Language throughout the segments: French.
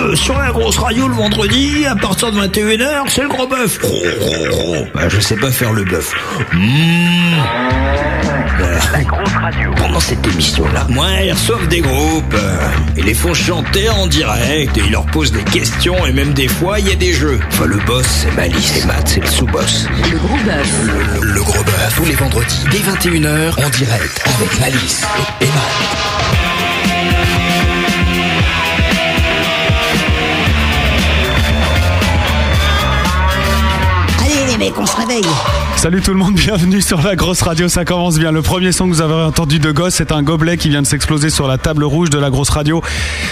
euh, sur la grosse radio le vendredi, à partir de 21h, c'est le gros bœuf. Gros, gros, gros. Bah, je sais pas faire le bœuf. Mmh. Voilà. La grosse radio. Pendant cette émission-là, moi, ils reçoivent des groupes. euh, Ils les font chanter en direct et ils leur posent des questions et même des fois, il y a des jeux. Enfin, le boss, c'est Malice, c'est Matt, c'est le sous-boss. Le gros bœuf. Le, le gros bœuf, tous les vendredis, dès 21h, en direct, avec Malice et Emma. Allez les mecs, on se réveille. Salut tout le monde, bienvenue sur la grosse radio, ça commence bien. Le premier son que vous avez entendu de Gosse, c'est un gobelet qui vient de s'exploser sur la table rouge de la grosse radio.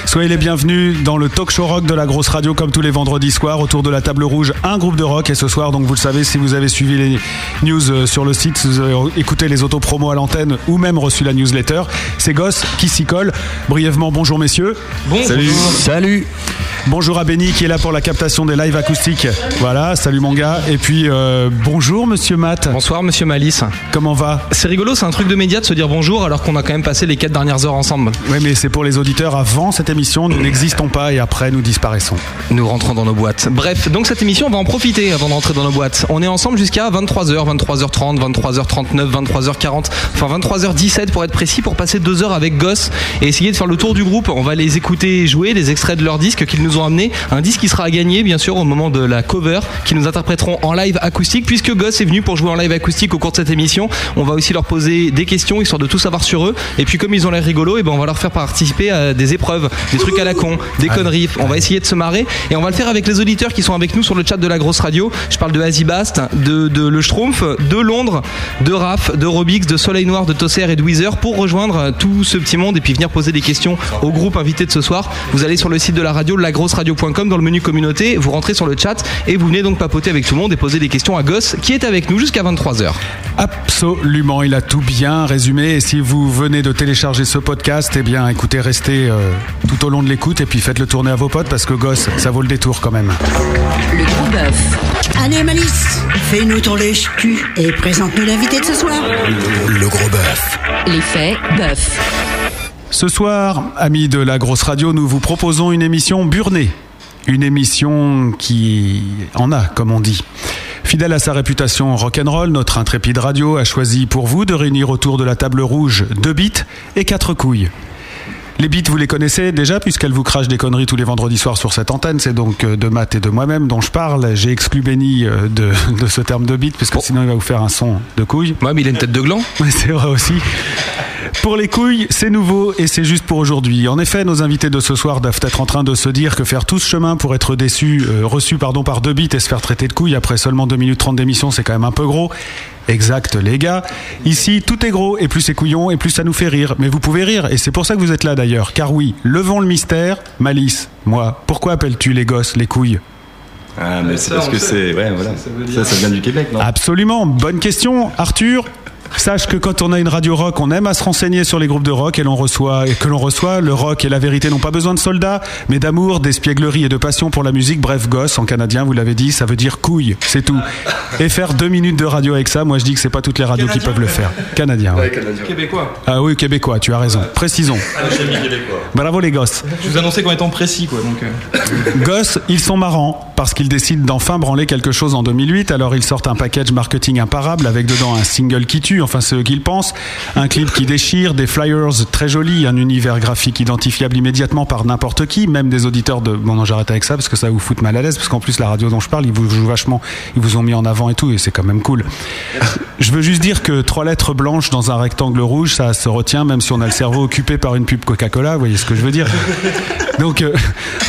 Soyez les bienvenus dans le talk show rock de la grosse radio, comme tous les vendredis soirs, autour de la table rouge, un groupe de rock. Et ce soir, donc vous le savez, si vous avez suivi les news euh, sur le site, si vous avez écouté les autopromos à l'antenne ou même reçu la newsletter, c'est Gosse qui s'y colle. Brièvement, bonjour messieurs. Salut. Salut. Bonjour à Benny qui est là pour la captation des lives acoustiques. Voilà, salut mon gars. Et puis euh, bonjour monsieur Matt. Bonsoir Monsieur Malice. Comment va C'est rigolo, c'est un truc de média de se dire bonjour alors qu'on a quand même passé les quatre dernières heures ensemble. Oui, mais c'est pour les auditeurs. Avant cette émission, nous n'existons pas et après, nous disparaissons. Nous rentrons dans nos boîtes. Bref, donc cette émission, on va en profiter avant de rentrer dans nos boîtes. On est ensemble jusqu'à 23h, 23h30, 23h39, 23h40, enfin 23h17 pour être précis, pour passer deux heures avec Goss et essayer de faire le tour du groupe. On va les écouter jouer des extraits de leur disque qu'ils nous ont amené. Un disque qui sera à gagner, bien sûr, au moment de la cover, qu'ils nous interpréteront en live acoustique, puisque Goss est venu pour jouer en live acoustique au cours de cette émission. On va aussi leur poser des questions, histoire de tout savoir sur eux. Et puis, comme ils ont l'air rigolos, et ben on va leur faire participer à des épreuves, des trucs à la con, des conneries. On va essayer de se marrer. Et on va le faire avec les auditeurs qui sont avec nous sur le chat de la grosse radio. Je parle de Azibast, de, de Le Schtroumpf, de Londres, de Raph, de Robix, de Soleil Noir, de Tosser et de Weezer pour rejoindre tout ce petit monde et puis venir poser des questions au groupe invité de ce soir. Vous allez sur le site de la radio, lagrosseradio.com, dans le menu communauté. Vous rentrez sur le chat et vous venez donc papoter avec tout le monde et poser des questions à Goss qui est avec nous jusqu'à 23h. Absolument, il a tout bien résumé. Et si vous venez de télécharger ce podcast, eh bien, écoutez, restez euh, tout au long de l'écoute et puis faites-le tourner à vos potes parce que gosse, ça vaut le détour quand même. Le gros bœuf. Allez Malice, fais-nous ton lèche-cul et présente-nous l'invité de ce soir. Le gros bœuf, L'effet bœuf. Ce soir, amis de la grosse radio, nous vous proposons une émission burnée. Une émission qui en a, comme on dit. Fidèle à sa réputation rock'n'roll, notre intrépide radio a choisi pour vous de réunir autour de la table rouge deux bites et quatre couilles. Les bites, vous les connaissez déjà, puisqu'elles vous crachent des conneries tous les vendredis soirs sur cette antenne. C'est donc euh, de Matt et de moi-même dont je parle. J'ai exclu Benny euh, de, de ce terme de bite, parce que sinon il va vous faire un son de couille. Moi, mais il a une tête de gland. Ouais, c'est vrai aussi. Pour les couilles, c'est nouveau et c'est juste pour aujourd'hui. En effet, nos invités de ce soir doivent être en train de se dire que faire tout ce chemin pour être déçu, euh, reçu pardon, par deux bites et se faire traiter de couilles après seulement 2 minutes 30 d'émission, c'est quand même un peu gros. Exact, les gars. Ici, tout est gros et plus c'est couillon et plus ça nous fait rire. Mais vous pouvez rire et c'est pour ça que vous êtes là d'ailleurs. Car oui, levons le mystère. Malice, moi, pourquoi appelles-tu les gosses les couilles Ah, mais c'est parce que c'est. Ouais, voilà. Ça, ça vient du Québec, non Absolument, bonne question, Arthur. Sache que quand on a une radio rock, on aime à se renseigner sur les groupes de rock et l'on reçoit et que l'on reçoit le rock et la vérité n'ont pas besoin de soldats, mais d'amour, d'espièglerie et de passion pour la musique. Bref, gosse en canadien, vous l'avez dit, ça veut dire couille, c'est tout. Et faire deux minutes de radio avec ça, moi je dis que c'est pas toutes les radios qui peuvent le faire. Canadien. Ah, ouais. Québécois. Ah oui, québécois, tu as raison. Précisons. Bravo les gosses. Je vous annonçais qu'en étant précis, quoi. Donc, euh, Goss, ils sont marrants parce qu'ils décident d'enfin branler quelque chose en 2008. Alors ils sortent un package marketing imparable avec dedans un single qui tue, enfin ce qu'ils pensent, un clip qui déchire, des flyers très jolis, un univers graphique identifiable immédiatement par n'importe qui, même des auditeurs de. Bon, non, j'arrête avec ça parce que ça vous fout mal à l'aise parce qu'en plus la radio dont je parle, ils vous jouent vachement, ils vous ont mis en avant et tout et c'est quand même cool. Je veux juste dire que trois lettres blanches dans un rectangle rouge, ça se retient même si on a le cerveau occupé par une pub Coca-Cola. Vous voyez ce que je veux dire Donc, euh,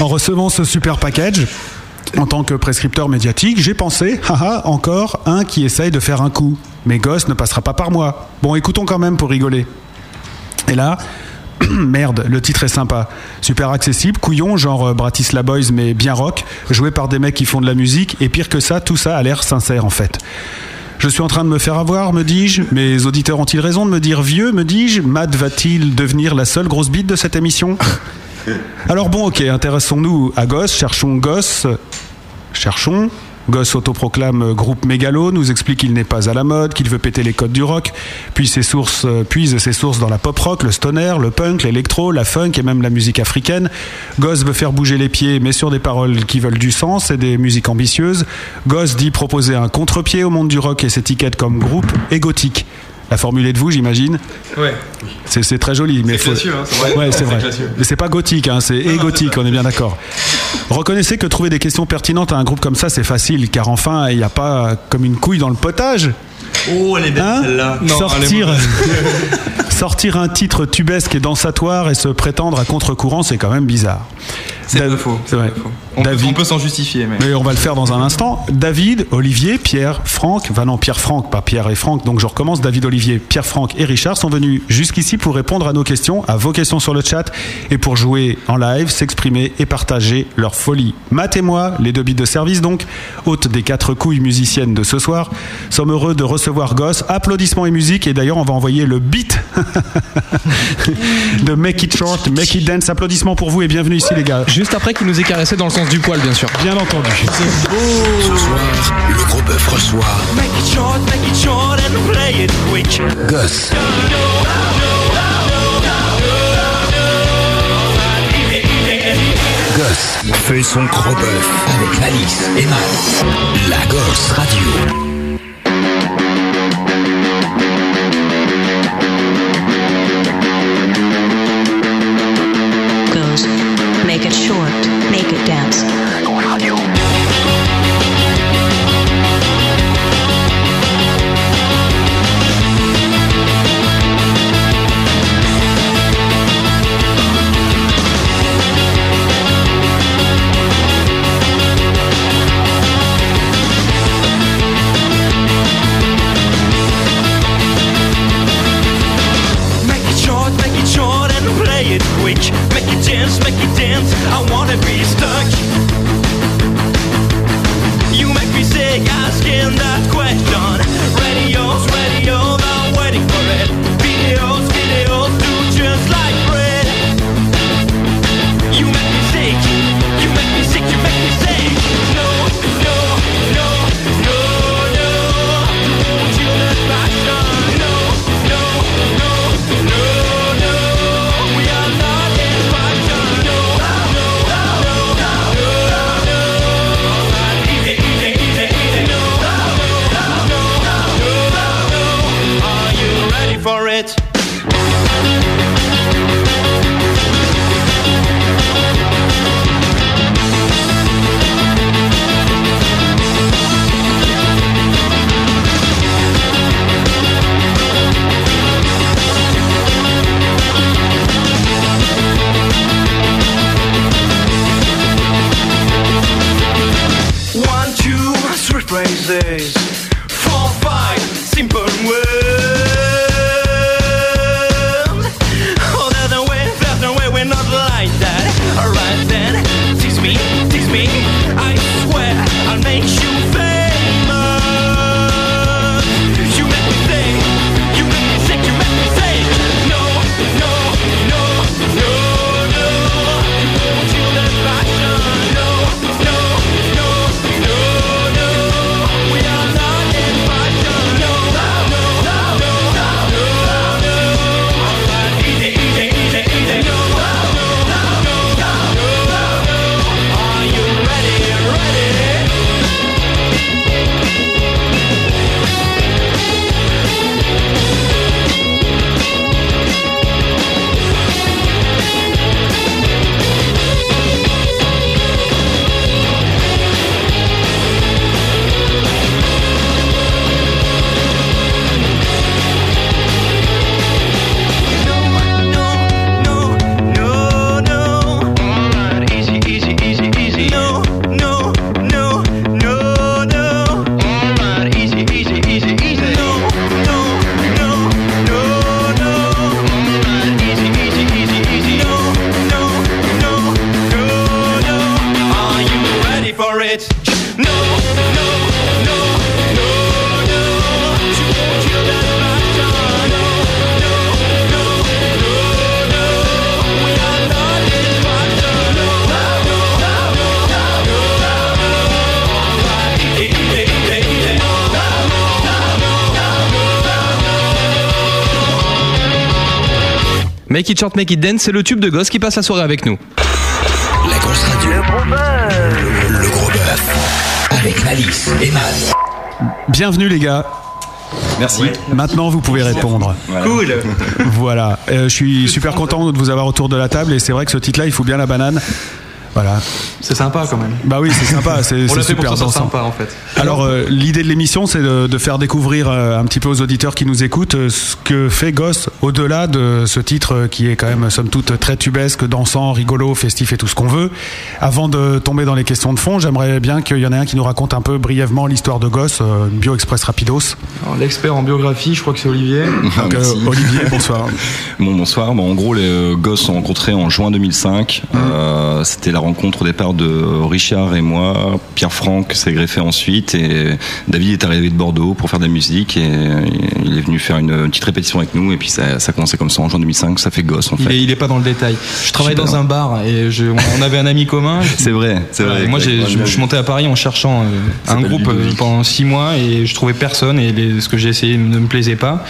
en recevant ce super package, en tant que prescripteur médiatique, j'ai pensé, haha, encore un qui essaye de faire un coup. Mais gosse ne passera pas par moi. Bon, écoutons quand même pour rigoler. Et là, merde, le titre est sympa. Super accessible, couillon, genre euh, Bratislava Boys, mais bien rock, joué par des mecs qui font de la musique, et pire que ça, tout ça a l'air sincère en fait. Je suis en train de me faire avoir, me dis-je. Mes auditeurs ont-ils raison de me dire vieux, me dis-je Matt va-t-il devenir la seule grosse bite de cette émission alors bon, ok, intéressons-nous à Goss, cherchons Goss, cherchons Goss autoproclame euh, groupe mégalo, nous explique qu'il n'est pas à la mode, qu'il veut péter les codes du rock, puis ses sources, euh, puise ses sources dans la pop rock, le stoner, le punk, l'électro, la funk et même la musique africaine. Goss veut faire bouger les pieds, mais sur des paroles qui veulent du sens et des musiques ambitieuses. Goss dit proposer un contre-pied au monde du rock et s'étiquette comme groupe et gothique. La formule est de vous, j'imagine. Ouais. C'est c'est très joli, mais faut- classieux, hein, c'est vrai. Ouais, c'est C'est vrai. classieux. Mais c'est pas gothique, hein, c'est et gothique, on est bien d'accord. Reconnaissez que trouver des questions pertinentes à un groupe comme ça, c'est facile, car enfin, il n'y a pas euh, comme une couille dans le potage. Oh, elle est belle Hein celle-là. sortir, sortir un titre tubesque et dansatoire et se prétendre à contre-courant, c'est quand même bizarre. C'est Dav- pas faux. C'est vrai. pas faux. On peut- David- on peut s'en justifier, mais. mais on va le faire dans un instant. David, Olivier, Pierre, Franck, enfin non, Pierre, Franck, pas Pierre et Franck, donc je recommence. David, Olivier, Pierre, Franck et Richard sont venus jusqu'ici pour répondre à nos questions, à vos questions sur le chat et pour jouer en live, s'exprimer et partager leur folie. Matt et moi, les deux bits de service donc, hôtes des quatre couilles musiciennes de ce soir, sommes heureux de recevoir Goss. Applaudissements et musique, et d'ailleurs, on va envoyer le beat de Make It Short, Make It Dance. Applaudissements pour vous et bienvenue ici, les gars. Juste après qu'il nous ait caressé dans le sens du poil, bien sûr. Bien entendu. Ce soir, le gros bœuf reçoit Make it short, make it short and play it quick. Goss, Goss fait son gros bœuf avec Malice et Matt. La Gosse Radio. goes. Make it short, make it dance. Make it short, make it short and play it quick. Make it dance, make it dance. I wanna be stuck. You make me sick asking that question. Radios, radios, I'm waiting for it. Videos, videos, do just like bread. You make me sick. You make me sick. You make me sick. No, no, no, no, no. Won't you let passion? No, no, no, no, no. We are not in passion. No, no, no, no, no, no. Easy, easy, easy, easy. No, no, no, no, Make It Short, Make It Dance, c'est le tube de Goss qui passe la soirée avec nous. La grosse radio. Le gros bœuf. Le, le gros bœuf. Avec Malice et Matt. Bienvenue les gars. Merci. Maintenant, vous pouvez répondre. Cool. Voilà, Euh, je suis super content de vous avoir autour de la table et c'est vrai que ce titre-là, il faut bien la banane. Voilà. C'est sympa quand même. Bah oui, c'est sympa, c'est On c'est l'a fait super pour ça, dansant. sympa en fait. Alors, euh, l'idée de l'émission, c'est de, de faire découvrir euh, un petit peu aux auditeurs qui nous écoutent euh, ce que fait Goss au-delà de ce titre euh, qui est quand même, somme toute, très tubesque, dansant, rigolo, festif et tout ce qu'on veut. Avant de tomber dans les questions de fond, j'aimerais bien qu'il y en ait un qui nous raconte un peu brièvement l'histoire de Goss, euh, Bio Express Rapidos. Alors, L'expert en biographie, je crois que c'est Olivier. Ah, Donc, euh, Olivier, bonsoir. Bon, bonsoir. Bon, en gros, les euh, gosses sont rencontrés en juin 2005. Mmh. Euh, C'était la rencontre au départ de euh, Richard et moi. Pierre Franck s'est greffé ensuite et David est arrivé de Bordeaux pour faire de la musique et euh, il est venu faire une petite répétition avec nous et puis ça, ça a commencé comme ça en juin 2005. Ça fait gosse en Il est, fait. il est pas dans le détail. Je travaille pas dans dans- un bar et je- on avait un ami commun. C'est vrai, c'est Voilà, vrai. et Ah, moi, j'ai- je, je suis monté à Paris en cherchant euh, un s'appelle groupe euh, Ludovic. pendant six mois et je trouvais personne et les- ce que j'ai essayé ne me plaisait pas.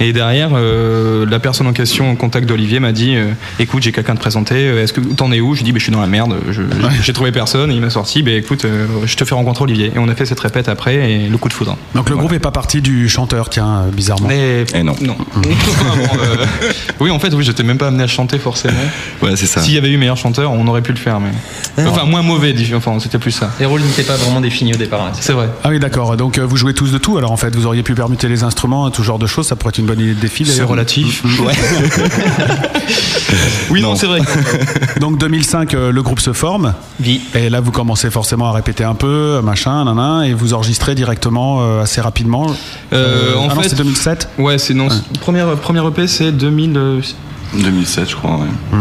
Et derrière, euh, la personne en question, en contact d'Olivier, m'a dit euh, "Écoute, j'ai quelqu'un à te présenter. euh, Est-ce que t'en es où Je dis "Bah, "Je suis dans la merde. je- J'ai trouvé personne." Et il m'a sorti "Bah, écoute, euh, je te fais rencontrer Olivier." Et on a fait cette répète après et le coup de foudre. Donc, le groupe est pas parti du chanteur, tiens, euh, bizarrement. Mais Eh non. Ah bon, euh, oui, en fait, oui, je t'ai même pas amené à chanter forcément. Ouais, c'est ça. S'il y avait eu meilleur chanteur, on aurait pu le faire, mais enfin moins mauvais. dis- Enfin, c'était plus ça. Les rôles n'étaient pas vraiment définis au départ. hein. C'est vrai. Ah oui, d'accord. Donc, euh, vous jouez tous de tout. Alors, en fait, vous auriez pu permuter les instruments, tout genre de choses. Ça pourrait être une bonne idée de défi. C'est d'ailleurs. relatif. Oui, non, Non. c'est vrai. Donc 2005, euh, le groupe se forme. Vie. Et là, vous commencez forcément à répéter un peu, euh, machin, nanan, et vous enregistrez directement euh, assez rapidement. Euh, en ah non, fait- c'est 2007. Ouais, c'est non. c'est- euh, Première, première EP, E c'est 2000. euh, 2007, je crois. ouais.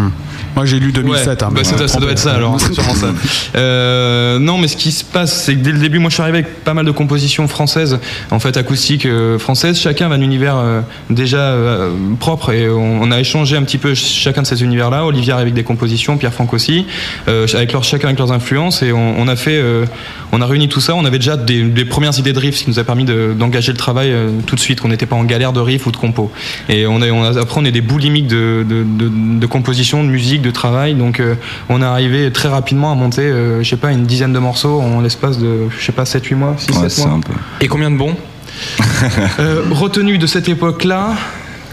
Moi, j'ai lu 2007. ouais. hein, Bah, mais ça, on doit- ça prend doit pas. être ça alors, c'est sûrement ça. Euh, non, mais ce qui se passe, c'est que dès le début, moi je suis arrivé avec pas mal de compositions françaises, en fait acoustiques euh, françaises. Chacun avait un univers euh, déjà euh, propre et on, on a échangé un petit peu ch- chacun de ces univers-là. Olivier arrive avec des compositions, Pierre Franck aussi, euh, avec leur, chacun avec leurs influences et on, on a fait, euh, on a réuni tout ça. On avait déjà des, des premières idées de riffs, ce qui nous a permis de- d'engager le travail euh, tout de suite, qu'on n'était pas en galère de riffs ou de compos. Et on a, on a- après, on est des boulimiques de, de, de, de composition, de musique, de travail. Donc, euh, on est arrivé très rapidement à monter, euh, je sais pas, une dizaine de morceaux en l'espace de, je sais pas, 7-8 mois, 6-7 Ouais, mois. c'est un peu. Et combien de bons Euh, retenu de cette époque-là,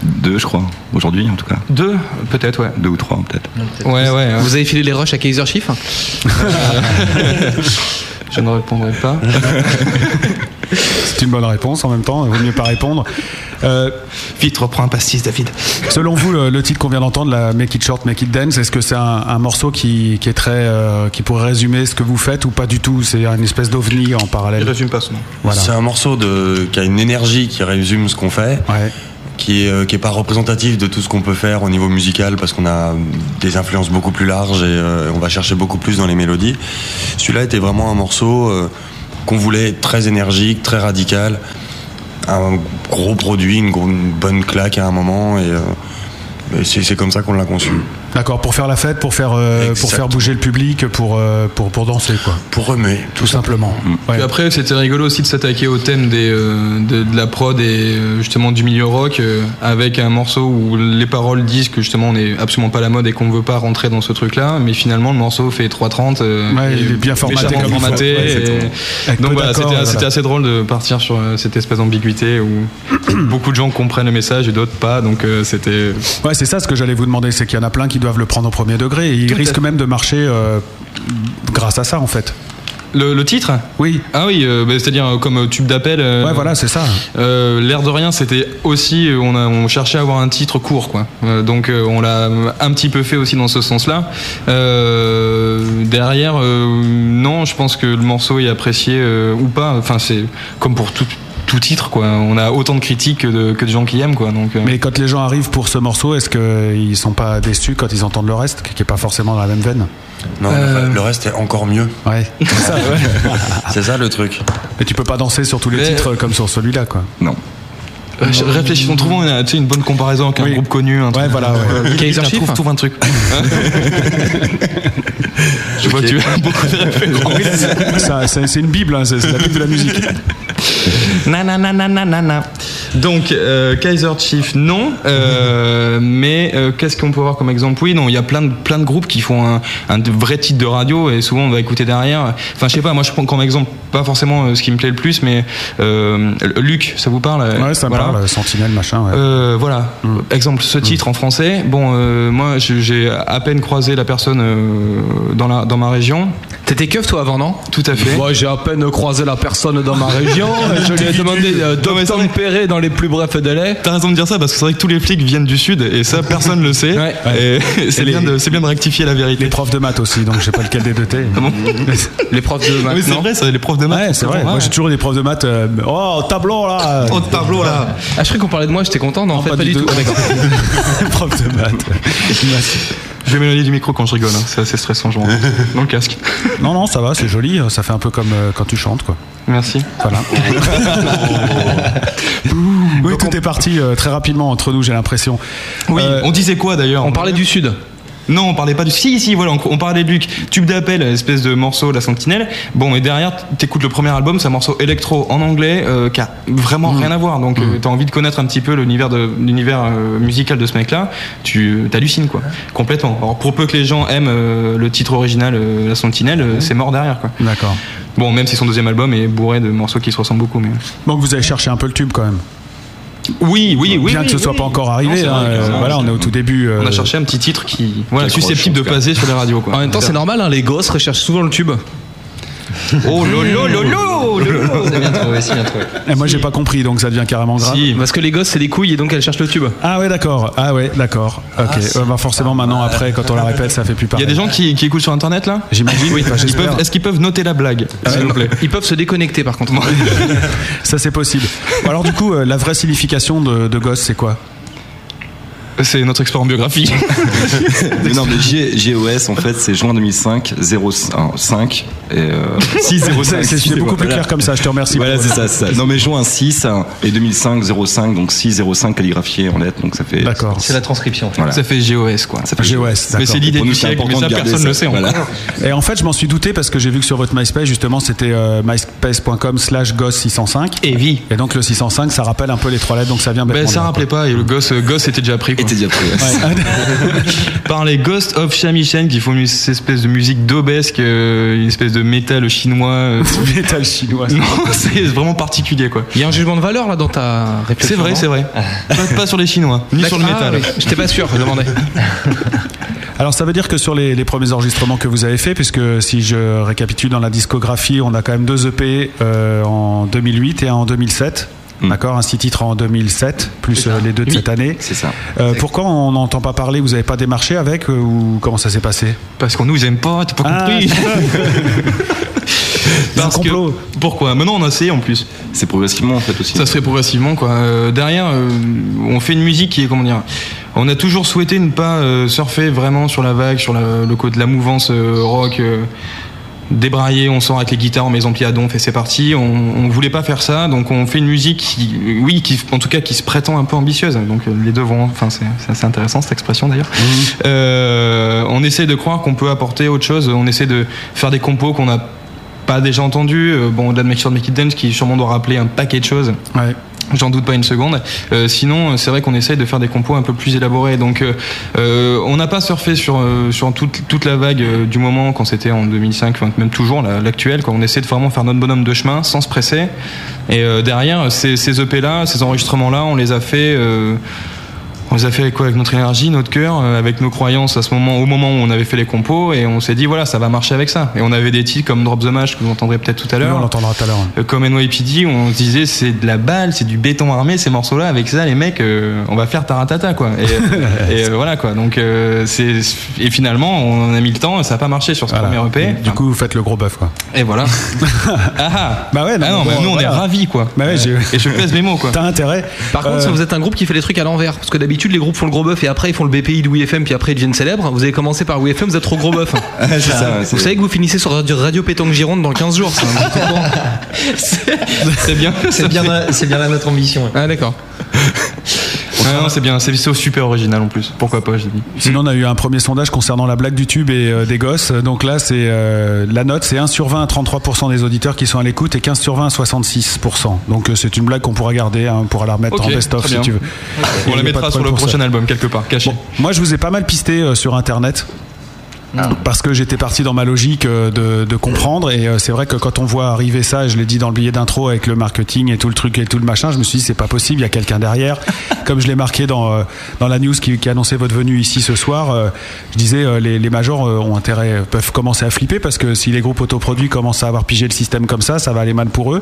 Deux, je crois. Aujourd'hui, en tout cas. deux, peut-être, ouais. Deux ou trois, peut-être. Ouais, hein. ouais. Vous avez filé les rushs à Kaiser Chief Je ne répondrai pas. C'est une bonne réponse en même temps. Il vaut mieux pas répondre. Euh, Vite, reprends un pastis, David. selon vous, le, le titre qu'on vient d'entendre, la Make It Short, Make It Dance, est-ce que c'est un, un morceau qui, qui est très, euh, qui pourrait résumer ce que vous faites ou pas du tout C'est une espèce d'ovni en Je parallèle. résume pas ce nom. Voilà. C'est un morceau de, qui a une énergie qui résume ce qu'on fait, Ouais. qui est, euh, qui est pas représentatif de tout ce qu'on peut faire au niveau musical parce qu'on a des influences beaucoup plus larges et euh, on va chercher beaucoup plus dans les mélodies. Celui-là était vraiment un morceau euh, qu'on voulait très énergique, très radical, un gros produit, une, gro- une bonne claque à un moment et, euh, et c'est c'est comme ça qu'on l'a conçu. D'accord. Pour faire la fête, pour faire, euh, pour faire Exactement. bouger le public, pour, euh, pour, pour danser, quoi. Pour remuer. Tout simplement. Ouais. Puis après, c'était rigolo aussi de s'attaquer au thème des, euh, de, de la prod et euh, justement du milieu rock euh, avec un morceau où les paroles disent que justement on est absolument pas à la mode et qu'on veut pas rentrer dans ce truc-là, mais finalement le morceau fait 3.30. euh, Ouais, il est bien formaté méchamment comme il faut. formaté, Ouais, et- exactement. Avec donc peu voilà, c'était d'accords, c'était voilà. assez drôle de partir sur euh, cette espèce d'ambiguïté où beaucoup de gens comprennent le message et d'autres pas, donc euh, c'était. Ouais, c'est ça ce que j'allais vous demander, c'est qu'il y en a plein qui doivent le prendre au premier degré et ils à risquent fait. même de marcher euh, grâce à ça en fait. Le, le titre Oui. Ah oui, euh, bah, c'est-à-dire euh, comme euh, tube d'appel. euh, Ouais, voilà, c'est ça. Euh, L'air de rien, c'était aussi, euh, on, a, on cherchait à avoir un titre court, quoi. Euh, donc euh, on l'a euh, un petit peu fait aussi dans ce sens-là. Euh, derrière, euh, non, je pense que le morceau est apprécié euh, ou pas. Enfin, c'est comme pour tout, tout titre, quoi. On a autant de critiques que de, que de gens qui aiment, quoi. Donc, euh, Mais quand les gens arrivent pour ce morceau, est-ce qu'ils sont pas déçus quand ils entendent le reste, qui est pas forcément dans la même veine Non, le reste est encore mieux. Ouais. Ah, C'est ça le truc. Mais tu peux pas danser sur tous les Mais- titres comme sur celui-là, quoi. Non. euh, je- réfléchissons, trouvons une, tu sais, une bonne comparaison avec un Oui. groupe connu. Un truc. Ouais, voilà. ouais. Kaiser Putain, Chief trouve, trouve un truc. je vois que tu as beaucoup de références. Ça, c'est c'est une bible, hein, c'est c'est la bible de la musique. Na, na, na, na, na, na, na. Donc, euh, Kaiser Chief, non. Euh, mais euh, qu'est-ce qu'on peut voir comme exemple Oui, non, il y a plein de, plein de groupes qui font un, un de vrai titre de radio et souvent on va écouter derrière. Enfin, je sais pas, moi je prends comme exemple, pas forcément euh, ce qui me plaît le plus, mais euh, Luc, ça vous parle Ouais, ça me Voilà. parle, Mm. Sentinelle, machin. ouais. Euh, voilà, exemple, ce titre en français. Bon, euh, moi, je- j'ai à peine croisé la personne euh, dans, la, dans ma région. T'étais keuf, toi, avant, non Tout à fait. Moi, j'ai à peine croisé la personne dans ma région. je lui ai demandé euh, d'obtempérer dans les plus brefs délais. T'as raison de dire Ah, ça parce que c'est vrai que tous les flics viennent du Sud et ça personne le sait. Et c'est Et les- bien, de- c'est bien de rectifier la vérité. Les profs de maths aussi, donc je sais pas lequel des deux t'es. Ah Les profs de maths, Oui, Ah, c'est non vrai, ça, les profs de maths. Ouais, c'est vrai. Ouais. Moi, j'ai toujours des profs de maths. euh, oh, tableau là Oh, tableau, là. Ah, je croyais qu'on parlait de moi, j'étais content. Non, en fait, pas, du tout. Ah, d'accord. Prof de maths. Je vais m'éloigner du micro quand je rigole, hein. c'est assez stressant, je m'en rends compte. dans le casque. Non, non, ça va, c'est joli. Ça fait un peu comme euh, quand tu chantes, quoi. Merci. Voilà. oui, tout est parti euh, très rapidement entre nous, j'ai l'impression. Euh, Oui, on disait quoi d'ailleurs On parlait Euh, du Sud. Non, on parlait pas du Si, si, voilà, on, on parlait de Luc. Tube d'appel, espèce de morceau, La Sentinelle. Bon, mais derrière, t'écoutes le premier album, c'est un morceau électro en anglais euh, qui a vraiment Mm. rien à voir. Donc, euh, t'as envie de connaître un petit peu l'univers de- l'univers euh, musical de ce mec-là. Tu euh, t'hallucines, quoi. Complètement. Alors, pour peu que les gens aiment euh, le titre original, euh, La Sentinelle, euh, c'est mort derrière, quoi. D'accord. Bon, même si son deuxième album est bourré de morceaux qui se ressemblent beaucoup, mais. Donc, vous avez cherché un peu le tube quand même. Oui, oui, oui. Bien que ce oui, soit oui. pas encore arrivé. Non, c'est hein, vrai, euh, c'est vrai. voilà, on est au tout début. On euh, a cherché un petit titre qui, voilà, accroche, susceptible de en tout cas. passer sur les radios, quoi. En même temps, c'est normal, hein, les gosses recherchent souvent le tube. Oh lolo lolo lolo C'est bien Ah trouvé, c'est bien trouvé. Et moi, j'ai pas compris, donc ça devient carrément grave. Si, parce que les gosses, c'est les couilles et donc elles cherchent le tube. Ah ouais, d'accord. Ah ouais, d'accord. Ok. c'est Ouais, bah, forcément, maintenant, après, quand on la répète, ça fait plus Ah, Il pareil. y a des gens qui, qui écoutent sur internet là J'imagine. Oui, Enfin, Ils j'espère. peuvent- Est-ce qu'ils peuvent noter la blague S'il vous plaît. Euh, Ils peuvent se déconnecter par contre. Ça, c'est possible. Bon, Alors, du coup, euh, la vraie signification de, de gosse, c'est quoi C'est notre expert en biographie. Mais non, mais G- GOS, en fait, c'est juin 2005, 05 et euh, 605. C'est- c'est beaucoup plus Voilà. clair comme ça, je te remercie Voilà, pour- c'est ça, c'est ça. Non, mais juin 6 hein, et 2005, 05, donc 6, 05 calligraphié en lettres, donc ça fait. D'accord. C'est la transcription. Ça fait GOS quoi. Ça fait GOS, Mais d'accord. c'est l'idée Pour nous, du c'est siècle, mais important ça de garder personne ça. ne le sait Voilà. encore. Et en fait, je m'en suis douté parce que j'ai vu que sur votre MySpace, justement, c'était euh, myspace.com slash gosse605. Et oui. Et donc, le 605, ça rappelle un peu les trois lettres, donc ça vient Ben, bêtement ça de là, rappelait pas, et le gosse, euh, gosse était déjà pris. Quoi. Était déjà pris. Par les Ghost of Shamishan qui font une cette espèce de musique d'obesque, euh, une espèce de métal chinois. euh. métal chinois. Non, c'est vraiment particulier quoi. Il y a un jugement de valeur là dans ta réflexion. C'est vrai, non Ah. c'est vrai. pas, pas sur les Chinois, ni sur le D'accord. Ah, métal. oui. J'étais pas sûr, je demandais. Alors ça veut dire que sur les, les premiers enregistrements que vous avez faits, puisque si je récapitule dans la discographie, on a quand même deux EP euh, en 2008 et un en 2007. Mm. D'accord, un six titres en 2007, plus euh, les deux de cette année. C'est ça. Euh, pourquoi on n'entend pas parler Vous n'avez pas démarché avec euh, ou comment ça s'est passé Ah, Parce qu'on nous aime pas, t'as pas compris. Parce que- Pourquoi Maintenant on a essayé en plus. C'est progressivement en fait aussi. Ça se fait progressivement quoi. Euh, derrière, euh, on fait une musique qui est comment dire. On a toujours souhaité ne pas euh, surfer vraiment sur la vague, sur la- le côté de la mouvance euh, rock. euh, débraillé, on sort avec les guitares, on met les amplis à donf et c'est parti. On, on voulait pas faire ça, donc on fait une musique qui, oui, qui, en tout cas, qui se prétend un peu ambitieuse. Donc euh, les deux vont, enfin, c'est c'est assez intéressant cette expression d'ailleurs. Euh, on essaie de croire qu'on peut apporter autre chose. On essaie de faire des compos qu'on n'a pas déjà entendus. Euh, bon, au-delà de Make Sure to Make It Dance, qui sûrement doit rappeler un paquet de choses. Ouais. J'en doute pas une seconde. Euh, sinon, euh, c'est vrai qu'on essaye de faire des compos un peu plus élaborés. Donc, euh, euh, on n'a pas surfé sur euh, sur toute toute la vague euh, du moment quand c'était en 2005, enfin, même toujours la- l'actuelle. Quand on essaie de vraiment faire notre bonhomme de chemin sans se presser. Et euh, derrière, ces, ces EP là, ces enregistrements là, on les a fait. euh, on les a fait avec quoi Avec notre énergie, notre cœur, euh, avec nos croyances à ce moment, au moment où on avait fait les compos, et on s'est dit voilà, ça va marcher avec ça. Et on avait des titres comme Drop the Match que vous entendrez peut-être tout à Oui, l'heure. On l'entendra tout à l'heure. Euh, comme NYPD, on se disait c'est de la balle, c'est du béton armé, ces morceaux-là, avec ça, les mecs, euh, on va faire taratata, quoi. Et, et, euh, voilà, quoi. Donc, euh, c'est, et finalement, on en a mis le temps, et ça n'a pas marché sur ce premier EP. Du coup, vous faites le gros bœuf, quoi. Et voilà. ah, ah. Bah ouais, Ah non, mais mais bon, nous, on voilà. est ravis, quoi. Bah ouais, j'ai- Et je pèse mes mots, quoi. T'as intérêt. Par contre, Euh, si vous êtes un groupe qui fait les trucs à l'envers, parce que d'habitude les groupes font le gros bœuf et après ils font le BPI de WFM puis après ils deviennent célèbres, vous avez commencé par WFM, vous êtes trop gros bœuf. hein. Ah, c'est hein, ça, vous c'est- savez que vous finissez sur Radio, Radio Pétanque Gironde dans 15 jours, ça, hein, tout le monde. C'est bien. C'est bien, c'est bien là notre ambition. Ah d'accord. On Ouais, non, c'est bien, c'est c'est super original en plus. Pourquoi pas, j'ai dit. Sinon, on a eu un premier sondage concernant la blague du tube et euh, des gosses. Donc là, c'est euh, la note, c'est 1 sur 20 à 33% des auditeurs qui sont à l'écoute et 15 sur 20 à 66%. Donc euh, c'est une blague qu'on pourra garder, hein, on pourra la remettre Ok, en best-of très si bien. tu veux. Il On y la a pas de mettra sur le problème pour prochain ça. album quelque part, caché. Moi, je vous ai pas mal pisté euh, sur Internet. Parce que j'étais parti dans ma logique euh, de, de comprendre et euh, c'est vrai que quand on voit arriver ça, et je l'ai dit dans le billet d'intro avec le marketing et tout le truc et tout le machin, je me suis dit c'est pas possible, il y a quelqu'un derrière. Comme je l'ai marqué dans euh, dans la news qui, qui annonçait votre venue ici ce soir, euh, je disais euh, les, les majors euh, ont intérêt euh, peuvent commencer à flipper parce que si les groupes autoproduits commencent à avoir pigé le système comme ça, ça va aller mal pour eux.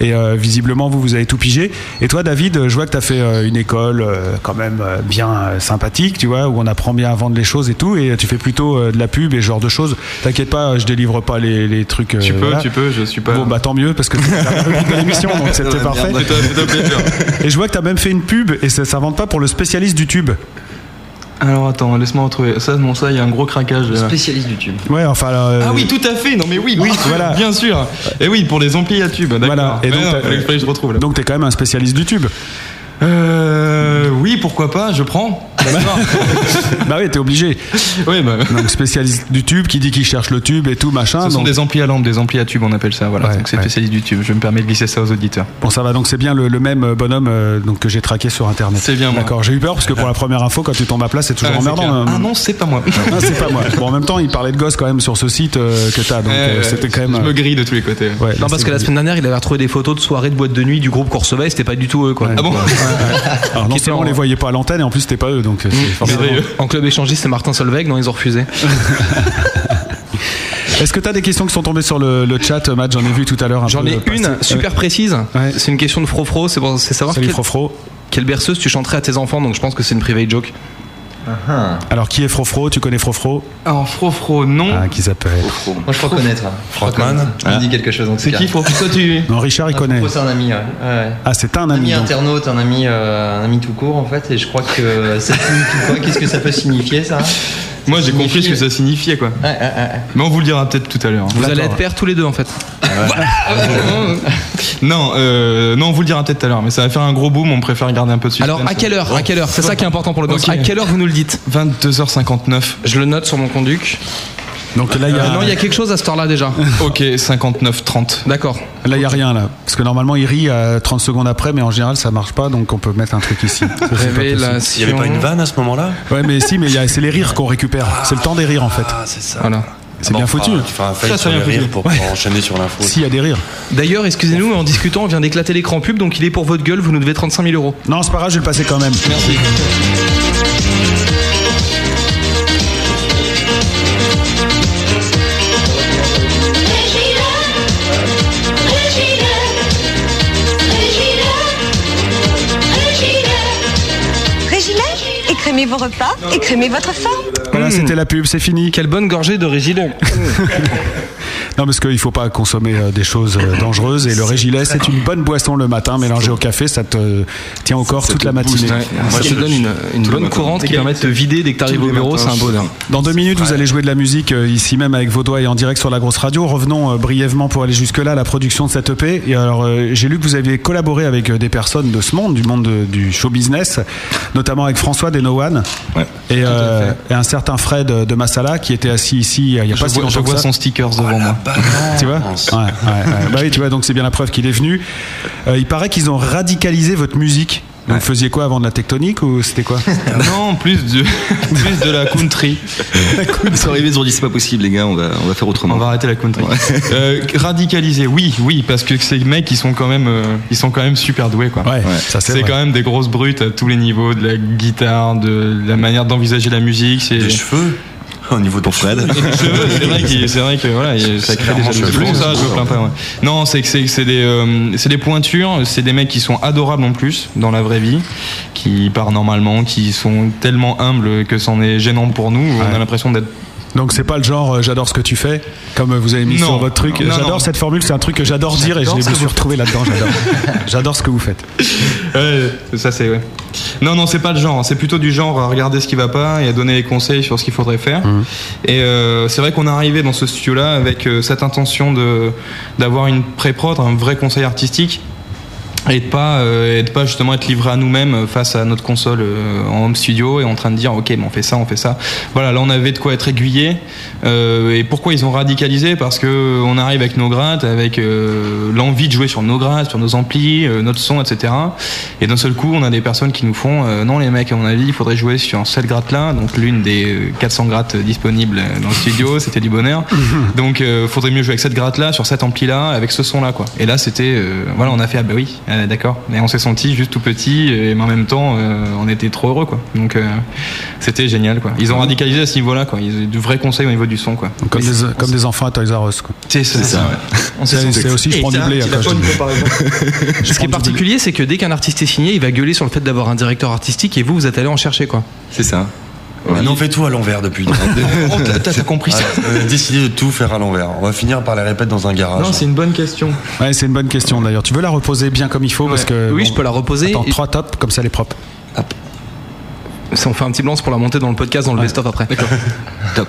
Et euh, visiblement vous vous avez tout pigé. Et toi David, euh, je vois que tu as fait euh, une école euh, quand même euh, bien euh, sympathique, tu vois, où on apprend bien à vendre les choses et tout et tu fais plutôt euh, de la pub et ce genre de choses. T'inquiète pas, euh, je délivre pas les, les trucs euh, Tu peux, voilà. tu peux, je suis pas. Bon bah tant mieux parce que c'est la rubrique de l'émission donc c'était parfait. Fais-toi- fais-toi plaisir. Et je vois que t'as même fait une pub et ça s'invente pas pour le spécialiste du tube. Alors attends, laisse-moi retrouver. Ça, non, ça, il y a un gros craquage. là. Spécialiste du tube. Ouais, enfin. euh, Ah oui, tout à fait. Non mais oui, oui, Voilà. bien sûr. Et oui, pour les amplis à tube. D'accord. Voilà. Et Mais donc, non, t'as- fallait que je retrouve là. Donc t'es quand même un spécialiste du tube. Euh, oui, pourquoi pas, je prends. bah oui, t'es obligé. Oui, bah. Donc spécialiste du tube qui dit qu'il cherche le tube et tout machin. Ce sont donc- des amplis à lampe, des amplis à tube, on appelle ça. Voilà. donc c'est spécialiste du tube. Je me permets de glisser ça aux auditeurs. Bon, ça va, donc c'est bien le, le même euh, bonhomme euh, donc, que j'ai traqué sur internet. C'est bien, D'accord, j'ai eu peur parce que pour la première info, quand tu tombes à plat, c'est toujours Ah, c'est emmerdant. clair. hein. Ah non, c'est pas moi. Non, c'est pas moi. Bon, en même temps, il parlait de gosses quand même sur ce site euh, que t'as, donc Ouais, euh, ouais, c'était quand même. Je me grille de tous les côtés. Non, parce que la semaine dernière, il avait retrouvé des photos de soirées de boîte de nuit du groupe qu'on recevait et c'était pas du tout eux, quoi. Ah bon Ouais, ouais. Alors, non seulement on les voyait pas à l'antenne et en plus c'était pas eux, donc euh, c'est Mmh. forcément- En club échangiste, c'est Martin Solveig, non, ils ont refusé. Est-ce que t'as des questions qui sont tombées sur le, le chat, Matt J'en ai vu tout à l'heure. un J'en peu ai passer. une super Ouais. précise. C'est une question de Frofro. C'est pour c'est savoir Salut, quel- Frofro. quelle berceuse tu chanterais à tes enfants. Donc je pense que c'est une private joke. Alors, qui est Frofro Tu connais Frofro Alors, Frofro, non. Ah, qui s'appelle Moi, je crois connaître. Frotman Il me dit quelque chose. donc C'est bien. qui, Fro- Toi, tu- Non, Richard, il Ah, connaît. Fro, C'est un ami. ouais. Ouais. Ah, c'est un ami. ami donc. internaute, un ami, euh, un ami tout court en fait, et je crois que ça signifie quoi Qu'est-ce que ça peut signifier ça Moi, j'ai compris ce que ça signifiait, quoi. Mais on vous le dira peut-être tout à l'heure. hein. Vous allez être pères tous les deux en fait. Non, euh, non, on vous le dira peut-être tout à l'heure, mais ça va faire un gros boom. On préfère garder un peu de suspense. Alors à quelle heure À quelle heure C'est ça qui est important pour le boss. Ok. À quelle heure vous nous le dites 22h59. Je le note sur mon conduc. Euh, Donc là, il y a- Euh, non, il y a quelque chose à cette heure-là déjà. Ok, 59-30. D'accord. Là, il n'y a rien, là. Parce que normalement, il rit euh, 30 secondes après, mais en général, ça marche pas, donc on peut mettre un truc ici. Ça, c'est pas possible. Révélation. Il n'y avait pas une vanne à ce moment-là Ouais, mais si, mais il y a- c'est les rires qu'on récupère. Ah. C'est le temps des rires, en fait. Ah, c'est ça. Voilà. C'est bien foutu. ah, Tu feras un fail Ça, ça sur vient les foutu. rires pour Ouais. pouvoir enchaîner sur l'info. S'il y a des rires. D'ailleurs, excusez-nous, mais en discutant, on vient d'éclater l'écran pub, donc il est pour votre gueule. Vous nous devez 35 000 euros. Non, c'est pas grave, je vais le passer quand même. Merci. Régilet, écrémez vos repas, écrémez votre forme. Voilà, c'était la pub, c'est fini. Quelle bonne gorgée de régilon. Non, parce qu'il faut pas consommer euh, des choses euh, dangereuses. Et le régilet, c'est une bonne boisson le matin, mélangée au café, ça te euh, tient au corps toute la matinée. ça te donne une, une bonne courante qui permet de te vider dès que t'arrives au bureau. C'est un bonheur. Dans deux minutes, vous allez jouer de la musique euh, ici même avec vos doigts et en direct sur la grosse radio. Revenons euh, brièvement pour aller jusque-là à la production de cette EP. Et alors, euh, j'ai lu que vous aviez collaboré avec euh, des personnes de ce monde, du monde de- du show business, notamment avec François Denowan et, euh, et un certain Fred euh, de Massala qui était assis ici euh, il n'y a Je pas si vois, longtemps je que vois ça. son sticker devant moi. Tu vois ouais, ouais, ouais. Bah oui, tu vois, donc c'est bien la preuve qu'il est venu. Euh, il paraît qu'ils ont radicalisé votre musique. Donc, Vous faisiez quoi avant de la tectonique ou c'était quoi Non, plus de, plus de la country. Ils sont arrivés, ils ont dit c'est pas possible, les gars, on va, on va faire autrement. On va arrêter la country. Euh, radicaliser, oui, oui, parce que ces mecs, ils sont quand même, euh, ils sont quand même super doués, quoi. ça, c'est c'est vrai. quand même des grosses brutes à tous les niveaux, de la guitare, de la manière d'envisager la musique, c'est Des cheveux Au niveau de Fred. Et les cheveux, c'est vrai, qu'il- c'est vrai que voilà, il- ça crée des clairement jalousies. chelou. Bon, ça, je me plains pas. ouais. Non, c'est que c'est c'est des, euh, c'est des pointures, c'est des mecs qui sont adorables en plus dans la vraie vie, qui parlent normalement, qui sont tellement humbles que c'en est gênant pour nous. On a l'impression d'être Donc c'est pas le genre euh, j'adore ce que tu fais comme euh, vous avez mis Non. sur votre truc. Non, non. J'adore cette formule, c'est un truc que j'adore dire et je J'adore l'ai- ce me que suis vous retrouvé là-dedans. J'adore. j'adore ce que vous faites. Ouais, ça c'est ouais. Non non c'est pas le genre, hein. c'est plutôt du genre à regarder ce qui va pas et à donner des conseils sur ce qu'il faudrait faire. Et euh, c'est vrai qu'on est arrivé dans ce studio là avec euh, cette intention de d'avoir une pré-prod, un vrai conseil artistique et de pas euh, et de pas justement être livré à nous-mêmes face à notre console euh, en home studio et en train de dire ok mais on fait ça on fait ça voilà là on avait de quoi être aiguillé Euh, et pourquoi ils ont radicalisé parce que euh, on arrive avec nos grattes avec euh, l'envie de jouer sur nos grattes sur nos amplis euh, notre son etc et d'un seul coup on a des personnes qui nous font euh, non les mecs à mon avis il faudrait jouer sur cette gratte là donc l'une des euh, 400 grattes disponibles euh, dans le studio c'était du bonheur donc euh, faudrait mieux jouer avec cette gratte là sur cet ampli là avec ce son là quoi et là c'était euh, voilà on a fait ah bah oui euh, d'accord et on s'est senti juste tout petit et mais en même temps euh, on était trop heureux quoi donc euh, c'était génial quoi ils ont radicalisé à ce niveau là quoi ils ont eu de vrais conseils au niveau du son quoi Comme Mais des, c'est- comme des enfants à Toys R Us. quoi. c'est ça, ouais. On s'est C'est senti- c'est aussi, je Et prends du tiens, blé. tu l'as après, pas je une dis. comparaison. Ce qui est particulier, c'est que dès qu'un artiste est signé, il va gueuler sur le fait d'avoir un directeur artistique et vous, vous êtes allé en chercher quoi. C'est ça. On en fait tout à l'envers depuis. T'as compris ça On a décidé de tout faire à l'envers. On va finir par les répètes dans un garage. non c'est une bonne question Ouais, c'est une bonne question d'ailleurs. Tu veux la reposer bien comme il faut parce que Oui, je peux la reposer. Attends, Et- trois tops comme ça, elle est propre. Ça, on fait un petit lance pour la monter dans le podcast, dans le best-of après. Top.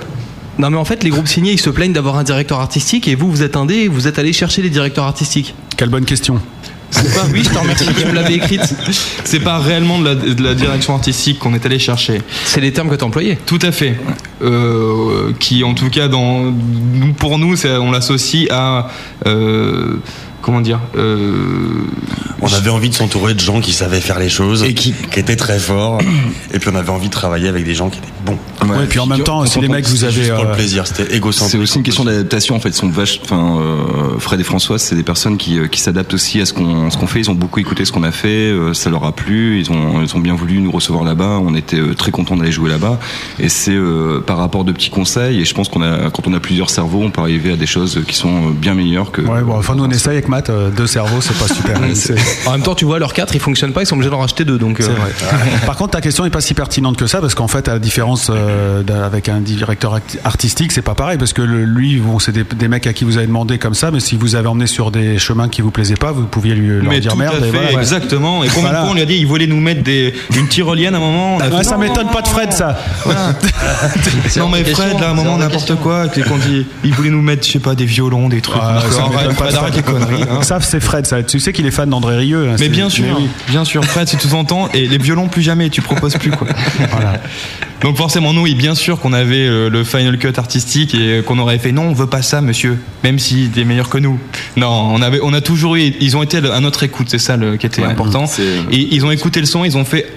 Non mais en fait les groupes signés ils se plaignent d'avoir un directeur artistique et vous vous êtes indé et vous êtes allé chercher les directeurs artistiques. Quelle bonne question. C'est pas oui je te remercie tu me l'avais écrite. C'est pas réellement de la, de la direction artistique qu'on est allé chercher. C'est les termes que tu employais. Tout à fait. Euh, qui, en tout cas, dans, nous, pour nous, c'est- on l'associe à. euh, comment dire euh, On avait envie de s'entourer de gens qui savaient faire les choses, et qui... étaient très forts, et puis on avait envie de travailler avec des gens qui étaient bons. Ouais, et puis en même temps, si les mecs vous C'était avez. juste pour le euh, plaisir, c'était C'est égocentrique. aussi une question d'adaptation en fait. Sont vache, enfin, euh, Fred et François, c'est des personnes qui, euh, qui s'adaptent aussi à ce qu'on ce qu'on fait. Ils ont beaucoup écouté ce qu'on a fait, euh, ça leur a plu. Ils ont ils ont bien voulu nous recevoir là-bas. On était euh, très contents d'aller jouer là-bas. Et c'est euh, par rapport de petits conseils. Et je pense qu'on a quand on a plusieurs cerveaux, on peut arriver à des choses qui sont euh, bien meilleures que. Ouais, bon, enfin, nous on essaye avec Matt, euh, deux cerveaux, c'est pas super. C'est- En même temps tu vois leurs quatre ils fonctionnent pas ils sont obligés d'en racheter deux donc. euh, C'est vrai. Par contre, ta question n'est pas si pertinente que ça, parce qu'en fait, à la différence euh, d'un- avec un directeur acti- artistique, c'est pas pareil, parce que le- lui, bon, c'est des, des mecs à qui vous avez demandé comme ça, mais si vous avez emmené sur des chemins qui vous plaisaient pas, vous pouviez lui leur mais dire tout merde. à fait, et voilà. exactement. Et combien Voilà. de fois on lui a dit, ils voulaient nous mettre des, une tyrolienne à un moment on a Ah, fait, ça non, m'étonne pas de Fred, ça. Non mais Fred, là, à un moment, n'importe quoi. avec les conduits. ils voulaient nous mettre, je sais pas, des violons, des trucs. Ah, ça Encore, m'étonne arrête, pas de Fred, arrête les Fred. conneries. hein. Ça, c'est Fred, ça. Tu sais qu'il est fan d'André Rieu. hein, Mais c'est- bien sûr, oui. bien sûr, Fred, si tu t'entends, et les violons plus jamais, tu proposes plus quoi. Donc forcément, nous, oui, bien sûr qu'on avait euh, le final cut artistique et euh, qu'on aurait fait non, on veut pas ça, monsieur, même si t'es meilleur que nous. Non, on avait, on a toujours eu, ils ont été à notre écoute, c'est ça le, qui était important. euh, Et ils ont écouté le son, ils ont fait.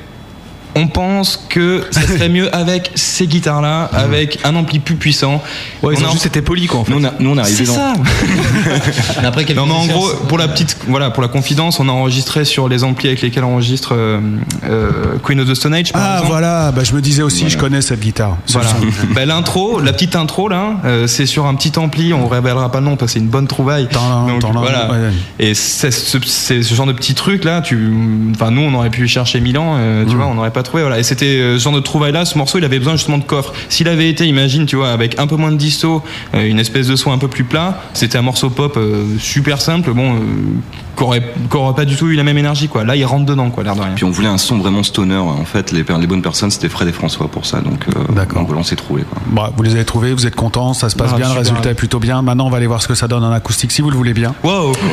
On pense que ça serait mieux avec ces guitares-là, avec un ampli plus puissant. Ouais, ils On ont a- juste été polis quoi en fait. Nous on, a, nous, on est c'est arrivé dans. ça. Après, quelques Non, mais en concerts, gros, pour la petite, voilà, pour la confidence, on a enregistré sur les amplis avec lesquels on enregistre euh, euh, Queen of the Stone Age. Par Ah, exemple. voilà, bah, je me disais aussi, je connais cette guitare. Ce Voilà. son. Bah, l'intro, la petite intro là, euh, c'est sur un petit ampli. On révélera pas le nom parce que c'est une bonne trouvaille. T'en- Donc, t'en- voilà. ouais. Et c'est ce, c'est ce genre de petit truc là. Tu, enfin nous, on aurait pu chercher Milan. euh, Mm. tu vois, on n'aurait pas trouvé. Voilà. Et c'était euh, ce genre de trouvaille là. Ce morceau, il avait besoin justement de coffre. S'il avait été, imagine, tu vois, avec un peu moins de disto, euh, une espèce de son un peu plus plat, c'était un morceau pop euh, super simple. Bon. euh, Qu'aurait qu'aurait pas du tout eu la même énergie quoi. Là il rentre dedans quoi l'air de rien. Puis on voulait un son vraiment stoner. En fait, les, les bonnes personnes, c'était Fred et François pour ça. Donc, euh, on voilà, on s'est trouvé. Quoi. Bon, Bah, vous les avez trouvés, vous êtes contents, ça se passe Ah, bien, le super. résultat est plutôt bien. Maintenant, on va aller voir ce que ça donne en acoustique, si vous le voulez bien. Wow, wow,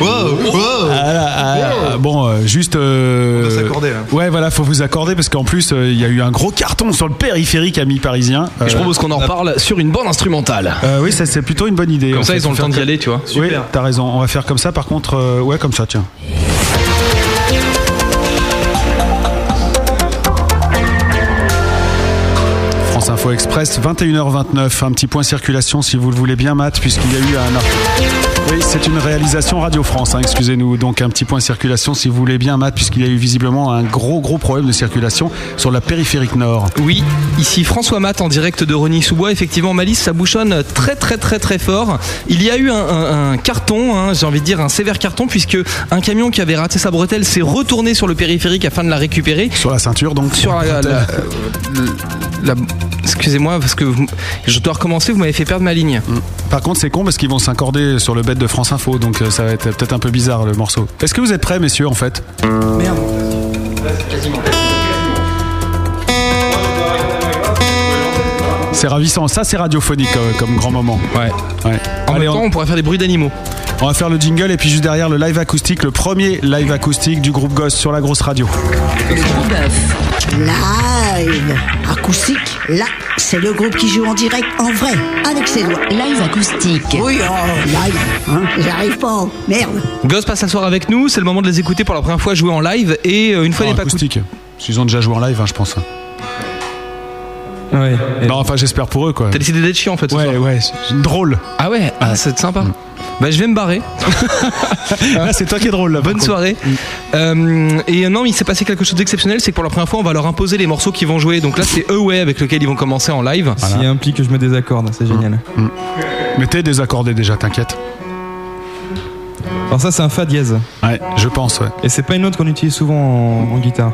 wow. Ah, là, ah, là, bon, euh, juste. euh, On doit s'accorder, hein. là. Ouais, voilà, faut vous accorder parce qu'en plus, euh, il y a eu un gros carton sur le périphérique ami parisien. Euh, Et je propose qu'on en reparle sur une bande instrumentale. euh, oui, ça, c'est plutôt une bonne idée. Comme en ça fait, ils ont le faut temps d'y faire aller tu vois. que- Oui, t'as raison. On va faire comme ça. Par contre, euh, ouais, comme ça, tiens. France Info Express, 21h29. Un petit point circulation, si vous le voulez bien, Matt, puisqu'il y a eu un. Oui, c'est une réalisation Radio France, hein, excusez-nous. Donc un petit point circulation, si vous voulez bien, Matt, puisqu'il y a eu visiblement un gros, gros problème de circulation sur la périphérique nord. Oui, ici François Matt en direct de Rony-sous-Bois. Effectivement, Malice, ça bouchonne très très très très fort. Il y a eu un, un- un carton, hein, j'ai envie de dire un sévère carton, puisque un camion qui avait raté sa bretelle s'est retourné sur le périphérique afin de la récupérer. Sur la ceinture, donc. Sur la... la- la- la- Excusez-moi, parce que vous- je dois recommencer, vous m'avez fait perdre ma ligne. Par contre, c'est con parce qu'ils vont s'accorder sur le bête de France Info, donc euh, ça va être peut-être un peu bizarre le morceau. Est-ce que vous êtes prêts, messieurs, en fait Merde. C'est ravissant, ça c'est radiophonique euh, comme grand moment. Ouais. Ouais. En Allez, même temps, on- on pourrait faire des bruits d'animaux. On va faire le jingle et puis juste derrière le live acoustique, le premier live acoustique du groupe Gosse sur la grosse radio. Gros bœuf. Live acoustique. Là, c'est le groupe qui joue en direct, en vrai, avec ses doigts. Live acoustique. Oui, oh, live. Hein, J'arrive pas. oh, Merde. Goss passe la soirée avec nous, c'est le moment de les écouter pour la première fois jouer en live et euh, une fois les pas Oh, acoustique. Ils ont déjà joué en live, hein, je pense. Ouais. Non, enfin, j'espère pour eux, quoi. T'as décidé d'être chiant en fait. Ouais, Mm. ouais, c'est drôle. Ah ouais, ah, c'est sympa. Bah, je vais me barrer. là, Ah, c'est toi qui es drôle. Hein Bonne soirée. Euh, et non, mais il s'est passé quelque chose d'exceptionnel, c'est que pour la première fois, on va leur imposer les morceaux qu'ils vont jouer. Donc là, c'est Away avec lequel ils vont commencer en live. S'il implique que je me désaccorde, c'est génial. Mais t'es désaccordé déjà, t'inquiète. Alors ça, c'est un fa dièse. Ouais, je pense, ouais. Et c'est pas une note qu'on utilise souvent en, en guitare,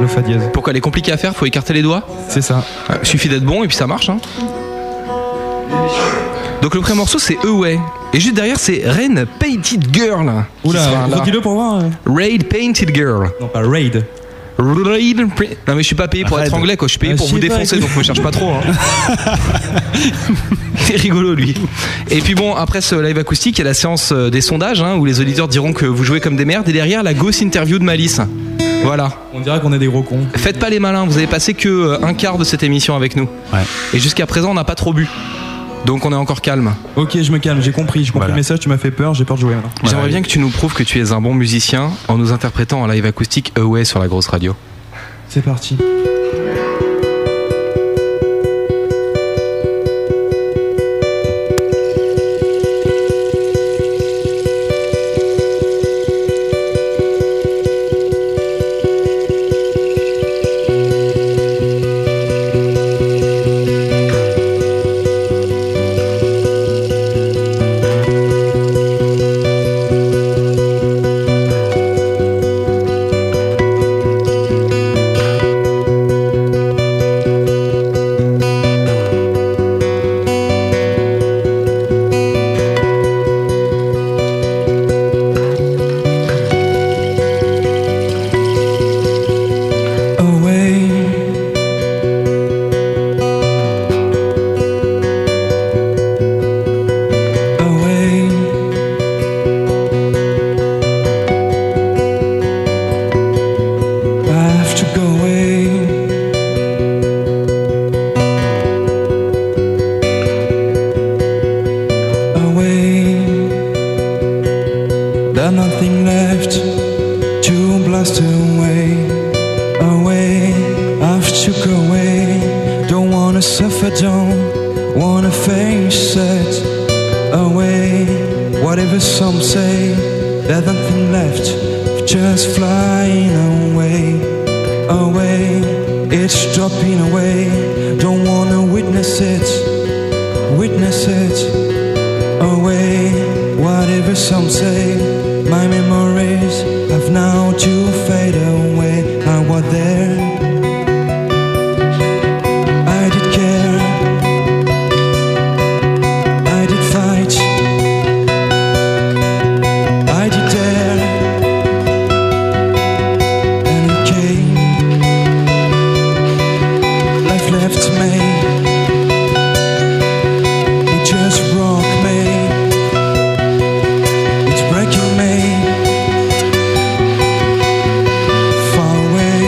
le fa dièse. Pourquoi elle est compliquée à faire Faut écarter les doigts C'est ça. suffit d'être bon et puis ça marche. hein. Donc le premier morceau c'est Away. Et juste derrière c'est Rain Painted Girl. Oula, dis redis-le pour voir. Raid Painted Girl. Non, pas Raid. Raid. Pain- Non, mais je suis pas payé pour Raid. être anglais quoi. Je suis payé Ah, pour je vous sais pas, défoncer écoute. donc me cherche pas trop. hein. C'est rigolo lui. Et puis bon, après ce live acoustique, il y a la séance euh, des sondages hein, où les auditeurs diront que vous jouez comme des merdes. Et derrière la ghost interview de Malice. Voilà. On dirait qu'on est des gros cons. Faites pas les malins, vous avez passé que euh, un quart de cette émission avec nous. Et jusqu'à présent, on n'a pas trop bu. Donc on est encore calme. Ok, je me calme, j'ai compris, j'ai compris le message, tu m'as fait peur, j'ai peur de jouer maintenant. J'aimerais bien que tu nous prouves que tu es un bon musicien en nous interprétant en live acoustique Away sur la grosse radio. C'est parti. away. Away. I have to go away. Away. There's nothing left to blast away away, I've to go away. Don't wanna suffer, don't wanna face it. Away, whatever some say, there's nothing left, just flying away. Away, it's dropping away. Don't wanna witness it, witness it. Away, whatever some say, my memories have now to fade away. I was there. I did care. I did fight. I did dare. And it came. Life left me. It just broke me. It's breaking me. Far away.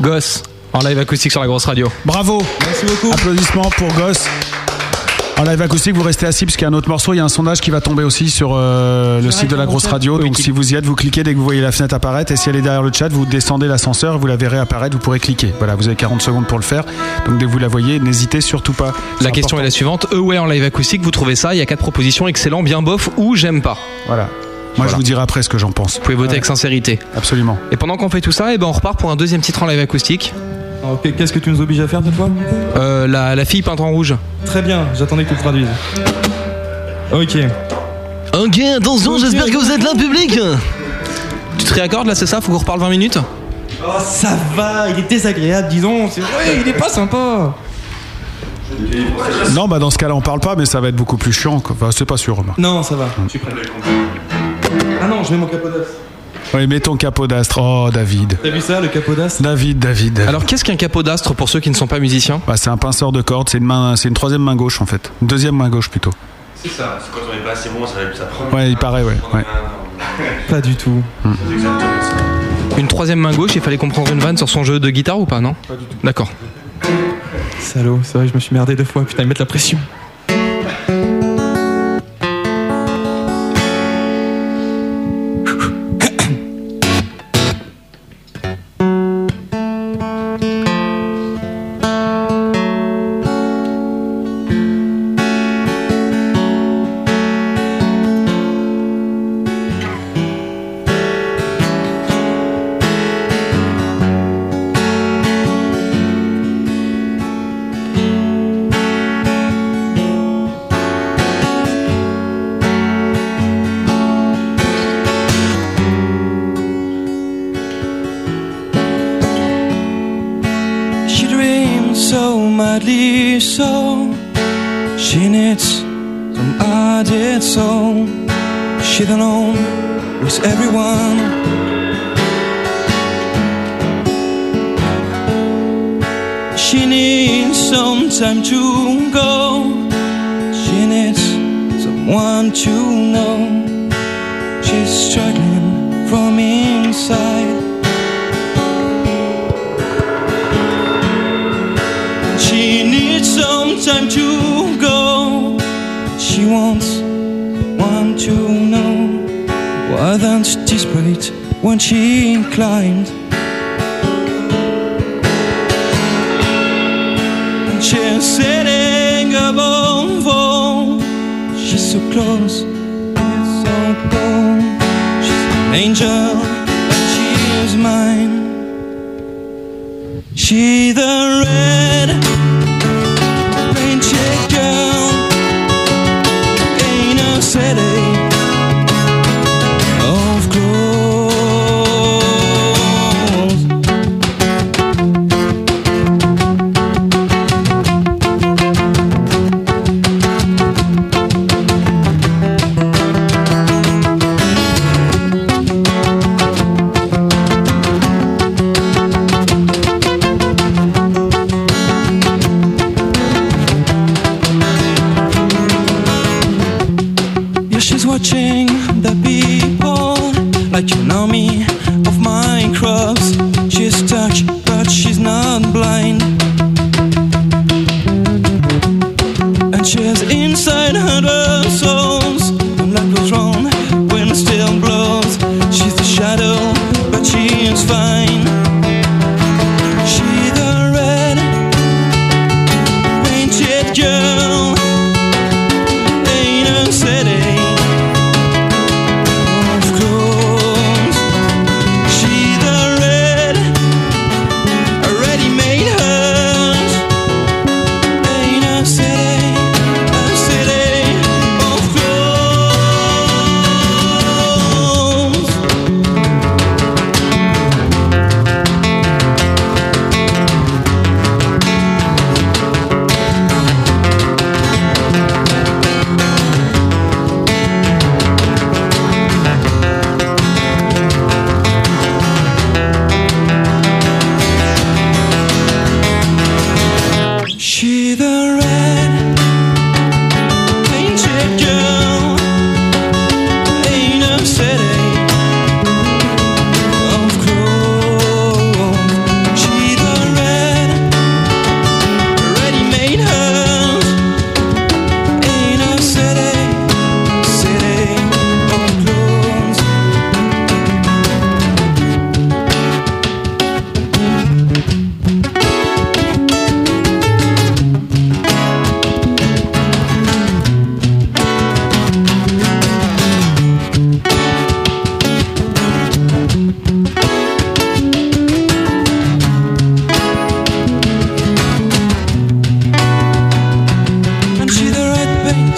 Gosse en live acoustique sur la grosse radio. Bravo. Merci beaucoup. Applaudissements pour Gosse. En live acoustique, vous restez assis parce qu'il y a un autre morceau. Il y a un sondage qui va tomber aussi sur euh, le site de la grosse radio. Donc si vous y êtes, vous cliquez dès que vous voyez la fenêtre apparaître. Et si elle est derrière le chat, vous descendez l'ascenseur, vous la verrez apparaître, vous pourrez cliquer. Voilà, vous avez 40 secondes pour le faire. Donc dès que vous la voyez, n'hésitez surtout pas. La question est la suivante. Away en live acoustique, vous trouvez ça Il y a quatre propositions excellent, bien bof ou j'aime pas. Voilà. Moi, je vous dirai après ce que j'en pense. Vous pouvez voter Ouais. avec sincérité. Absolument. Et pendant qu'on fait tout ça, eh ben on repart pour un deuxième titre en live acoustique. Ah, Qu'est-ce que tu nous obliges à faire cette fois Euh, la, la fille peinte en rouge. Très bien, j'attendais que tu le traduises. Ok. Ok, attention, j'espère que vous êtes là, public Tu te réaccordes là, c'est ça Faut qu'on reparle 20 minutes Oh, ça va, il est désagréable, disons. C'est vrai, il est pas sympa. Non, bah dans ce cas-là, on parle pas, mais ça va être beaucoup plus chiant. quoi. Enfin, c'est pas sûr, remarque. Non, ça va. Je suis prêt. Ah non, je mets mon capodas. Oui, mets ton capot d'astre. Oh, David. T'as vu ça, le capodas David, David. Alors, qu'est-ce qu'un capodastre pour ceux qui ne sont pas musiciens Bah, c'est un pinceur de corde, c'est une, main, c'est une troisième main gauche en fait. Une deuxième main gauche plutôt. C'est ça, c'est quand on est pas assez bon, ça, ça prend. Ouais, il paraît, ouais. ouais. Pas du tout. Hmm. Une troisième main gauche, il fallait comprendre une vanne sur son jeu de guitare ou pas, non Pas du tout. D'accord. Salaud, c'est vrai que je me suis merdé deux fois, putain, ils mettent la pression. She dreams so madly, so she needs some added soul. She alone with everyone. She needs some time to go. She needs someone to know. She's struggling from inside. She needs some time to go. She wants one to know. Wasn't desperate when she climbed. And she's sitting above all. She's so close, it's so cold. She's an angel, and she is mine. She the red painted girl in a city of clothes. Yeah, she's watching the people like an army of Minecrafts. She's stuck, but she's not blind. And she has inside her the souls. And that goes wrong when it still blows. She's the shadow, but she is fine. She the red painted girl in a city of clones. She the red, ready-made hers in a city, a city of clones.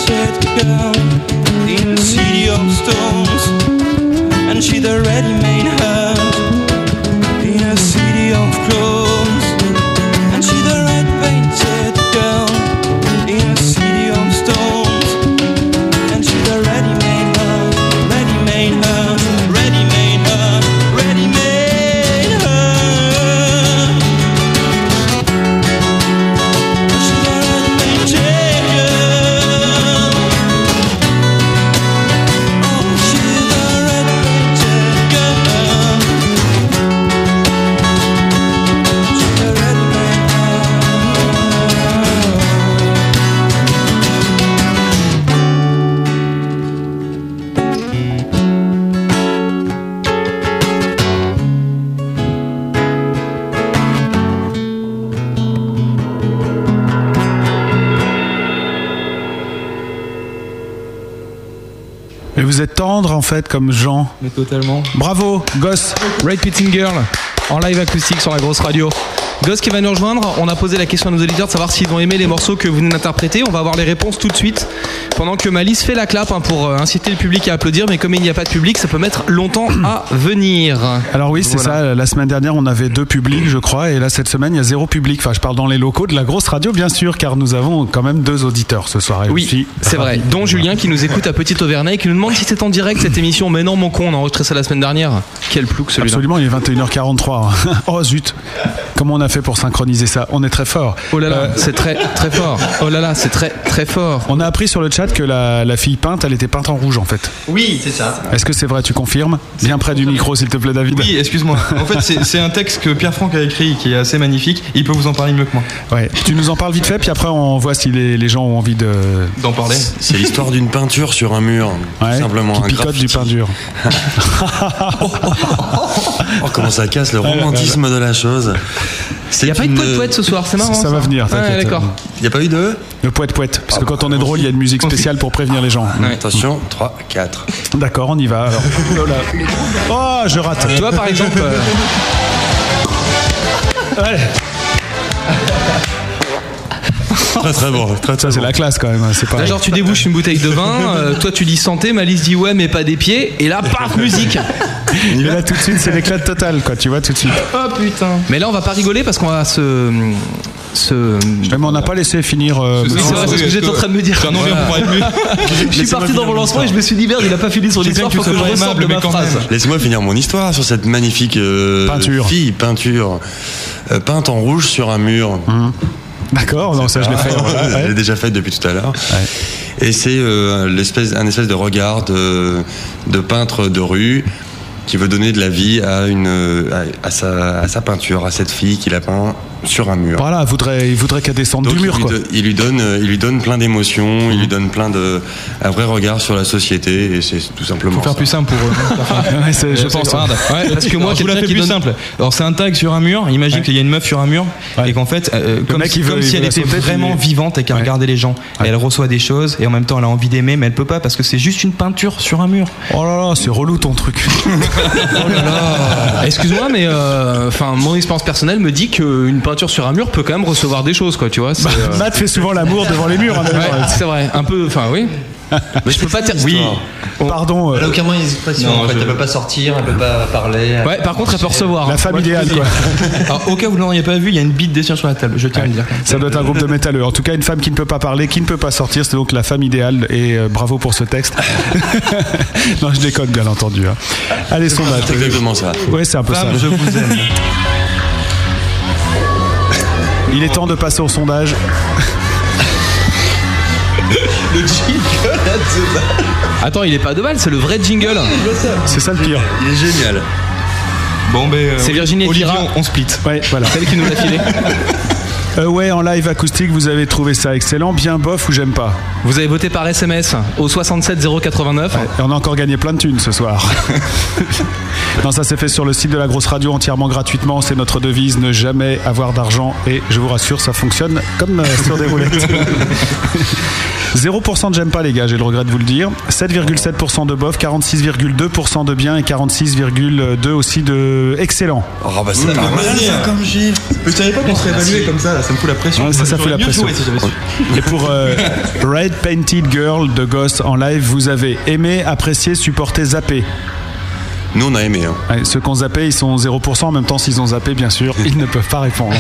dead girl in the city of stones, and she'd already made her in a city of clothes, and she'd a red painted girl in a city of stones, and she'd already made her, ready made her, ready made her, ready made her. Et vous êtes tendre en fait comme Jean. Mais totalement. Bravo, Goss. Ray Pitting Girl, en live acoustique sur la grosse radio. Goss qui va nous rejoindre, on a posé la question à nos auditeurs de savoir s'ils ont aimé les morceaux que vous venez d'interpréter. On va avoir les réponses tout de suite. Pendant que Malice fait la clap hein, pour euh, inciter le public à applaudir, mais comme il n'y a pas de public, ça peut mettre longtemps à venir. Alors oui, c'est ça. La semaine dernière, on avait deux publics, je crois, et là cette semaine, il y a zéro public. Enfin, je parle dans les locaux de la grosse radio, bien sûr, car nous avons quand même deux auditeurs ce soir. Et je Oui, suis c'est vrai. ravi. Dont Julien qui nous écoute à Petit Auvernay et qui nous demande si c'est en direct cette émission. Mais non, mon con, on a enregistré ça la semaine dernière. Quel plouc celui-là. Absolument, il est 21h43. oh zut Comment on a fait pour synchroniser ça On est très fort. Oh là là, c'est très très fort. Oh là là, c'est très très fort. On a appris sur le chat que la, la fille peinte, elle était peinte en rouge en fait. Oui, c'est ça. Est-ce que c'est vrai Tu confirmes Bien près du micro, s'il te plaît, David. Oui, excuse-moi. En fait, c'est- c'est un texte que Pierre Franck a écrit qui est assez magnifique. Il peut vous en parler mieux que moi. Ouais. Tu nous en parles vite fait, puis après on voit si les, les gens ont envie de d'en parler. C'est l'histoire d'une peinture sur un mur, Ouais, tout simplement. qui un picote graffiti. du pain dur. Oh, comment ça casse le Ah là là romantisme de la chose. Il n'y a pas eu de poète-poète ce soir, c'est marrant, Ça, va ça. venir. Ouais, t'inquiète. d'accord. Il n'y a pas eu de Le poète poète. Parce que quand Ah, on est drôle, il y a une musique spéciale pour prévenir les gens. Attention, 3, 4. D'accord, on y va. alors. Oh, là là. Oh, je rate. Tu vois, par exemple. euh, Très très bon. Très, Ça, c'est la classe quand même. hein, C'est pas. Là, genre, tu débouches une bouteille de vin, euh, toi tu dis santé, Malice dit ouais, mais pas des pieds, et là, paf, musique Et là, tout de suite, c'est l'éclat total, quoi. Tu vois, tout de suite. Oh putain. Mais là, on va pas rigoler parce qu'on va se. se... Mais on n'a pas laissé finir. euh, Oui, c'est vrai, c'est ce que j'étais en train de me dire. J'en ai rien pour être mieux. Je suis parti hein, dans mon lancement et je me suis dit merde, il a pas fini son J'ai bien histoire, que faut tu que je sois aimable, ressorte de mais ma quand phrase. même. Laissez-moi finir mon histoire sur cette magnifique euh, Peinture. fille peinture euh, peinte en rouge sur un mur. D'accord, non, ça Mmh. je l'ai fait. Ah, ouais, Elle ouais. est déjà faite depuis tout à l'heure. Et c'est euh, l'espèce, un espèce de regard de, de peintre de rue qui veut donner de la vie à, une, euh, à, à sa, à sa peinture, à cette fille qu'il a peint sur un mur. Voilà, il voudrait, il voudrait qu'elle descende Donc, du mur, il, quoi. Mmh. lui do- il lui donne, euh, il lui donne plein d'émotions, il lui donne plein de un vrai regard sur la société et c'est tout simplement. Faut faire ça. plus simple pour eux. Ouais, Euh, c'est- je pense. Regarde. hein. Ouais, parce que moi, Alors, je vous la quelqu'un fais qui plus donne- simple. Alors c'est un tag sur un mur. Imagine qu'il y a une meuf sur un mur et qu'en fait, euh, comme, mec, si, il veut- comme il si veut elle la était sauter, vraiment puis- vivante et qu'elle Ouais. regardait les gens, Et elle reçoit des choses et en même temps elle a envie d'aimer, mais elle peut pas parce que c'est juste une peinture sur un mur. Oh là là, c'est relou ton truc. Ah, Excuse-moi, mais euh, enfin, mon expérience personnelle me dit qu'une peinture sur un mur peut quand même recevoir des choses, quoi, tu vois. c'est, euh, Matt fait souvent l'amour devant les murs. hein, ouais, d'ailleurs. c'est vrai, un peu, enfin, oui. Mais je peux pas dire. Oui. Pardon, euh, Elle a aucunement les expressions. Non, en fait, je- elle peut pas sortir, elle peut pas parler. elle Ouais, peut par pas contre, elle peut toucher. recevoir. la femme idéale, quoi. Alors au cas où vous l'auriez pas vu, il y a une bite dessinée sur la table. Je tiens à le dire. Ça doit être un groupe de métalleux. En tout cas, une femme qui ne peut pas parler, qui ne peut pas sortir, c'est donc la femme idéale. Et euh, bravo pour ce texte. non, je déconne, bien entendu. hein. Allez, son Matt. C'est exactement ça. Ouais, c'est un peu ça. Femme, je vous aime. Il est temps de passer au sondage. Attends, il est pas de mal, c'est le vrai jingle. C'est ça le pire. Il est génial. Bon ben. euh, C'est Virginie Olivier, Efira. on, on split. Ouais, voilà. Celle qui nous l'a filé. Euh, ouais, en live acoustique, vous avez trouvé ça excellent, bien bof ou j'aime pas. Vous avez voté par SMS au 67 089. Et on a encore gagné plein de thunes ce soir. non, ça s'est fait sur le site de la grosse radio entièrement gratuitement. C'est notre devise, ne jamais avoir d'argent. Et je vous rassure, ça fonctionne comme euh, sur des roulettes. 0% de j'aime pas les gars, j'ai le regret de vous le dire. 7,7% de bof, 46,2% de bien et 46,2% aussi de excellent. Oh bah c'est pas mal. Mmh. Je savais pas qu'on serait évalué comme ça. la- ça me fout la pression. Ouais, ça, ça J'aurais fait la mieux pression. joué si j'avais su. Ouais. Et pour euh, Red Painted Girl de Ghost en live, vous avez aimé, apprécié, supporté, zappé Nous, on a aimé. hein. Ouais, ceux qui ont zappé, ils sont 0%. En même temps, s'ils ont zappé, bien sûr, ils ne peuvent pas répondre.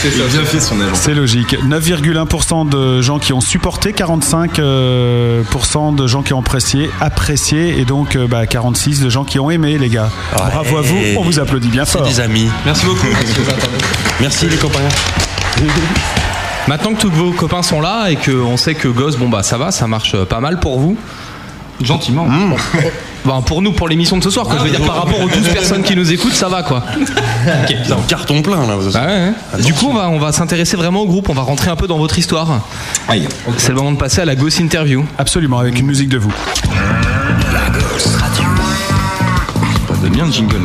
C'est ça. bien fait son agent. C'est logique. 9,1% de gens qui ont supporté, 45% euh, pourcent de gens qui ont apprécié, apprécié, et donc euh, bah, 46% de gens qui ont aimé, les gars. Bravo à vous, on vous applaudit bien fort. C'est des amis. Merci beaucoup. Merci les copains. Maintenant que tous vos copains sont là et qu'on sait que Gosse, bon bah ça va, ça marche euh, pas mal pour vous. Gentiment. Bah, pour nous, pour l'émission de ce soir, quoi. je veux dire, par rapport aux 12 personnes qui nous écoutent, ça va quoi. C'est un carton plein là. Ah Bah ouais, hein. ouais. Du coup, on va, on va s'intéresser vraiment au groupe, on va rentrer un peu dans votre histoire. C'est le moment de passer à la Gosse Interview. Absolument, avec une musique de vous. La Ghost Radio. Donne bien le jingle.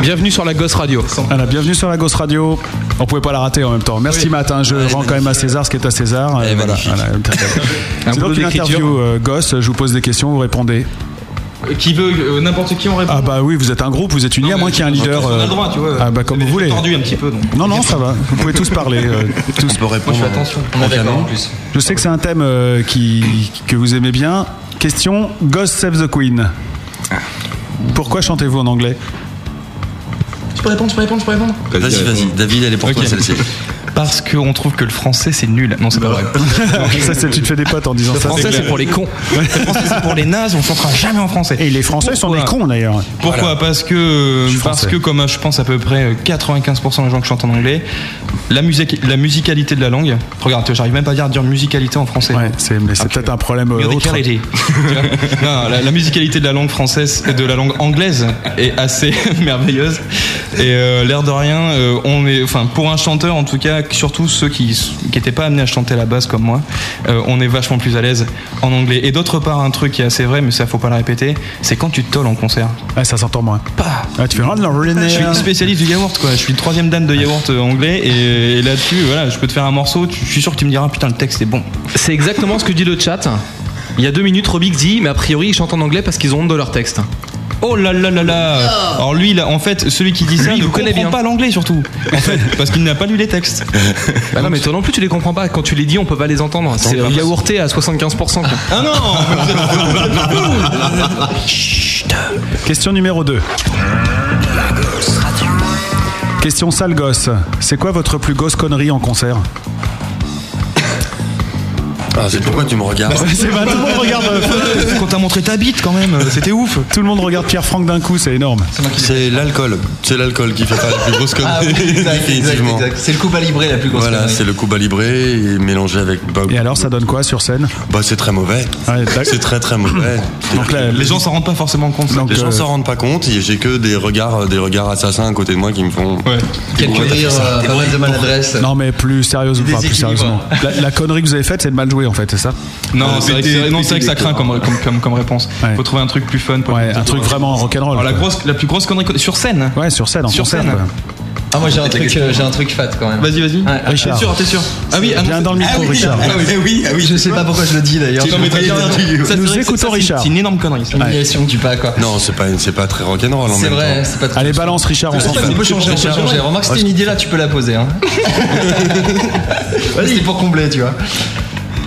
Bienvenue sur la Gosse Radio. Voilà, bienvenue sur la Gosse Radio. On pouvait pas la rater en même temps. Merci Matt, hein, je rends quand même à César ce qui est à César. Euh, voilà, voilà. Eh, Un C'est boulot donc une d'écriture. interview euh, gosse, je vous pose des questions, vous répondez. Euh, Qui veut, euh, n'importe qui on répond. Ah bah oui, vous êtes un groupe, vous êtes unis, à moins qu'il y ait un leader. On a euh, le droit, tu vois. Ah bah comme vous voulez. Tordu un petit peu. Donc. Non, non, ça va. Vous pouvez tous parler. euh, tous. répondre. Moi, je fais attention. On On est est hein. d'accord, en en plus. Je sais que c'est un thème euh, qui, que vous aimez bien. Question Ghost Save the Queen. Pourquoi chantez-vous en anglais Tu peux répondre, tu peux répondre, tu peux répondre. Vas-y, vas-y. David, elle est pour toi Ok. celle-ci. Parce qu'on trouve que le français c'est nul. Non, c'est pas vrai. Ça, c'est- tu te fais des potes en disant Le ça. français, c'est pour les cons. Le français, c'est pour les nazes, on chantera jamais en français. Et les Français sont des cons d'ailleurs. Pourquoi Parce que parce français. que comme je pense à peu près 95% des gens qui chantent en anglais, la musique, la musicalité de la langue. Regarde, tu vois, j'arrive même pas à dire, dire musicalité en français. Ouais, c'est mais Ah, c'est peut-être un problème euh, Regardez, autre. quelle idée. Tu vois Non, la, la musicalité de la langue française et de la langue anglaise est assez merveilleuse. Et euh, l'air de rien, euh, on est, enfin, pour un chanteur en tout cas, surtout ceux qui n'étaient pas amenés à chanter à la base comme moi, euh, on est vachement plus à l'aise en anglais. Et d'autre part, un truc qui est assez vrai, mais ça faut pas le répéter, c'est quand tu te tolles en concert. Ouais, ça s'entend moins. Ah, tu fais. Oh, non, Bah. Je suis une spécialiste du yaourt, quoi. Je suis le troisième dan de yaourt euh, anglais, et, et là-dessus, voilà, je peux te faire un morceau. tu- je suis sûr que tu me diras, putain, le texte est bon. C'est exactement ce que dit le chat. Il y a deux minutes, Robic dit, mais a priori, ils chantent en anglais parce qu'ils ont honte de leur texte. Oh là là là là Alors lui, là, en fait, celui qui dit ça, Lui, il il ne connaît connaît bien. pas l'anglais surtout. En fait, parce qu'il n'a pas lu les textes. Bah non, mais toi non plus, tu les comprends pas. Quand tu les dis, on peut pas les entendre. C'est pas yaourté à 75%. quoi. bah, Ah non Question numéro 2. Question sale gosse. C'est quoi votre plus gosse connerie en concert Ah, c'est pourquoi tu me regardes. C'est pas- tout le monde regarde. euh, Quand t'as montré ta bite quand même, euh, c'était ouf. Tout le monde regarde Pierre Franck d'un coup, c'est énorme. C'est l'alcool. C'est l'alcool qui fait pas la plus grosse connerie. Ah oui, exact, exact, définitivement. exact. C'est le coup libré la plus grosse. Voilà, connerie. c'est le coup balibré et mélangé avec. Bah, Et alors, ça donne quoi sur scène bah, c'est très mauvais. Ouais, tac. C'est très très mauvais. Donc là, Les gens s'en rendent pas forcément compte. ça. donc, Les gens euh, s'en rendent pas compte. et J'ai que des regards, des regards assassins à côté de moi qui me font. Ouais. Quelques rires, euh, pas mal de maladresse. Non mais plus sérieusement, enfin, plus Déséquilibre. sérieusement. La, la connerie que vous avez faite, c'est de mal jouer en fait, c'est ça Non, c'est vrai que c'est- non, c'est vrai que ça craint comme, comme, comme, comme réponse. Ouais. Faut trouver un truc plus fun. Pour Ouais, un truc vraiment rock'n'roll. Alors, Ah, la, quoi. grosse, la plus grosse connerie que- sur scène. Ouais, sur scène, en Sur concert. scène. quoi. Ah, moi j'ai un, truc, euh, j'ai un truc fat quand même. Vas-y, vas-y. Ouais, Richard. T'es sûr, t'es sûr. Ah oui, ah non, Viens dans le Ah micro, oui, Richard. ah oui, ah oui, ah oui, je sais pas pourquoi je le dis d'ailleurs. Non, mais t'as bien raison. Ça, c'est Nous vrai que écoutons ça, c'est- Richard. C'est une énorme connerie. ça. Humiliation du pas quoi. Non, c'est pas, c'est pas très rock'n'roll en C'est même vrai, temps. c'est pas très. Allez, balance Richard, on s'en fout. On peut changer, on peut changer. Remarque, c'était une idée là, tu peux la poser. Hein. C'était pour combler, tu vois.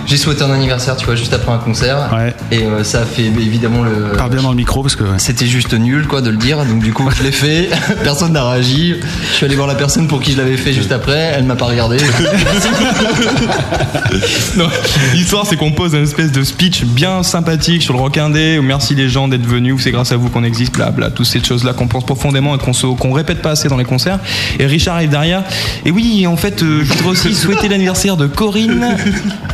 J'ai souhaité un anniversaire, tu vois, juste après un concert. Ouais. Et euh, ça a fait évidemment le. Parle bien dans le micro parce que. ouais. C'était juste nul, quoi, de le dire. Donc du coup, je l'ai fait. Personne n'a réagi. Je suis allé voir la personne pour qui je l'avais fait juste après. Elle m'a pas regardé. Non, L'histoire, c'est qu'on pose un espèce de speech bien sympathique sur le rock indé. où Merci les gens d'être venus. où C'est grâce à vous qu'on existe. Bla bla. Toutes ces choses-là qu'on pense profondément et qu'on se- qu'on répète pas assez dans les concerts. Et Richard arrive derrière. Et oui, en fait, euh, je voudrais aussi souhaiter l'anniversaire de Corinne.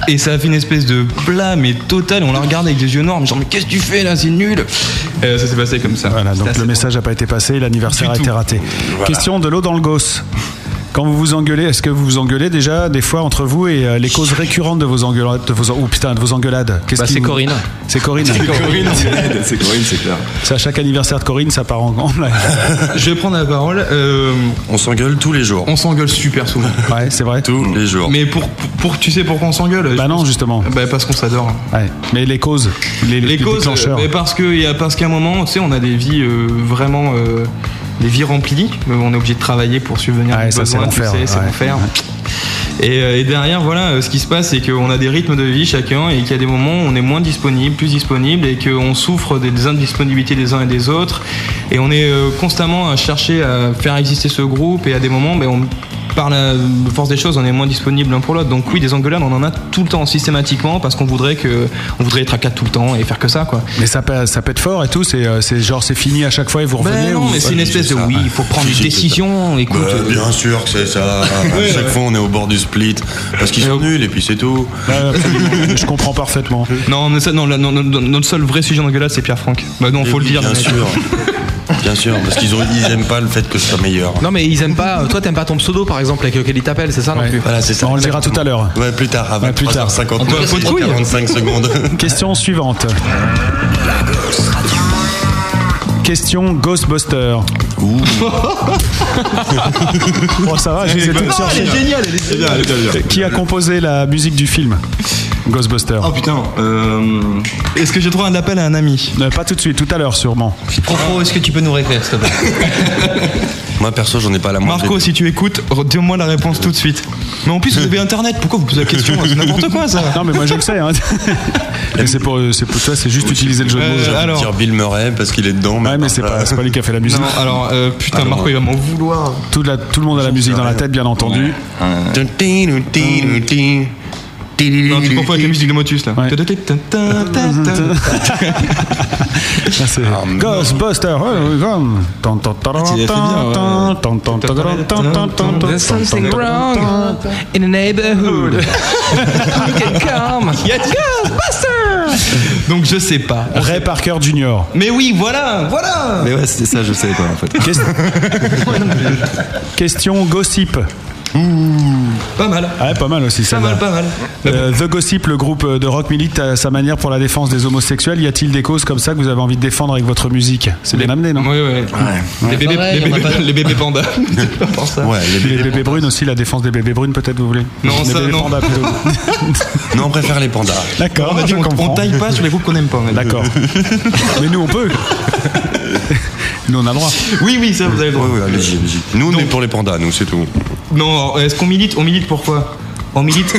Et ça a fait une espèce de plat mais total. Et on la regarde avec des yeux noirs. mais Genre, mais qu'est-ce que tu fais là C'est nul. Euh, ça s'est passé comme ça. Voilà, C'était donc assez le message n'a pas été passé, l'anniversaire a Du été tout. raté. Question de l'eau dans le gosse. Quand vous vous engueulez, est-ce que vous vous engueulez déjà des fois entre vous et euh, les causes récurrentes de vos engueulades, de vos, en- ou putain, de vos engueulades Qu'est-ce Bah, qui c'est vous- Corinne. C'est Corinne. C'est Corinne, c'est clair. C'est à chaque anniversaire de Corinne, ça part en, en live. drôle. Je vais prendre la parole. Euh, On s'engueule tous les jours. on s'engueule super souvent. Ouais, c'est vrai. Tous les jours. Mais pour, pour, pour- tu sais pourquoi on s'engueule Bah non, justement. Bah parce qu'on s'adore. Ouais. Mais les causes, les, Les causes, déclencheurs. euh, mais parce que il y a parce qu'à un moment, tu sais, on a des vies euh, vraiment euh, des vies remplies. Mais on est obligé de travailler pour subvenir à nos ça, c'est besoins, tu l'enfer, sais, c'est ouais. l'enfer. Et, euh, et derrière, voilà, euh, ce qui se passe, c'est qu'on a des rythmes de vie chacun et qu'il y a des moments où on est moins disponible, plus disponible et qu'on souffre des, des indisponibilités des uns et des autres. Et on est euh, constamment à chercher à faire exister ce groupe et à des moments, ben, on- par la force des choses, on est moins disponible l'un pour l'autre. Donc oui, des engueulades, on en a tout le temps, systématiquement, parce qu'on voudrait que, on voudrait être à quatre tout le temps et faire que ça, quoi. Mais ça, pète- ça pète fort et tout, c'est euh, c'est genre c'est fini à chaque fois et vous revenez. Bah non, ou- mais c'est une espèce de oui, il faut prendre une Si, si, c'est décision, ça. écoute. Bah, euh, bien sûr que c'est ça. Ouais, à chaque ouais. fois, on est au bord du split. Parce qu'ils sont nuls et puis c'est tout. Je comprends parfaitement. Non, mais ça, non, là, non, non, non, notre seul vrai sujet d'engueulade, c'est Pierre-Franck. Bah non, Mais faut oui, le dire. Bien mais- sûr. Bien sûr, parce qu'ils ont- ils aiment pas le fait que ce soit meilleur. Non mais ils aiment pas. euh, Toi t'aimes pas ton pseudo par exemple avec lequel ils t'appellent, c'est ça non plus Voilà, c'est ça. On le dira tout à l'heure. Ouais, plus tard, à 23h50. Antoine Fauteuil. 45 secondes. Question suivante. Question Ghostbuster. oh, ça va, je les ai toutes cherchées. Qui a composé la musique du film Ghostbuster Oh putain, euh, est-ce que j'ai droit à un appel à un ami Pas tout de suite, tout à l'heure sûrement. Propos, est-ce que tu peux nous réécrire, s'il te plaît Moi, perso, j'en ai pas la moindre. Marco, si tu écoutes, re- dis-moi la réponse tout de suite. Mais en plus, vous avez internet, pourquoi vous posez la question C'est n'importe quoi ça Non mais moi je le sais. hein. Mais c'est pour, euh, c'est pour toi, c'est juste utiliser le jeu de mots. Euh, genre. alors- Dire Bill Murray parce qu'il est dedans. Ah. Ouais, mais c'est pas, c'est pas lui qui a fait la musique. Non, alors, euh, putain, Alors, Marco, il va m'en vouloir. Tout, la- tout le monde a la musique dans la tête, bien entendu. Non, tu confonds avec la musique de Motus là. Ça, c'est- Ghostbuster. ouais, ouais, comme. Tan, tan, taran, Ah, tu l'as fait bien, ouais. tan, tan, tan, taran, tan, tan, tan, tan, There's something tan, tan, wrong tan. in the neighborhood. You can come. Yes, Ghostbusters. Donc je sais pas. Ray Parker Jr. Mais oui, voilà, voilà Mais ouais, c'était ça, je savais pas en fait. Qu'est- Question gossip. Ah, Pas mal. Ouais, pas mal aussi. Pas celle-là. mal, pas mal. Euh, The Gossip, le groupe de rock milite à sa manière pour la défense des homosexuels. Y a-t-il des causes comme ça que vous avez envie de défendre avec votre musique C'est bien amené, non Oui, oui. Les bébés, Pareil, les on a bébés- pas- les bébés pandas. Ouais, les Les bébés- bébés brunes aussi, la défense des bébés brunes, peut-être vous voulez Non, Les ça, bébés non. pandas plutôt. Non, on préfère les pandas. D'accord, On a dit, je on- comprends. on taille pas sur les groupes qu'on aime pas. on a dit. D'accord. Mais nous, on peut. nous, on a le droit. Oui, oui, ça vous avez le droit. Ouais, ouais, allez-y, allez-y. Nous, on est pour les pandas, nous, c'est tout. Non, alors, est-ce qu'on milite On milite pourquoi On milite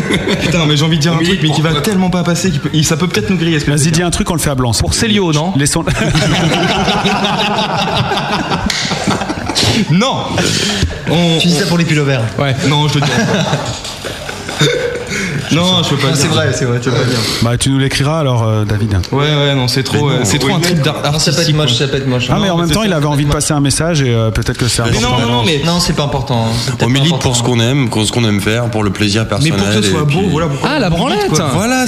Putain, mais j'ai envie de dire un truc, mais qui va tellement pas passer, qu'il peut- il- ça peut peut-être nous griller. ce que je veux Vas-y, dire. dis un truc, on le fait à blanc. Pour Célio, non Laissons. Non On- Tu dis ça pour les pullovers. Ouais. Non, je le dis. non, je peux pas Ah, le c'est dire. vrai, c'est vrai, tu vas pas dire. bah, tu nous l'écriras alors, euh, David. Ouais, ouais, non, c'est trop, Mais euh, non, c'est trop un truc d'art Ça peut être artistique. moche, quoi. ça peut être moche. Ah, mais en même temps, il avait envie de passer un message et euh, peut-être que c'est Mais important. Mais non, non, non, mais. Non, c'est pas important. c'est peut-être On pas milite important. pour ce qu'on aime, pour ce qu'on aime faire, pour le plaisir Mais personnel. pour que ce et soit beau, puis- voilà pourquoi. Ah la branlette. Voilà,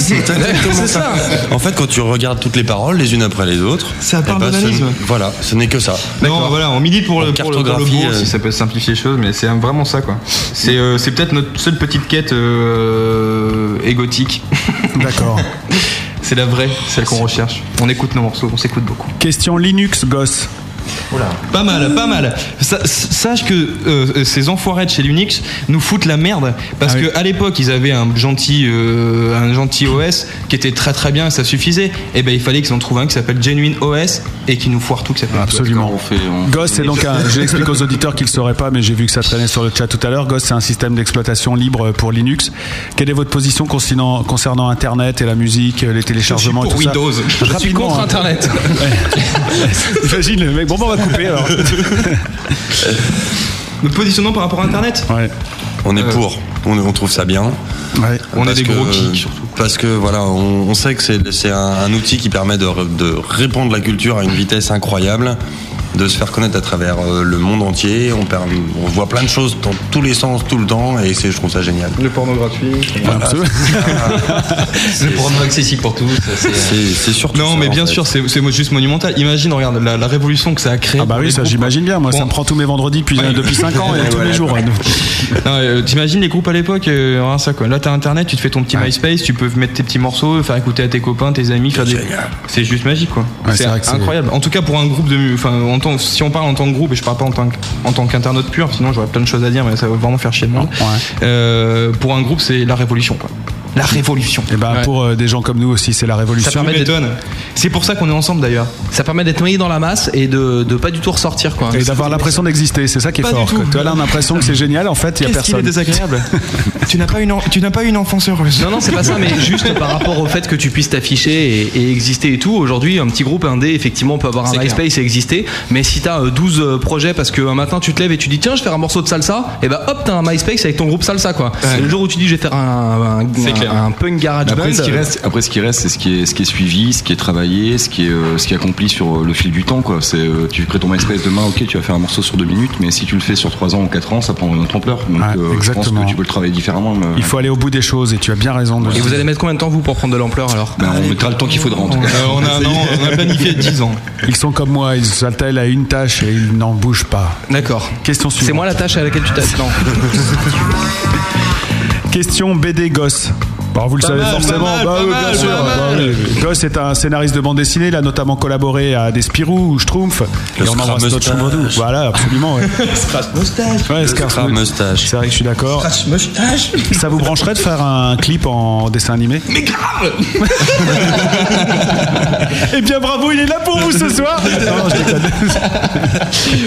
c'est exactement ça. En fait, quand tu regardes toutes les paroles, les unes après les autres, C'est un eh ben, parallélisme. ce- Voilà, ce n'est que ça. Non, voilà, on milite pour, le, pour, le, pour le cartographie, beau, euh, si ça peut simplifier les choses, mais c'est vraiment ça, quoi. C'est euh, c'est peut-être notre seule petite quête euh, égotique. D'accord. c'est la vraie, celle qu'on recherche. On écoute nos morceaux, on s'écoute beaucoup. Question Linux, gosse. Pas mal, pas mal. Sa- Sache que euh, ces enfoirés de chez Linux nous foutent la merde parce Ah que oui. à l'époque ils avaient un gentil, euh, un gentil OS qui était très très bien et ça suffisait. Et ben il fallait qu'ils en trouvent un qui s'appelle Genuine OS et qui nous foire tout qui s'appelle. Absolument. On fait, on- Ghost, c'est donc un. Je l'explique aux auditeurs qu'ils ne sauraient pas, mais j'ai vu que ça traînait sur le chat tout à l'heure. Ghost, c'est un système d'exploitation libre pour Linux. Quelle est votre position concernant, concernant Internet et la musique, les téléchargements pour et tout Windows. ça Je suis Je suis Rapidement, contre hein. Internet. Imagine le mec. Bon, bah, on va couper alors. Notre positionnement par rapport à Internet. Ouais. On est pour. On, on trouve ça bien. Ouais. Euh, On est Parce des que- gros kicks surtout. Parce que voilà, on, on sait que c'est c'est un, un outil qui permet de, re- de répandre la culture à une vitesse incroyable, de se faire connaître à travers euh, le monde entier. On, per- on voit plein de choses dans tous les sens, tout le temps, et c'est- je trouve ça génial. Le porno gratuit. Absolument. C'est pour nous accessible pour tous. ça, c'est- C'est c'est surtout. Non, ça, mais en bien fait. sûr, c'est c'est juste monumental. Imagine, regarde la, la révolution que ça a créée. Ah bah pour oui, les ça groupes. j'imagine bien. Moi, ça Bon. me prend tous mes vendredis depuis, Ouais. depuis 5 ans et tous les jours. hein. Non, euh, T'imagines les groupes à l'époque, euh, rien ça quoi. Là t'as internet, tu te fais ton petit MySpace, tu peux mettre tes petits morceaux, faire écouter à tes copains, tes amis, faire des. génial. C'est juste magique quoi. Ouais, c'est c'est vrai que c'est- incroyable. En tout cas pour un groupe de, mu- enfin en tant- si on parle en tant que groupe et je parle pas en tant que- en tant qu'internaute pur, sinon j'aurais plein de choses à dire mais ça va vraiment faire chier le monde. Ouais. Euh, pour un groupe c'est la révolution quoi. La révolution. Et ben pour euh, des gens comme nous aussi, c'est la révolution. Ça permet d'être- C'est pour ça qu'on est ensemble d'ailleurs. Ça permet d'être noyé dans la masse et de, de pas du tout ressortir quoi. Et d'avoir l'impression d'exister, c'est ça qui est Pas du fort. tout. quoi. Tu as l'impression que c'est génial, en fait, il y a Qu'est-ce qu'il personne. est désagréable Tu n'as pas une en- tu n'as pas une enfance heureuse. Non, non, c'est pas ça, mais juste par rapport au fait que tu puisses t'afficher et, et exister et tout. Aujourd'hui, un petit groupe indé, effectivement, peut avoir un C'est clair. MySpace et exister. Mais si t'as euh, 12 euh, projets parce qu'un matin tu te lèves et tu dis tiens, je vais faire un morceau de salsa, et bah hop, t'as un MySpace avec ton groupe salsa quoi. Ouais. Et Le jour où tu dis je vais faire un, un- C'est un- clair. un Bah, punk garage Après, band, ce qui euh, reste, après, ce qui reste, c'est ce qui est, ce qui est suivi, ce qui est travaillé, ce qui est, euh, ce qui est accompli sur euh, le fil du temps, quoi. C'est, euh, tu crées ton MySpace demain, ok, tu vas faire un morceau sur deux minutes, mais si tu le fais sur trois ans ou quatre ans, ça prend une autre ampleur. Donc, euh, je pense que tu peux le travailler différemment. mais- Il faut aller au bout des choses et tu as bien raison de le euh, Et vous dire. allez mettre combien de temps vous pour prendre de l'ampleur alors Ben, on mettra le temps qu'il faudra en tout cas. Ils sont comme moi, ils s'attellent à une tâche et ils n'en bougent pas. D'accord. Question suivante. C'est moi la tâche à laquelle tu t'attends. Question BD Gosse. Alors vous le Pas savez mal, forcément, pas mal, Bah pas oui, mal, bien pas sûr. mal. Bah oui. Gosse est un scénariste de bande dessinée, il a notamment collaboré à des Spirou ou Schtroumpf. Le et on embrasse Scrap notre Moustache. Chouvaudou. Voilà, absolument. ouais. moustache. Ouais, Le Scar- Scrap moustache. C'est vrai que je suis d'accord. Ça vous brancherait de faire un clip en dessin animé Mais grave Eh bien bravo, il est là pour vous ce soir Non, je déconne.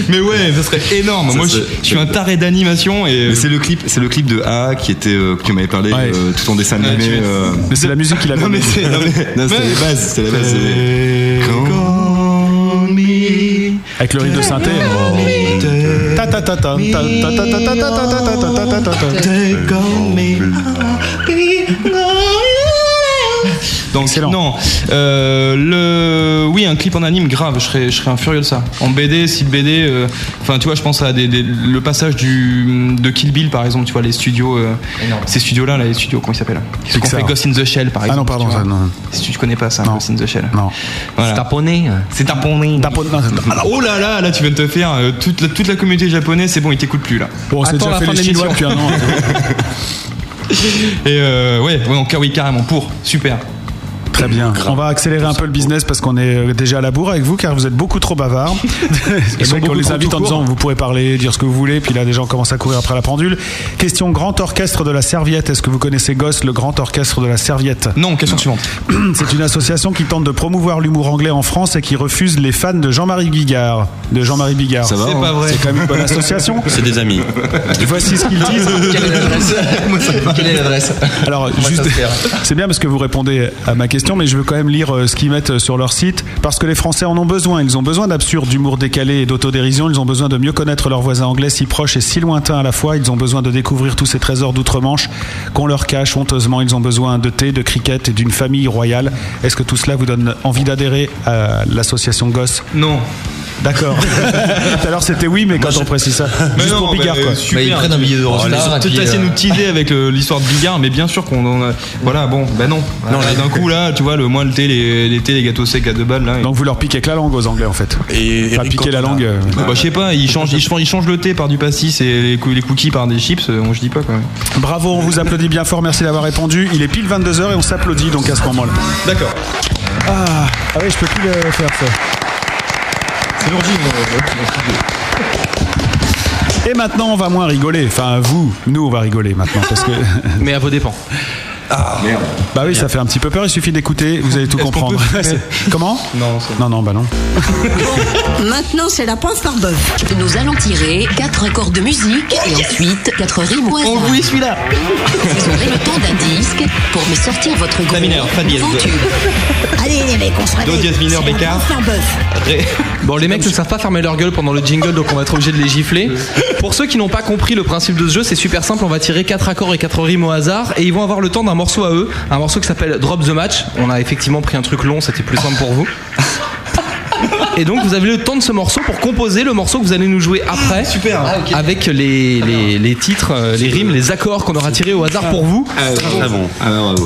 Mais ouais, ça serait énorme. Ça, Moi, je, c'est- je suis un taré d'animation et. Mais c'est le clip, c'est le clip de A qui était euh, que tu m'avais parlé euh, tout en dessin Ouais, animé. tu es- euh, Mais c'est la musique qu'il Euh, avait. Non mais c'est non, mais- non, c'est Mais- la base, c'est la base. c'est- Avec le rythme de synthé. Ta ta ta ta ta ta ta ta ta ta ta ta ta ta ta ta. Donc, Non. Euh, le... Oui, un clip en anime, grave, je serais, je serais un furieux de ça. En BD, si BD. euh, Enfin, tu vois, je pense à des, des- le passage du, de Kill Bill, par exemple, tu vois, les studios. euh, ces studios-là, là, les studios, comment ils s'appellent hein, Ceux qui ont Pixar. fait Ghost in the Shell, par Ah exemple. non, pardon, tu vois. ça, non. Si tu ne connais pas ça, Ghost in the Shell. Non. Voilà. Taponné. C'est taponné. Ah là, Oh là là, là, tu viens de te faire. euh, toute, la, toute la communauté japonaise, c'est bon, ils t'écoutent plus, là. Bon, on s'est déjà fait les Chinois depuis un an. hein. Et euh, ouais, ouais, donc, oui, carrément, pour, super. Très bien. On va accélérer un peu le business parce qu'on est euh, déjà à la bourre avec vous car vous êtes beaucoup trop bavard. Ils sont on beaucoup les trop invite tout en court. disant vous pourrez parler, dire ce que vous voulez. Puis là, des gens commencent à courir après la pendule. Question grand orchestre de la serviette. Est-ce que vous connaissez Goss, le grand orchestre de la serviette Non, question suivante. C'est une association qui tente de promouvoir l'humour anglais en France et qui refuse les fans de Jean-Marie Bigard. De Jean-Marie Bigard. Ça va, C'est hein pas vrai. C'est quand même une bonne association. C'est des amis. Voici ce qu'ils disent. Quelle est l'adresse Moi, ça me fait- Quelle est l'adresse Alors, va juste, s'inscrire. c'est bien parce que vous répondez à ma question, mais je veux quand même lire euh, ce qu'ils mettent euh, sur leur site parce que les Français en ont besoin. Ils ont besoin d'absurde, d'humour décalé et d'autodérision. Ils ont besoin de mieux connaître leurs voisins anglais si proches et si lointains à la fois. Ils ont besoin de découvrir tous ces trésors d'outre-Manche qu'on leur cache honteusement. Ils ont besoin de thé, de cricket et d'une famille royale. Est-ce que tout cela vous donne envie d'adhérer à l'association Gosse Non. D'accord. Tout à l'heure c'était oui, mais quand on précise ça, juste pour Bigard quoi. Oh, Peut-être essayer de nous teaser avec le- l'histoire de Bigard, mais bien sûr qu'on en a. Voilà, bon, bah non. Non, Là, j'ai- D'un coup, là, tu vois, le moins le thé, les, les thés, les gâteaux secs à deux balles, là. et- Donc vous leur piquez que la langue aux Anglais en fait. Et Enfin, piquer la langue. euh, Bah, je sais pas, ils changent, ils, changent- ils changent le thé par du pastis et les, cou- les cookies par des chips, euh, moi je dis pas quand même. Bravo, on vous applaudit bien fort, merci d'avoir répondu. Il est pile 22h et on s'applaudit donc à ce moment-là. D'accord. Ah, ah oui, je peux plus le faire ça. C'est l'origine. Et maintenant, on va moins rigoler. Enfin, vous, nous, on va rigoler maintenant parce que. Mais à vos dépens. Bah oui, ça fait un petit peu peur. Il suffit d'écouter, vous allez tout comprendre. C'est- Comment Non, non, non, bah non. Maintenant, c'est la pince par bœuf. Nous allons tirer quatre accords de musique et ensuite quatre rimes au Oh hasard. oui, celui-là Vous aurez le temps d'un disque pour me sortir votre gros La mineure, fa dièse. grand tube. Allez, les mecs, on se réveille. Do dièse mineur, C'est la Bécard. pince par bœuf. Bon, les mecs ne savent pas fermer leur gueule pendant le jingle, donc on va être obligé de les gifler. Pour ceux qui n'ont pas compris le principe de ce jeu, c'est super simple. On va tirer quatre accords et quatre rimes au hasard, et ils vont avoir le temps d'un morceau à eux, un morceau qui s'appelle Drop the Match. On a effectivement pris un truc long, c'était plus simple pour vous. Et donc vous avez le temps de ce morceau pour composer le morceau que vous allez nous jouer après, super, Ah, avec les, les, les titres, euh, les rimes, les accords qu'on aura tirés au hasard pour vous. Très bon.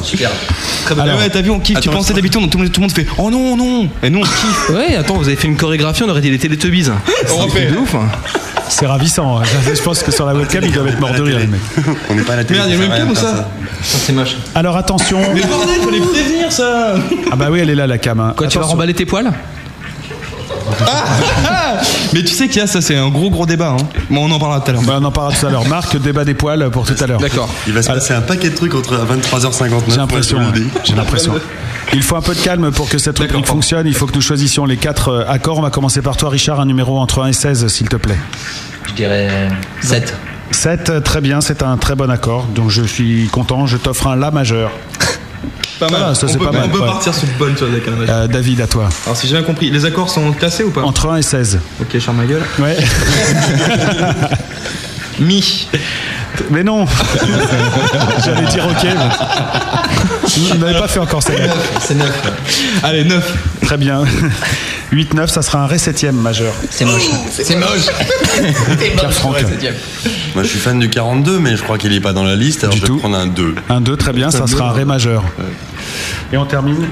Super. Euh, Très bien. ouais, t'as vu, on kiffe. tu Attends, pensais d'habitude, on- tout, le monde- tout le monde fait Oh non, non Et nous, on kiffe. Ouais, attends, vous avez fait une chorégraphie, on aurait dit les Teletubbies. hein. On refait. de ouf. C'est ravissant. hein. Je pense que sur la webcam, ils doivent être morts de rire, les mecs. On n'est pas à la télé. Merde, il y a le ça même sert à film ou rien de ça C'est moche. Alors attention. Mais bordel, fallait prévenir ça Ah bah oui, elle est là, la cam. hein. Quoi, tu vas Attention. remballer tes poils Ah, Mais tu sais qu'il y a ça, c'est un gros gros débat. hein. Bon, on en parlera tout à l'heure. Bah, on en parlera tout à l'heure. Marc, débat des poils pour tout à l'heure. D'accord. Il va se passer un paquet de trucs entre 23h59. J'ai l'impression. moi, je te le ouais. dis. J'ai l'impression. Il faut un peu de calme pour que cette rubrique fonctionne. Il faut que nous choisissions les quatre euh, accords. On va commencer par toi, Richard, un numéro entre 1 et 16, s'il te plaît. Je dirais 7. 7, euh, très bien, c'est un très bon accord. Donc je suis content, je t'offre un La majeur. Pas mal. Ah, ça, on c'est peut, pas mal, on peut ouais. partir sur une bonne chose avec un match. Euh, David, à toi. Alors si j'ai bien compris, les accords sont classés ou pas Entre 1 et 16. Ok, charme ma gueule. Ouais. Mi. Mais non J'allais dire ok. mais- Vous n'avez pas fait encore ça. C'est 9. Allez, 9. Très bien. 8-9, ça sera un ré septième majeur. C'est moche. C'est moche. Pierre Franck. Moi, je suis fan du 42, mais je crois qu'il est pas dans la liste. Alors, je vais prendre un 2. Un 2, très bien, ça sera un ré majeur. Et on termine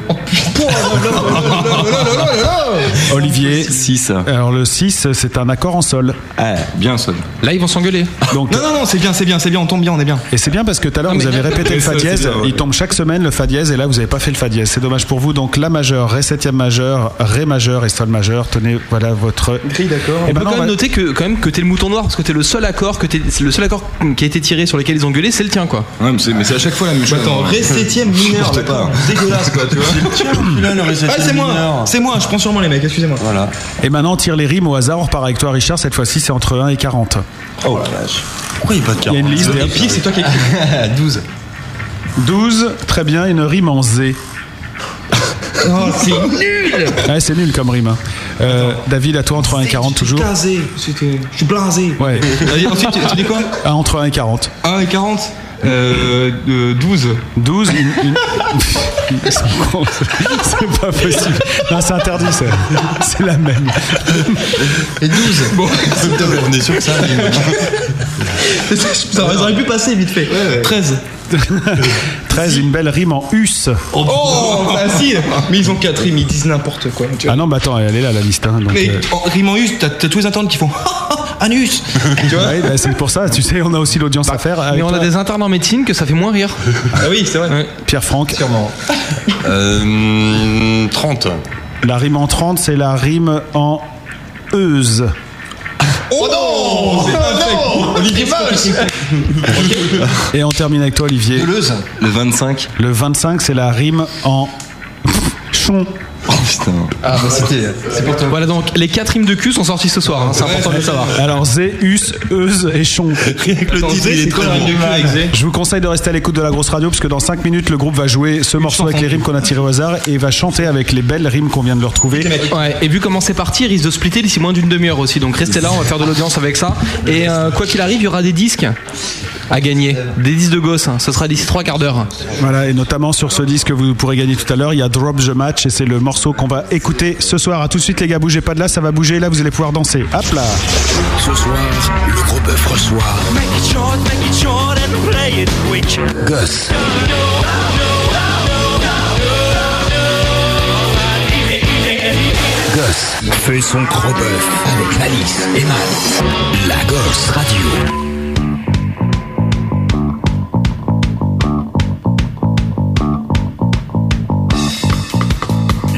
Olivier. 6. Alors le 6, c'est un accord en sol. Ah, bien sol. Là, ils vont s'engueuler. Ah, Donc, Non, non, non, c'est bien, c'est bien, c'est bien, on tombe bien, on est bien. Et c'est bien parce que tout à l'heure, Non, vous mais- avez répété le Ça, Fa c'est dièse. bien, ouais. Il tombe chaque semaine le Fa dièse et là, vous n'avez pas fait le Fa dièse. C'est dommage pour vous. Donc La majeur, Ré septième majeur, Ré majeur et Sol majeur. Tenez, voilà votre. d'accord. On peut quand même noter que quand même que t'es le mouton noir parce que t'es le seul accord que t'es- c'est le seul accord qui a été tiré sur lequel ils ont gueulé, c'est le tien quoi. Ouais, mais c'est mais c'est à chaque fois la même chose. Attends, ré septième mineur, Je d'accord. Dégueulasse quoi, tu vois. Ah, c'est moi, c'est moi, je prends sûrement les mecs, excusez-moi. Voilà. Et maintenant, on tire les rimes au hasard. On repart avec toi, Richard. Cette fois-ci, c'est entre 1 et 40. Oh la vache. Pourquoi il n'y a pas de 40 Il y a une liste. Et Et puis, puis, c'est toi qui écris. 12. 12, très bien. Une rime en Z. Oh, c'est nul Ouais, c'est nul comme rime. hein. Euh, David, à toi, entre 1 et 40 toujours. Blasé, c'était- je suis blasé. Ouais. Et ensuite, tu, tu dis quoi Ah, Entre 1 et 40. 1 et 40 euh, euh, 12. 12 une- une- C'est pas possible. Non, c'est interdit, ça. C'est la même. Et 12. Bon, on est sûr que ça arrive. ça aurait- ça aurait pu passer vite fait. 13. 13, une belle rime en us. Oh, facile Mais ils ont 4 rimes, ils disent n'importe quoi. Tu vois. Ah non, bah attends, elle est là, la liste. hein, donc, Mais euh, en rime en us, t'as t'as tous les internes qui font Ah, anus Tu vois Bah, ouais, bah, c'est pour ça, tu sais, on a aussi l'audience à faire. Mais avec on a toi. des internes en médecine que ça fait moins rire. Ah oui, c'est vrai. Pierre Franck. Euh, 30. La rime en 30, c'est la rime en euse. Oh non C'est pas fait. Olivier Et on termine avec toi, Olivier. Le 25. Le 25, c'est la rime en chon. Oh putain. Ah bah c'était. C'est pour toi. Voilà donc les quatre rimes de cul sont sorties ce soir, hein, c'est important de le savoir. Alors, zé, us, euse et chon. Le titre, il est très bon. Je vous conseille de rester à l'écoute de la grosse radio parce que dans 5 minutes le groupe va jouer ce morceau avec les rimes qu'on a tirées au hasard et va chanter avec les belles rimes qu'on vient de leur trouver. Ouais, et vu comment c'est parti, il risque de splitter d'ici moins d'une demi-heure aussi. Donc restez là, on va faire de l'audience avec ça. Et euh, quoi qu'il arrive, il y aura des disques à gagner. Des disques de gosse, hein. ce sera d'ici trois quarts d'heure. Voilà, et notamment sur ce disque que vous pourrez gagner tout à l'heure, il y a Drop the Match et c'est le morceau qu'on va écouter ce soir. À tout de suite les gars, bougez pas de là, ça va bouger, là vous allez pouvoir danser. Hop là Ce soir, le gros bœuf reçoit Make it short, make it short and play it quick. Gosse. Gosse fait son gros bœuf avec Malice et Matt. La Gosse Radio.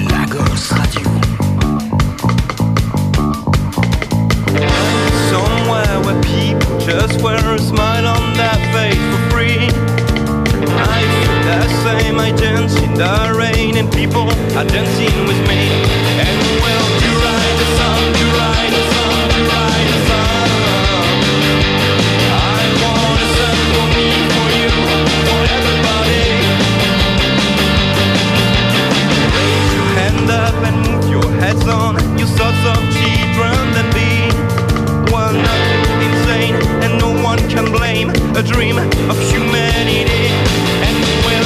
La Gosse Radio. Somewhere where people just wear a smile on their face for free. I feel the same, I dance in the rain, and people are dancing with me. And well, you ride the sun, you ride the sun, you ride the sun. I want a sun for me, for you, for everybody. Raise your hand up and move your heads on, you sorts of children that be. One nothing insane, and no one can blame a dream of humanity. And well,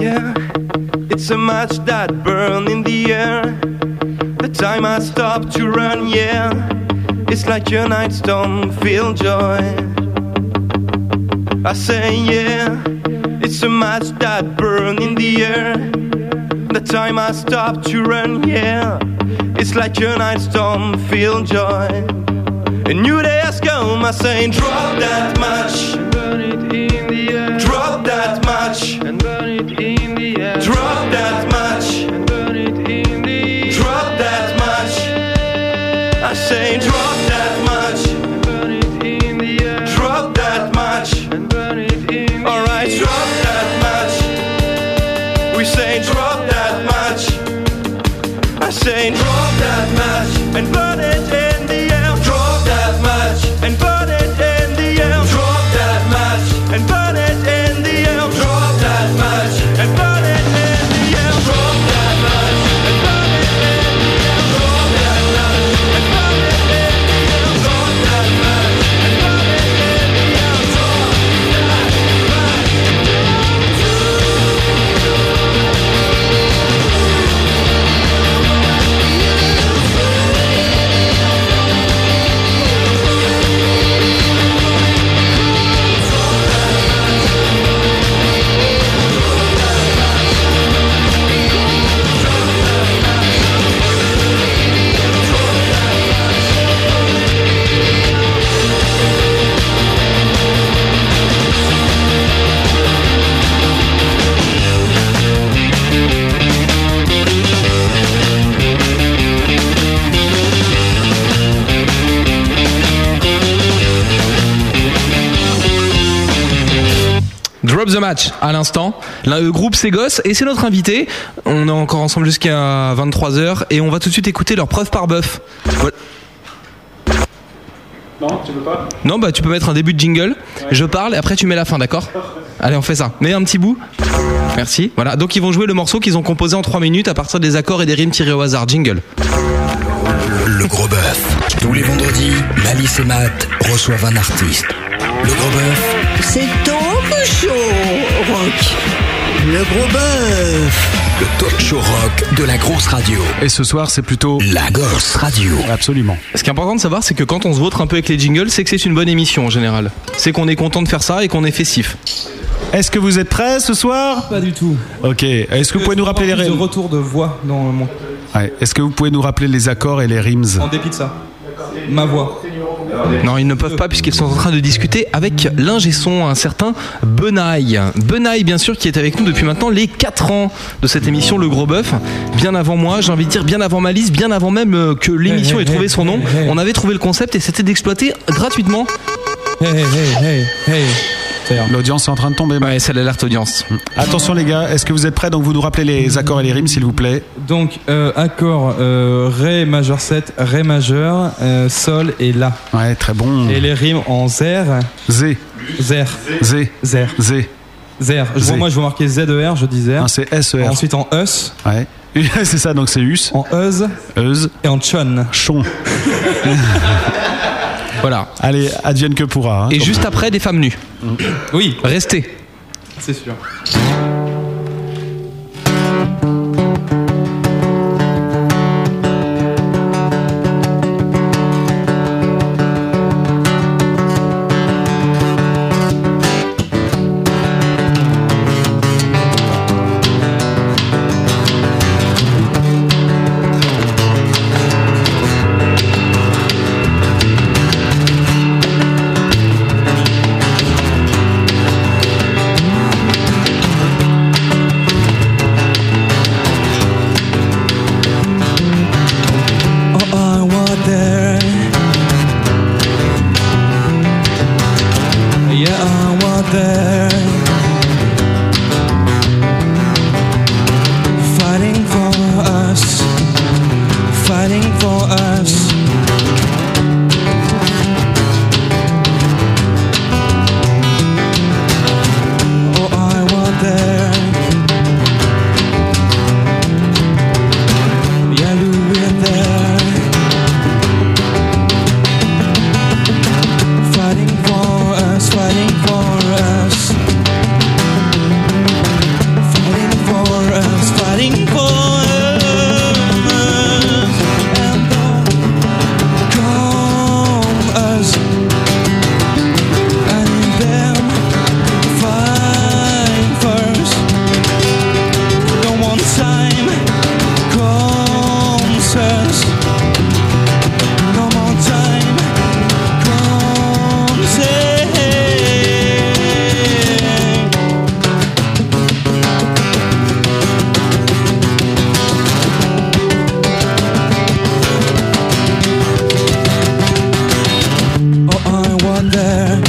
Yeah, it's a match that burn in the air. The time I stop to run, yeah. It's like your night storm, feel joy. I say, yeah, it's a match that burn in the air. The time I stop to run, yeah. It's like your night storm, feel joy. A new day has come, I say, drop that match. Drop that match. And burn it in the air. Drop that match. And burn it in the air. Drop that match. I say drop that match. And burn it in the air. Drop that match. And burn it in the Alright, drop that match. We say drop that match. I say drop that match. And burn it in the air. Drop that match. And burn it in the air. Drop that match. And burn it in the air. Drop that match. And burn it in the air. Drop that match. And burn it in the air. Drop that match. And burn it in the air. Drop that match. And burn it in the air. Drop that Drop the match à l'instant. L'un- Le groupe c'est Gosse et c'est notre invité. On est encore ensemble jusqu'à 23h et on va tout de suite écouter leur preuve par bœuf. Voilà. Non, tu veux pas Non, bah tu peux mettre un début de jingle. Je parle et après tu mets la fin, d'accord Allez, on fait ça. Mets un petit bout. Merci. Voilà. Donc ils vont jouer le morceau qu'ils ont composé en 3 minutes à partir des accords et des rimes tirés au hasard. Jingle. Le gros bœuf. Tous les vendredis, Malice et Matt reçoivent un artiste. Le gros bœuf, C'est talk show rock. Le gros bœuf. le talk show rock de la grosse radio. Et ce soir, c'est plutôt la Corse Radio. Absolument. Ce qui est important de savoir, c'est que quand on se vautre un peu avec les jingles, c'est que c'est une bonne émission en général. C'est qu'on est content de faire ça et qu'on est festif. Est-ce que vous êtes prêts ce soir Pas du tout. Ok. Est-ce que vous pouvez nous rappeler les De rimes retour de voix dans mon. Ouais. Est-ce que vous pouvez nous rappeler les accords et les rimes En dépit de ça. Ma voix. Non, ils ne peuvent pas puisqu'ils sont en train de discuter avec l'ingé son, un certain Benaï. Benaï, bien sûr, qui est avec nous depuis maintenant les 4 ans de cette émission Le Gros Bœuf. Bien avant moi, j'ai envie de dire bien avant ma liste, bien avant même euh, que l'émission Hey, ait hey, trouvé hey, son nom. hey, hey. On avait trouvé le concept et c'était d'exploiter gratuitement. L'audience est en train de tomber. Ouais, c'est l'alerte audience. Attention les gars, est-ce que vous êtes prêts Donc vous nous rappelez les accords et les rimes s'il vous plaît. Donc, euh, accord euh, Ré majeur 7, Ré majeur, euh, Sol et La. Ouais, très bon. Et les rimes en Zer. Zé. Zer. Zé. Zer. Zé. Zer. Je vois, Zé. moi, je vois marquer Z-E-R, je dis Zer. Non, c'est S-E-R. Ensuite en Us. Ouais. c'est ça, donc c'est Us. En Euse. Euse. Et en Chon. Chon. Voilà. Allez, advienne que pourra. hein. Et juste après, des femmes nues. Mm. Oui. Restez. C'est sûr. Drop there fighting for us fighting for us oh I want there yeah we're there fighting for us fighting for us fighting for us fighting for us and don't calm us and in them fight first don't want time calms us no more time comes in. Oh, I wonder.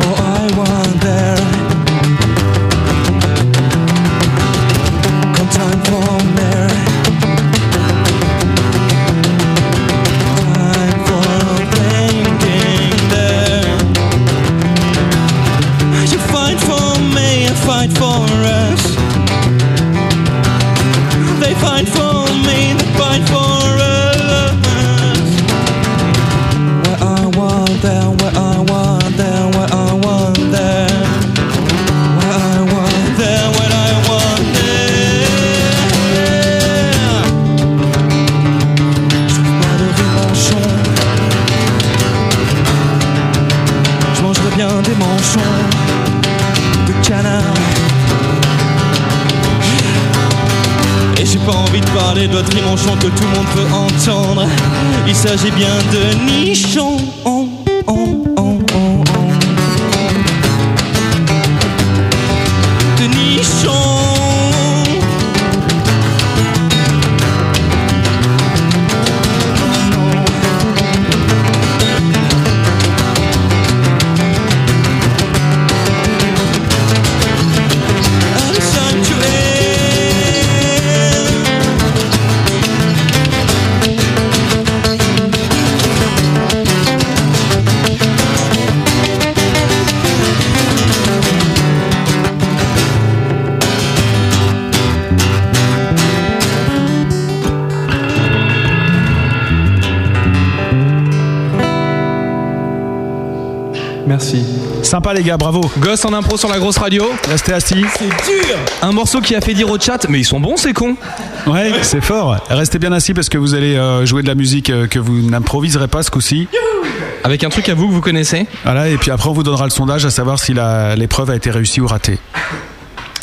Oh, I wonder. Come time for there. Time for thinking there. You fight for me, I fight for us. They fight for me, they fight for us. Where I want them, where I want them, where I want them. Where I want them, where I want them. J'ouvre pas de rue manchon. Je mangerai bien des manchons de canard. Et j'ai pas envie de parler de votre manchon que tout le monde peut entendre. Il s'agit bien de nichons. Oh, On, on, on, on, on. De nichons. I'm sorry to Merci. Sympa les gars, bravo. Gosse en impro sur la grosse radio. Restez assis. C'est dur. Un morceau qui a fait dire au chat, mais ils sont bons ces cons. Ouais, c'est fort. Restez bien assis parce que vous allez euh, jouer de la musique euh, que vous n'improviserez pas ce coup-ci. Avec un truc à vous que vous connaissez. Voilà, et puis après on vous donnera le sondage à savoir si la- l'épreuve a été réussie ou ratée.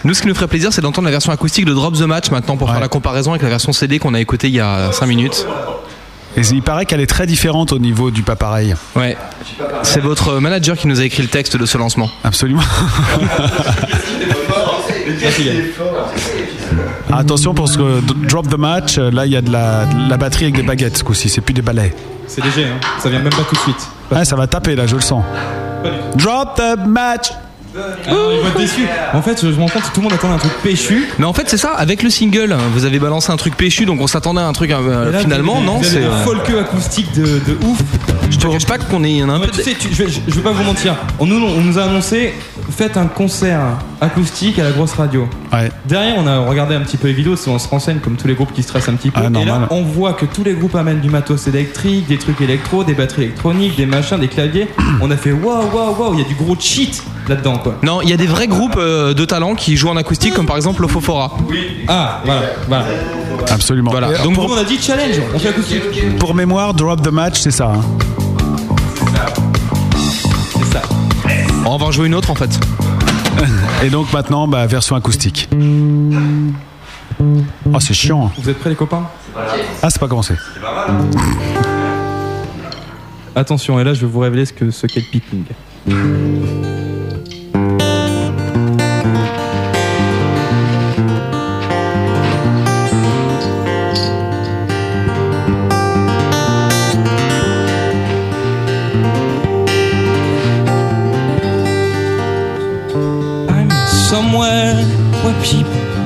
Nous, ce qui nous ferait plaisir, c'est d'entendre la version acoustique de Drop the Match maintenant pour faire la comparaison avec la version CD qu'on a écoutée il y a 5 minutes. Et il paraît qu'elle est très différente au niveau du pas pareil. Ouais. C'est votre manager qui nous a écrit le texte de ce lancement. Absolument. Ah, Attention parce que d- drop the match, euh, là il y a de la, de la batterie avec des baguettes ce coup-ci, c'est plus des balais. C'est léger, hein. ça vient même pas tout de suite. Ah, ça va taper là, je le sens. Drop the match Alors, ils vont être déçus. En fait, je me rends compte que tout le monde attendait un truc péchu. Mais en fait, c'est ça, avec le single, hein, vous avez balancé un truc péchu, donc on s'attendait à un truc. euh, Et là, finalement, vous avez- non, vous avez c'est. une euh, folk acoustique de, de ouf. Je te cache pas qu'on est un peu. Tu sais, tu- je, vais, je- je vais pas vous mentir. On nous, on nous a annoncé faites un concert acoustique à la grosse radio. Derrière, on a regardé un petit peu les vidéos, c'est- on se renseigne comme tous les groupes qui stressent un petit peu. et là, on voit que tous les groupes amènent du matos électrique, des trucs électro, des batteries électroniques, des machins, des claviers. on a fait waouh, waouh, waouh, il y a du gros cheat là-dedans quoi. Non, il y a des vrais groupes euh, de talent qui jouent en acoustique, comme par exemple l'Ophophora. Ah, voilà, voilà. Absolument. Voilà. Et Donc, pour- On a dit challenge, on fait acoustique. Pour mémoire, drop the match, c'est ça. hein. On va en jouer une autre en fait. Et donc maintenant, bah, version acoustique. Oh, c'est chiant. Vous êtes prêts les copains Ah, c'est pas commencé. Attention, et là je vais vous révéler ce que ce qu'est le picking. Thank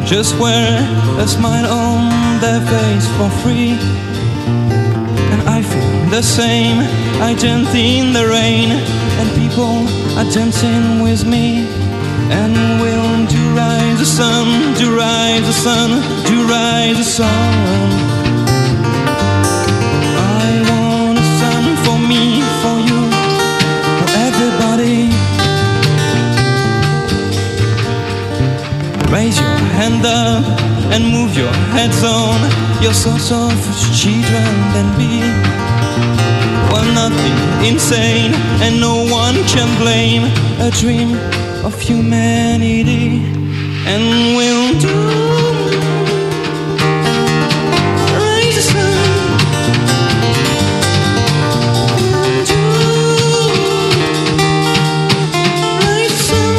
Just wear a smile on their face for free. And I feel the same. I dance in the rain, and people are dancing with me. And we'll do rise the sun, do rise the sun, do rise the sun. I want a sun for me, for you, for everybody. Raise your hand up and move your heads on. You're so soft, children, then be. Well, nothing insane, and no one can blame a dream of humanity. And we'll do. Raise the sun. Do. Raise the sun.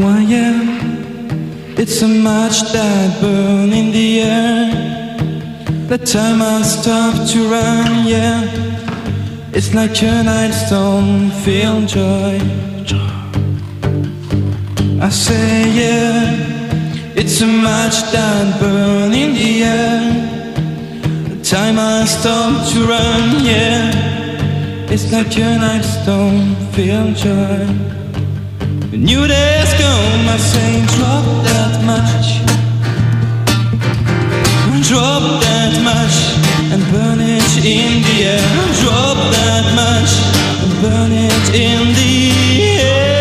Why, yeah, it's a match that burn in the air. The time I stop to run, yeah. It's like a night storm, feel joy. I say, yeah, it's a match that burn in the air. The time I stop to run, yeah. It's like a night storm, feel joy. The new days come, I say, drop that match. Drop that match and burn it in the air. Drop that match and burn it in the air.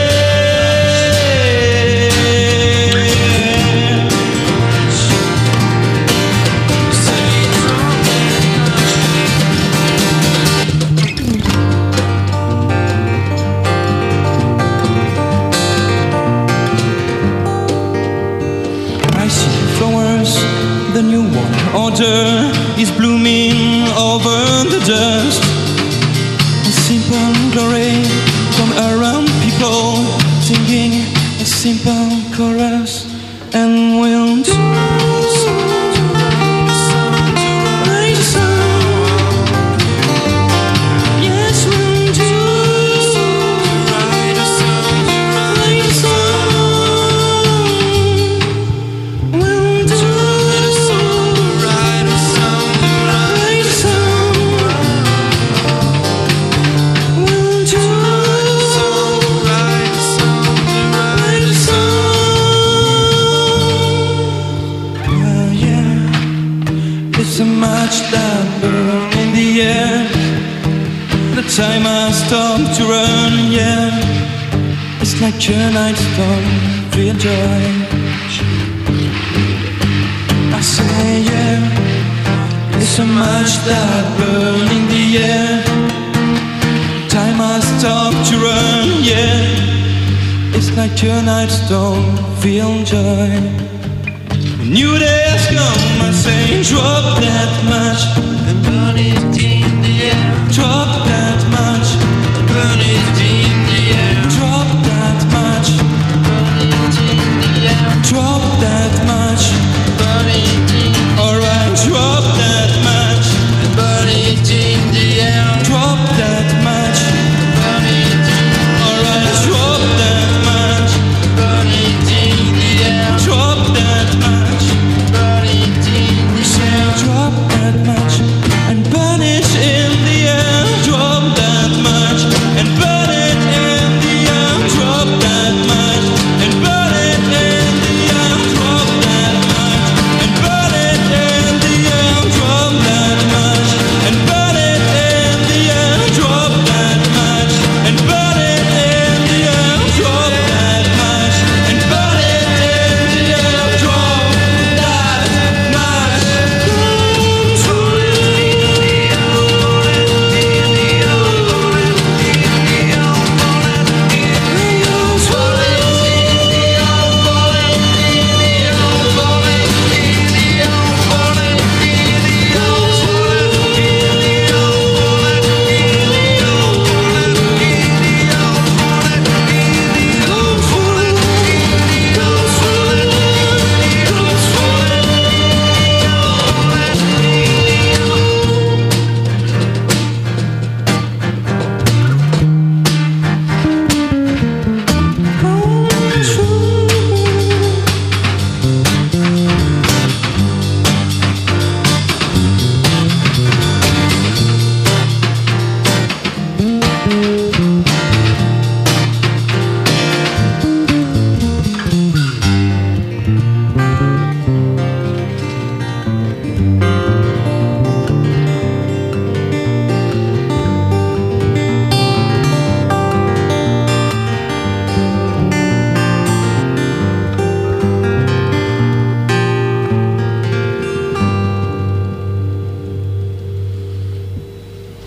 I see flowers, the new one order is blooming over the dust. A simple glory from around people singing a simple chorus, and we'll do. Raise the sun. Yes, we'll do. Raise the sun. Time I stop to run, yeah. It's like a night storm, feel joy. I say yeah, it's so much that burn in the air. Time I stop to run, yeah. It's like a night storm, feel joy. New days come, I say, drop that match and burn it in the air. Drop that match and burn it in the air. Drop that match, burn it in the air. Drop that match, burn it in. Alright, drop that match and burn it in the air. Drop that match, burn it in. Alright, drop that match, burn it in the air. Drop that match, burn it in the air. Drop that match and burn it in the air. Drop that match and burn it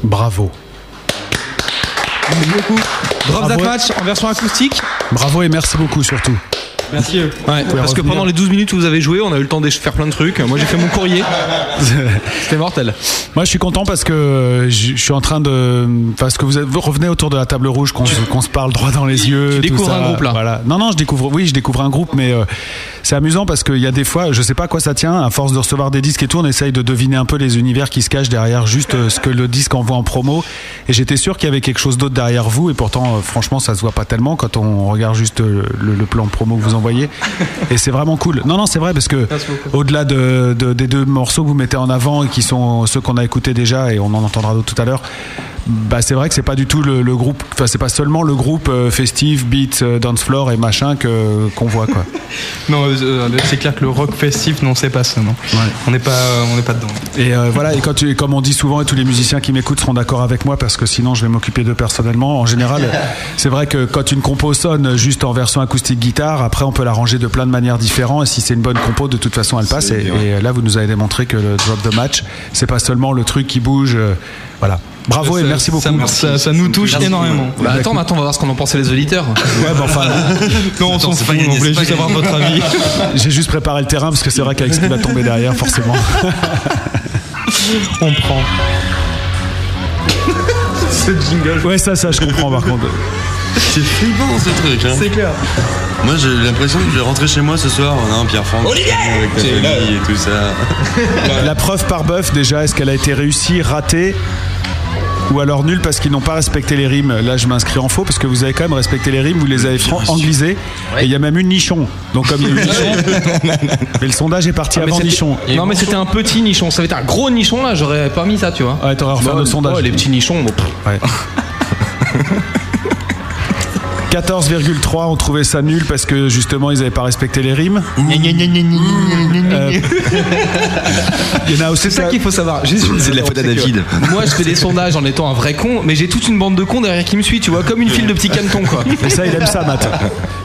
bravo. Merci beaucoup. Drop Bravo. that match en version acoustique. Bravo et merci beaucoup surtout. Merci. Ouais, pouvez parce que revenir. pendant les 12 minutes où vous avez joué, on a eu le temps de faire plein de trucs. Moi, j'ai fait mon courrier. C'était mortel. Moi, je suis content parce que euh, je je suis en train de. Parce que vous, êtes- vous revenez autour de la table rouge, qu'on se, qu'on se parle droit dans les yeux. tout découvres ça, un groupe, là. Voilà. Non, non, je découvre. Oui, je découvre un groupe, mais euh, c'est amusant parce qu'il y a des fois, je sais pas à quoi ça tient. À force de recevoir des disques et tout, on essaye de deviner un peu les univers qui se cachent derrière juste euh, ce que le disque envoie en promo. Et j'étais sûr qu'il y avait quelque chose d'autre derrière vous. Et pourtant, euh, franchement, ça se voit pas tellement quand on regarde juste euh, le, le plan promo que vous envoyez. Et c'est vraiment cool. Non, non, c'est vrai parce que au-delà de- de- des deux morceaux que vous mettez en avant et qui sont ceux qu'on a écoutés déjà et on en entendra d'autres tout à l'heure, bah c'est vrai que c'est pas du tout le, le groupe, enfin c'est pas seulement le groupe euh, festif, beat, euh, dance floor et machin que qu'on voit quoi. Non, euh, euh, c'est clair que le rock festif, non, c'est pas ça, non. On n'est pas, euh, on n'est pas dedans. Et euh, voilà, et quand tu- comme on dit souvent, et tous les musiciens qui m'écoutent seront d'accord avec moi parce que sinon je vais m'occuper d'eux personnellement. En général, c'est vrai que quand une compo sonne juste en version acoustique guitare, après on peut l'arranger de plein de manières différentes. Et si c'est une bonne compo, de toute façon elle passe. Et, et là, vous nous avez démontré que le drop de match, c'est pas seulement le truc qui bouge. euh, voilà. Ah Bravo et Ça- merci ça beaucoup. me- ça- ça nous touche Merci. énormément. Bah, attends, maintenant, on va voir ce qu'on en pensait les auditeurs. Ouais, bah, enfin. Non, on s'en fout, on voulait juste avoir votre avis. J'ai juste préparé le terrain parce que c'est vrai qu'avec ce qui va tomber derrière, forcément. On prend. Ce jingle. Ouais, ça, ça, je comprends par contre. C'est flippant ce truc. Hein. C'est clair. Moi j'ai l'impression que je vais rentrer chez moi ce soir, hein, Pierre Franck. Olivier Avec ta C'est famille et tout ça. La preuve par bœuf, déjà, est-ce qu'elle a été réussie, ratée ou alors nulle parce qu'ils n'ont pas respecté les rimes. Là, je m'inscris en faux parce que vous avez quand même respecté les rimes, vous les avez fran- anglisées. Et il y a même eu nichon. Donc, comme il y a eu nichon, mais le sondage est parti Ah, mais avant c'était- nichon. Non, mais c'était un petit nichon. Ça avait été un gros nichon là, j'aurais pas mis ça, tu vois. Ouais, Ah, t'aurais refait un autre sondage. les petits nichons, bon, pff. 14,3 ont trouvé ça nul parce que justement ils n'avaient pas respecté les rimes. Mmh. Euh, Il y en a aussi C'est ça qu'il faut savoir. Juste, C'est de la faute à c'est que David. Moi, je fais des sondages en étant un vrai con, mais j'ai toute une bande de cons derrière qui me suit, tu vois, comme une file de petits canetons, quoi. Et ça, il aime ça, Matt.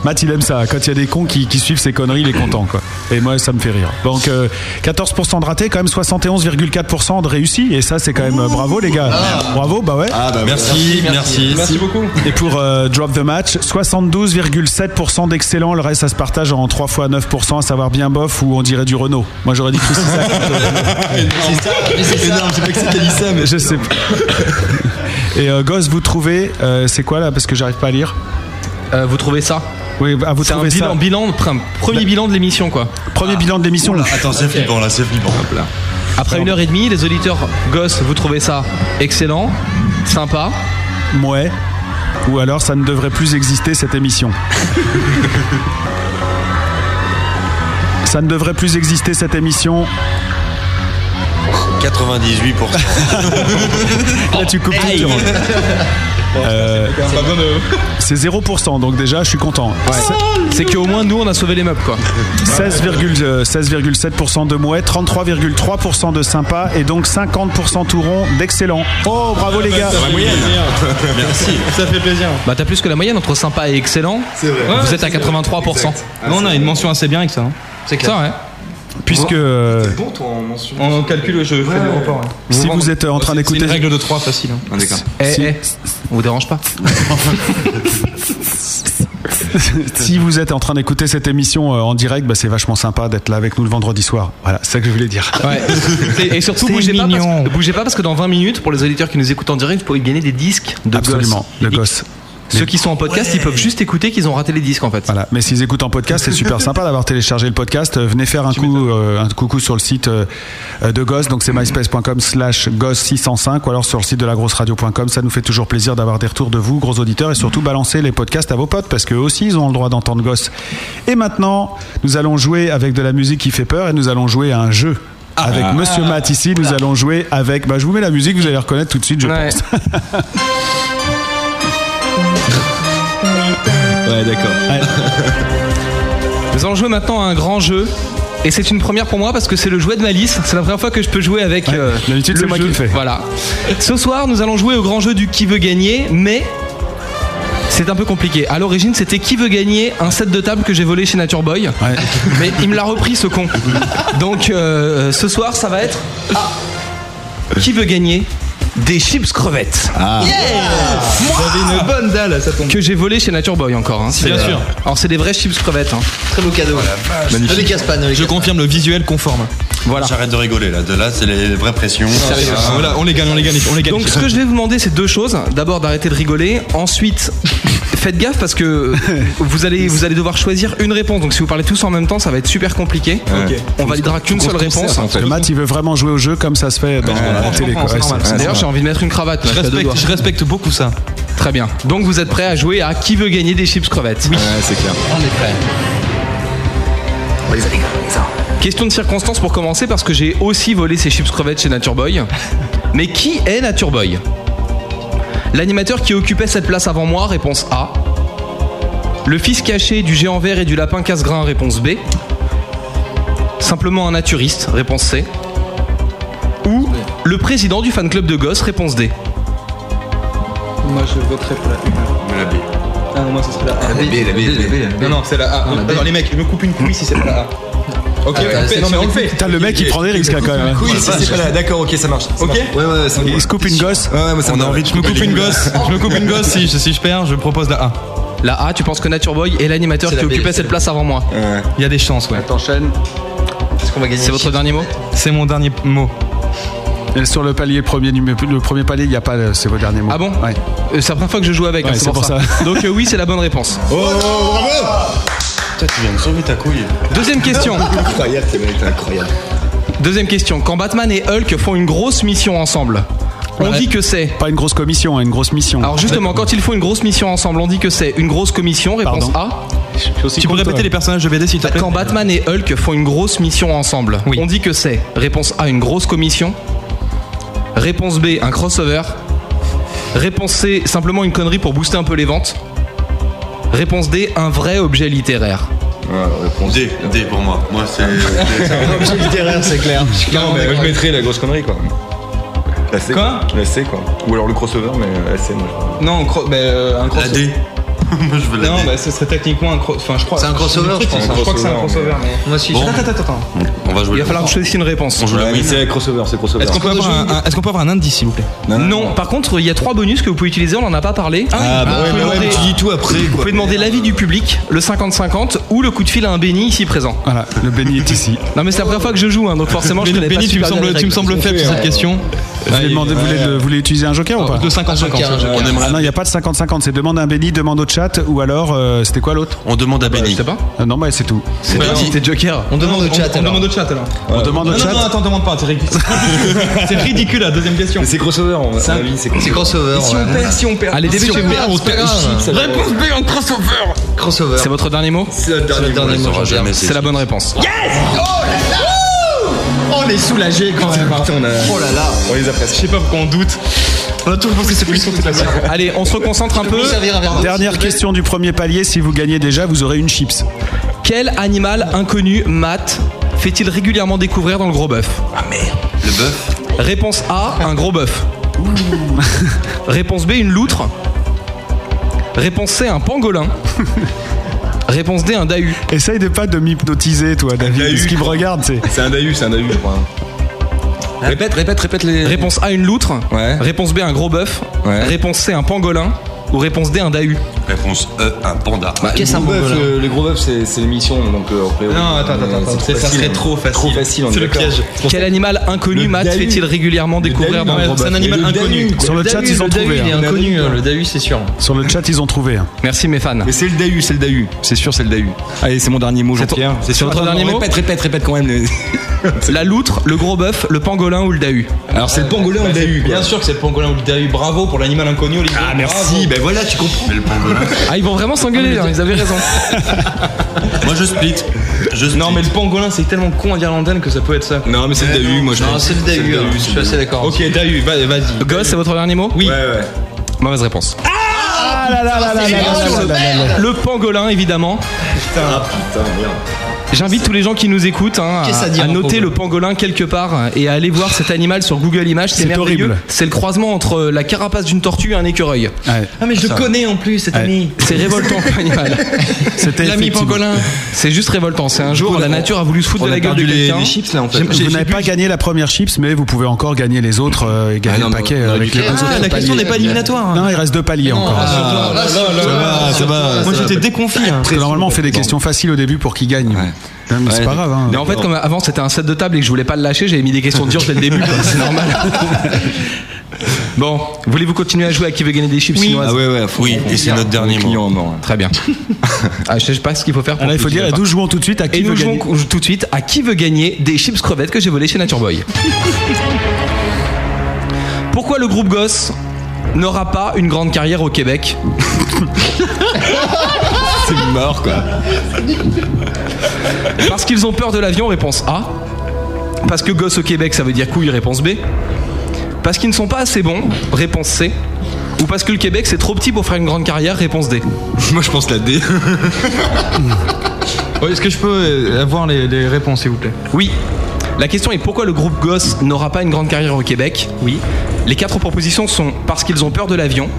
Matt, il aime ça. Quand il y a des cons qui, qui suivent ses conneries, il est content, quoi. Et moi, ça me fait rire. Donc, euh, 14% de ratés, quand même 71,4% de réussis. Et ça, c'est quand même euh, bravo, les gars. Ah. Bravo, bah ouais. Merci, merci. beaucoup. Et pour euh, Drop the Match, 72,7% d'excellents. Le reste, ça se partage en 3 fois 9%, à savoir bien bof ou on dirait du Renault. Moi, j'aurais dit Chris Isaac. C'est ça, mais c'est ça. Énorme, je sais pas que c'était Lisa, mais je sais pas. Et euh, Gosse, vous trouvez, euh, c'est quoi là Parce que j'arrive pas à lire. Euh, vous trouvez ça Oui, ah, vous C'est un trouvez bilan, ça. Bah- bilan, un premier bilan de l'émission, quoi. Premier bilan de l'émission. Attends, c'est flippant là, c'est flippant. Hop là. Après une heure et demie, les auditeurs gosses, vous trouvez ça excellent, sympa. Ouais. Ou alors ça ne devrait plus exister cette émission. ça ne devrait plus exister cette émission. 98%. Là tu coupes tout, tu rentres. Euh, c'est 0%, donc déjà je suis content. C'est qu'au moins nous on a sauvé les meubles quoi. 16,7% de mouet, 33,3% de sympa et donc 50% tout rond d'excellent. Oh bravo les gars Merci. Ça fait plaisir. Bah t'as plus que la moyenne entre sympa et excellent. C'est vrai. Vous Ouais, êtes à c'est 83%. Exact. Ah, Non, on a une mention assez bien avec ça. C'est clair. Ça, ouais. Puisque euh, Bon, toi, en mention. On calcule, je fais le report. ouais. si vous êtes en train d'écouter Une règle de 3 facile. hein. Eh, eh, on vous dérange pas si vous êtes en train d'écouter cette émission euh, en direct, bah, c'est vachement sympa d'être là avec nous le vendredi soir. Voilà, c'est ça que je voulais dire. Ouais. Et, et surtout, C'est bougez pas, parce mignon. que, bougez pas parce que dans 20 minutes, pour les auditeurs qui nous écoutent en direct, vous pouvez gagner des disques de Absolument, gosses. le gosse. Ceux qui sont en podcast, ils peuvent juste écouter qu'ils ont raté les disques en fait. Voilà. Mais s'ils écoutent en podcast, c'est super sympa d'avoir téléchargé le podcast. Euh, Venez faire un, coup, euh, un coucou sur le site euh, euh, de Goss, donc c'est myspace.com slash goss605 ou alors sur le site de lagrosseradio.com. Ça nous fait toujours plaisir d'avoir des retours de vous, gros auditeurs, et surtout balancer les podcasts à vos potes parce qu'eux aussi, ils ont le droit d'entendre Goss. Et maintenant, nous allons jouer avec de la musique qui fait peur et nous allons jouer à un jeu. Avec Ah. Monsieur Matt ici, nous allons jouer avec. Bah, je vous mets la musique, vous allez reconnaître tout de suite, je pense. Ouais, d'accord. Nous allons jouer maintenant à un grand jeu. Et c'est une première pour moi parce que c'est le jouet de Malice. C'est la première fois que je peux jouer avec. euh, d'habitude, le c'est moi jeu. qui le fais. Voilà. Ce soir, nous allons jouer au grand jeu du qui veut gagner, mais. C'est un peu compliqué. À l'origine, c'était qui veut gagner un set de table que j'ai volé chez Nature Boy. Mais il me l'a repris, ce con. Donc, euh, ce soir, ça va être. ah, qui veut gagner Des chips crevettes. Ah. J'avais une bonne dalle, ça tombe. Que j'ai volé chez Nature Boy encore. hein. Si, bien C'est, sûr. Alors c'est des vrais chips crevettes. hein. Très beau cadeau. Magnifique. Je confirme le visuel conforme. Voilà. J'arrête de rigoler là. De là, c'est les vraies pressions. Ah. Voilà, on les gagne, on les gagne, on les gagne. Donc ce que je vais vous demander c'est deux choses. D'abord d'arrêter de rigoler. Ensuite, faites gaffe parce que vous allez, vous allez devoir choisir une réponse. Donc si vous parlez tous en même temps, ça va être super compliqué. Ok. On validera qu'une seule réponse. Parce que Matt, il veut vraiment jouer au jeu comme ça se fait dans la télé. quoi. Ouais, c'est- D'ailleurs, j'ai envie de mettre une cravate. Je respecte- je beaucoup ça. Très bien. Donc vous êtes prêts à jouer à qui veut gagner des chips crevettes Oui, c'est clair. On est prêts. On les a Question de circonstance pour commencer parce que j'ai aussi volé ces chips crevettes chez Nature Boy. Mais qui est Nature Boy L'animateur qui occupait cette place avant moi, réponse A. Le fils caché du géant vert et du lapin casse-grain, réponse B. Simplement un naturiste, réponse C. Ou le président du fan club de Gosse, réponse D. Moi, je voterai pour la La B. Ah non, moi, ce serait la A. La B, la B, la B, la B. Non, non, c'est la A. Non, la B. Alors, les mecs, je me coupe une couille si c'est pas la A. Ok, Ah, on le fait. c'est- Non, mais on le fait. Putain, le mec, il prend des hein, risques, là, quand même. Couille, Ouais, si vache. c'est pas la A. D'accord, ok, ça marche. ça Ok marche. Ouais, ouais, c'est bon. Il se coupe une gosse Ouais, ouais, moi, ça On a me- envie de Je me coupe une gosse. Je me coupe une gosse si, si je perds, je propose la A. La A, tu penses que Nature Boy est l'animateur C'est qui la B, occupait c'est cette la place avant moi Il y a des chances, ouais. T'enchaînes. C'est votre dernier mot C'est mon dernier mot. Et Euh, sur le palier premier numé- le premier palier, il n'y a pas le- c'est vos derniers mots. Ah bon C'est la première fois que je joue avec, hein, c'est pour, ça. Donc euh, oui, c'est la bonne réponse. Oh. Putain, tu viens de sauver ta couille. Deuxième question. incroyable, t'es mec, t'es incroyable. Deuxième question. Quand Batman et Hulk font une grosse mission ensemble, on dit que c'est. Pas une grosse commission, hein, une grosse mission. Alors justement, quand ils font une grosse mission ensemble, on dit que c'est une grosse commission, réponse A. Tu peux répéter les personnages de BD s'il te plaît Bah, Quand Batman et Hulk font une grosse mission ensemble, on dit que c'est réponse A une grosse commission, réponse B un crossover, réponse C simplement une connerie pour booster un peu les ventes, réponse D un vrai objet littéraire. D, D pour moi. Moi, c'est. Objet littéraire, c'est clair. Je suis Non, clairement mais moi, d'accord. Bah, je mettrais la grosse connerie quoi. La C. Quoi La C quoi. Ou alors le crossover, mais euh, la C moi. Non, un cro- mais, euh, un crossover. D. Moi je veux la Non, D. mais ce serait techniquement un crossover. Enfin, je crois. C'est un crossover, je crois. je pense. Je crois que c'est un Un crossover, crossover, mais. mais- Moi aussi, Bon. je- Attends, attends, attends. On va Il va falloir que je choisisse une réponse. On joue la C'est crossover, c'est crossover. Est-ce qu'on peut avoir un- Est-ce qu'on peut avoir un indice s'il vous plaît Non, par contre, il y a trois bonus que vous pouvez utiliser, on n'en a pas parlé. Ah, bah ouais, vous pouvez mais ouais, mais tu dis tout après, Vous quoi. pouvez demander l'avis du public, le 50-50 ou le coup de fil à un béni ici présent. Voilà, le béni est ici. Non, mais c'est la première fois que je joue, hein, donc forcément, je Béni- connais pas Béni, tu super me bien sembles- les tu me règles. sembles faible sur cette question. Vous voulez, demander- vous voulez- vous voulez utiliser un joker ou pas De 50-50. Un joker. Ah non, il n'y a pas de 50-50. C'est demande à un béni, demande au chat, ou alors, euh, c'était quoi l'autre On demande à béni. je sais pas. non, bah c'est tout. C'est Ouais, toi, non. c'était Joker. On demande Non, au chat, On alors. demande au chat alors. On demande au Non, chat. Non, non, attends, demande pas, c'est ridicule. C'est ridicule la deuxième question. Mais c'est crossover, on va c'est C'est crossover. Et si on perd, si on perd Allez, début dépêchez-vous. on se perd. Réponse B en crossover. Crossover. C'est votre dernier mot C'est notre dernier, dernier mot, mot. Oh Jean-Pierre. C'est la bonne réponse. On est soulagés quand même. Oh là là. On les apprécie. Je sais pas pourquoi on doute. On a toujours pensé que c'est plus compliqué. Allez, on se reconcentre un peu. Dernière question du premier palier. Si vous gagnez déjà, vous aurez une chips. Quel animal inconnu, Matt, fait-il régulièrement découvrir dans le gros bœuf Ah merde. Le bœuf Réponse A, un gros bœuf. Réponse B, une loutre. Réponse C, un pangolin. Réponse D, un dahu. Essaye de pas de m'hypnotiser, toi, David. Parce qu'il me regarde, c'est. C'est un Dahu, c'est un Dahu, je crois. Ah. Répète, répète, répète les. Réponse A, une loutre. Ouais. Réponse B, un gros bœuf. Réponse C, un pangolin. Ou réponse D, un dahu. Réponse E, un panda. le, gros bœuf, euh, le gros bœuf, c'est c'est l'émission, donc euh, après. Non, attends, attends, attends, c'est- ça serait trop facile. hein. Trop facile, on C'est est le d'accord. piège. Quel animal inconnu, Le Matt, dahu. fait-il régulièrement dahu, découvrir dans ouais, le gros c'est bœuf un animal Le dahu, inconnu. quoi. Sur le Le chat, dahu, ils ont le trouvé. dahu, il est hein. inconnu, hein, le Dahu, c'est sûr. Sur le chat, ils ont trouvé. hein. Merci mes fans. Mais c'est le Dahu, c'est le Dahu. C'est sûr, c'est le Dahu. Allez, c'est mon dernier mot, Jean-Pierre. c'est votre Attends, dernier non, mot Répète, répète, répète quand même. les- La loutre, le gros bœuf, le pangolin ou le dahu Alors c'est le pangolin ou le dahu Bien sûr que c'est le pangolin ou le dahu. Bravo pour l'animal inconnu, Olivier. Ah, merci, ben voilà, tu comprends. Mais le pangolin. Ah, ils vont vraiment s'engueuler, hein, ils avaient raison. Moi je split. Je Non, mais le pangolin, c'est tellement con en irlandaine que ça peut être ça. Non, mais c'est le Dahu, moi je Non, c'est le dahu. hein. Je suis assez d'accord. Ok, dahu, va- vas-y. Gosse, c'est votre dernier mot Oui. Mauvaise réponse. Ah Ah là là là là là là là là là là. Le pangolin, évidemment. putain. J'invite tous les gens qui nous écoutent hein, Qu'est-ce à à, dire, à hein, noter pauvre le pangolin quelque part et à aller voir cet animal sur Google Images. C'est C'est merveilleux. horrible. C'est le croisement entre la carapace d'une tortue et un écureuil. Ah, mais je le Ça. connais en plus, cet Ouais. ami. C'est révoltant comme animal. C'était l'ami effectivement. pangolin. C'est juste révoltant. C'est un jour la nature a voulu se foutre de la gueule de quelqu'un. Ah, J'ai- j'ai- Vous j'ai n'avez plus- pas gagné la première chips, mais vous pouvez encore gagner les autres euh, et gagner Ah non, le mais paquet on aurait avec dû les faire- autres Ah, la paliers. question n'est pas éliminatoire. Non, il reste deux paliers encore. Ah, là, là, là, là, ça va, ça va. hein. Parce que normalement, on fait des questions faciles au début pour qu'ils gagnent. Non, mais c'est Ouais. pas grave. hein. Mais en fait, comme avant c'était un set de table et que je voulais pas le lâcher, j'avais mis des questions dures dès le début, quoi. c'est normal. Bon, voulez-vous continuer à jouer à qui veut gagner des chips Oui. chinoises Ah ouais, ouais, faut- Oui, on- et c'est on- notre dernier client hein. mot. Très bien. ah, je sais pas ce qu'il faut faire. Pour Alors, il faut continuer dire, à nous part. jouons tout de suite à qui Et veut nous jouons gagner. tout de suite à qui veut gagner des chips crevettes que j'ai volées chez Nature Boy. Pourquoi le groupe Gosse n'aura pas une grande carrière au Québec C'est mort quoi. Parce qu'ils ont peur de l'avion, réponse A. Parce que gosse au Québec, ça veut dire couille, réponse B. Parce qu'ils ne sont pas assez bons, réponse C. Ou parce que le Québec, c'est trop petit pour faire une grande carrière, réponse D. Moi je pense la D. Ouais, Est-ce que je peux euh, avoir les, les réponses s'il vous plaît Oui. La question est pourquoi le groupe Gosse n'aura pas une grande carrière au Québec Oui. Les quatre propositions sont parce qu'ils ont peur de l'avion.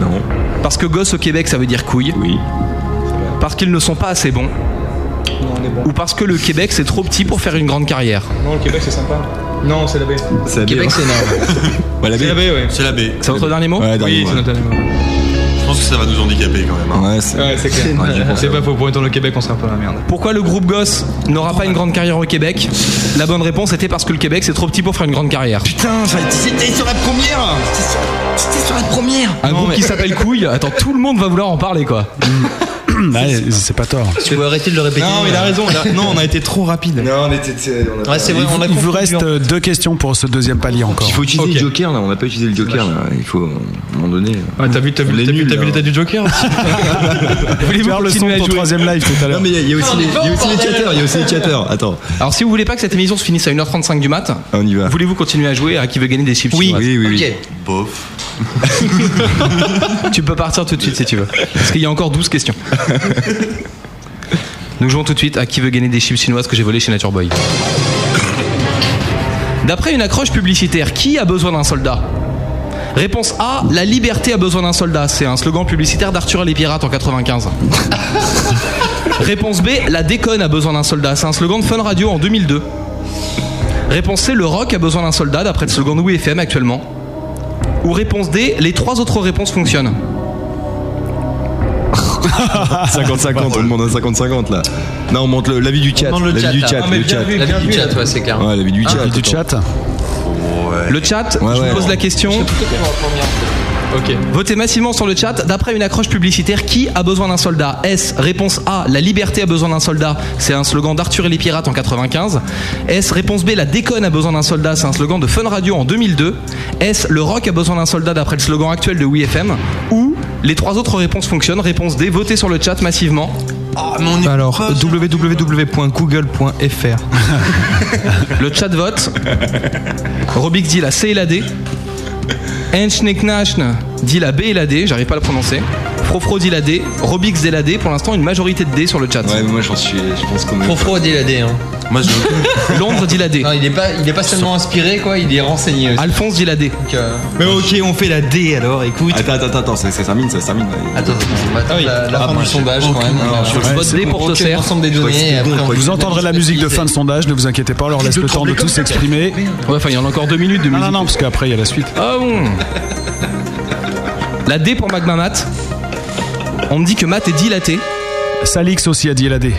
Non. Parce que Gosse au Québec, ça veut dire couille. Oui. Parce qu'ils ne sont pas assez bons. Ou parce que le Québec, c'est trop petit pour faire une grande carrière. Non, le Québec c'est sympa. Non, c'est la B. Le Québec, hein. c'est énorme. C'est la B, ouais. C'est la B. C'est votre dernier mot Ouais, dernier Oui, mot, c'est ouais. notre dernier mot. Je pense que ça va nous handicaper quand même. hein. Ouais, c'est Ouais, c'est clair. Ouais, je pense C'est pas faux. Pour étant le Québec, on serait un peu dans la merde. Pourquoi le groupe Gosse n'aura pas une grande carrière au Québec La bonne réponse était parce que le Québec c'est trop petit pour faire une grande carrière. Putain, ça- c'était sur la première. C'était sur- C'était sur la première. Un groupe qui s'appelle Couille, attends, tout le monde va vouloir en parler quoi. Ouais, c'est pas tort. Tu peux arrêter de le répéter. Non, mais il a raison. on a- Non, on a été trop rapide. Non, on était. on a- euh, Ouais, c'est vrai, il, on a il vous confondu, reste hein. euh, deux questions pour ce deuxième palier encore. Il faut utiliser le Joker là, on n'a pas utilisé le Joker là, il faut à un moment donné. euh. Ouais, Ah, t'as vu, t'as vu, t'as vu, t'as vu l'état du Joker hein. aussi Voulez-vous faire le son pour troisième live tout à l'heure Non mais il y a- il y a aussi les- il y a aussi les chatters, il y a aussi les chatters. Attends, Alors si vous voulez pas que cette émission se finisse à 1h35 du mat, Ah, on y va. voulez-vous continuer à jouer à qui veut gagner des chips Oui, chinoises oui, oui. oui. hein. Bof. Tu peux partir tout de suite si tu veux. Parce qu'il y a encore 12 questions. Nous jouons tout de suite à qui veut gagner des chips chinoises que j'ai volées chez Nature Boy. D'après une accroche publicitaire, qui a besoin d'un soldat Réponse A, la liberté a besoin d'un soldat. C'est un slogan publicitaire d'Arthur et les Pirates en 95. Réponse B, la déconne a besoin d'un soldat. C'est un slogan de Fun Radio en 2002. Réponse C, le rock a besoin d'un soldat d'après le slogan de WFM actuellement. Ou réponse D, les trois autres réponses fonctionnent. 50-50, on demande un 50-50 là. Non, on monte le- l'avis du chat. demande le L'avis chat, du là. chat. Non, mais le bien chat. vu, L'avis bien du vu. chat, ouais, c'est clair. Ouais, l'avis du Ah, chat. l'avis du attends. chat. Le chat, Ouais, je vous ouais. pose la question. Ok. Votez massivement sur le chat. D'après une accroche publicitaire, qui a besoin d'un soldat S. Réponse A. La liberté a besoin d'un soldat. C'est un slogan d'Arthur et les Pirates en 95. S. Réponse B. La déconne a besoin d'un soldat. C'est un slogan de Fun Radio en 2002. S. Le rock a besoin d'un soldat d'après le slogan actuel de WFM. Ou les trois autres réponses fonctionnent. Réponse D. Votez sur le chat massivement. Alors, www.google.fr. Le chat vote. Robix dit la C et la D. Enschnecknaschn dit la B et la D, j'arrive pas à le prononcer. Frofro dit la D. Robix dit la D. Pour l'instant, une majorité de D sur le chat. Ouais, mais moi j'en suis. Je pense qu'on Trop froid diladé. Hein. Moi je. Londres dit la D. Non, il est pas, il est pas seulement inspiré, quoi. Il est renseigné. Aussi. Alphonse dit la D. Donc, euh, Mais ok, on fait la D alors, écoute. Attends, attends, attends, ça ça termine, ça se termine. Attends, on va Ah attendre la, la fin du sondage quand même. Non, je- je ouais, vote c'est D bon. pour te Ok, faire. l'ensemble des données. et après, on- Vous entendrez la musique de fin de sondage, ne vous inquiétez pas, on leur laisse le temps de tous s'exprimer. Ouais, enfin, il y en a encore deux minutes de Non, musique. non, non, parce qu'après, il y a la suite. Ah bon La D pour Magma Mat. On me dit que Mat est dilaté. Salix aussi a dit la D.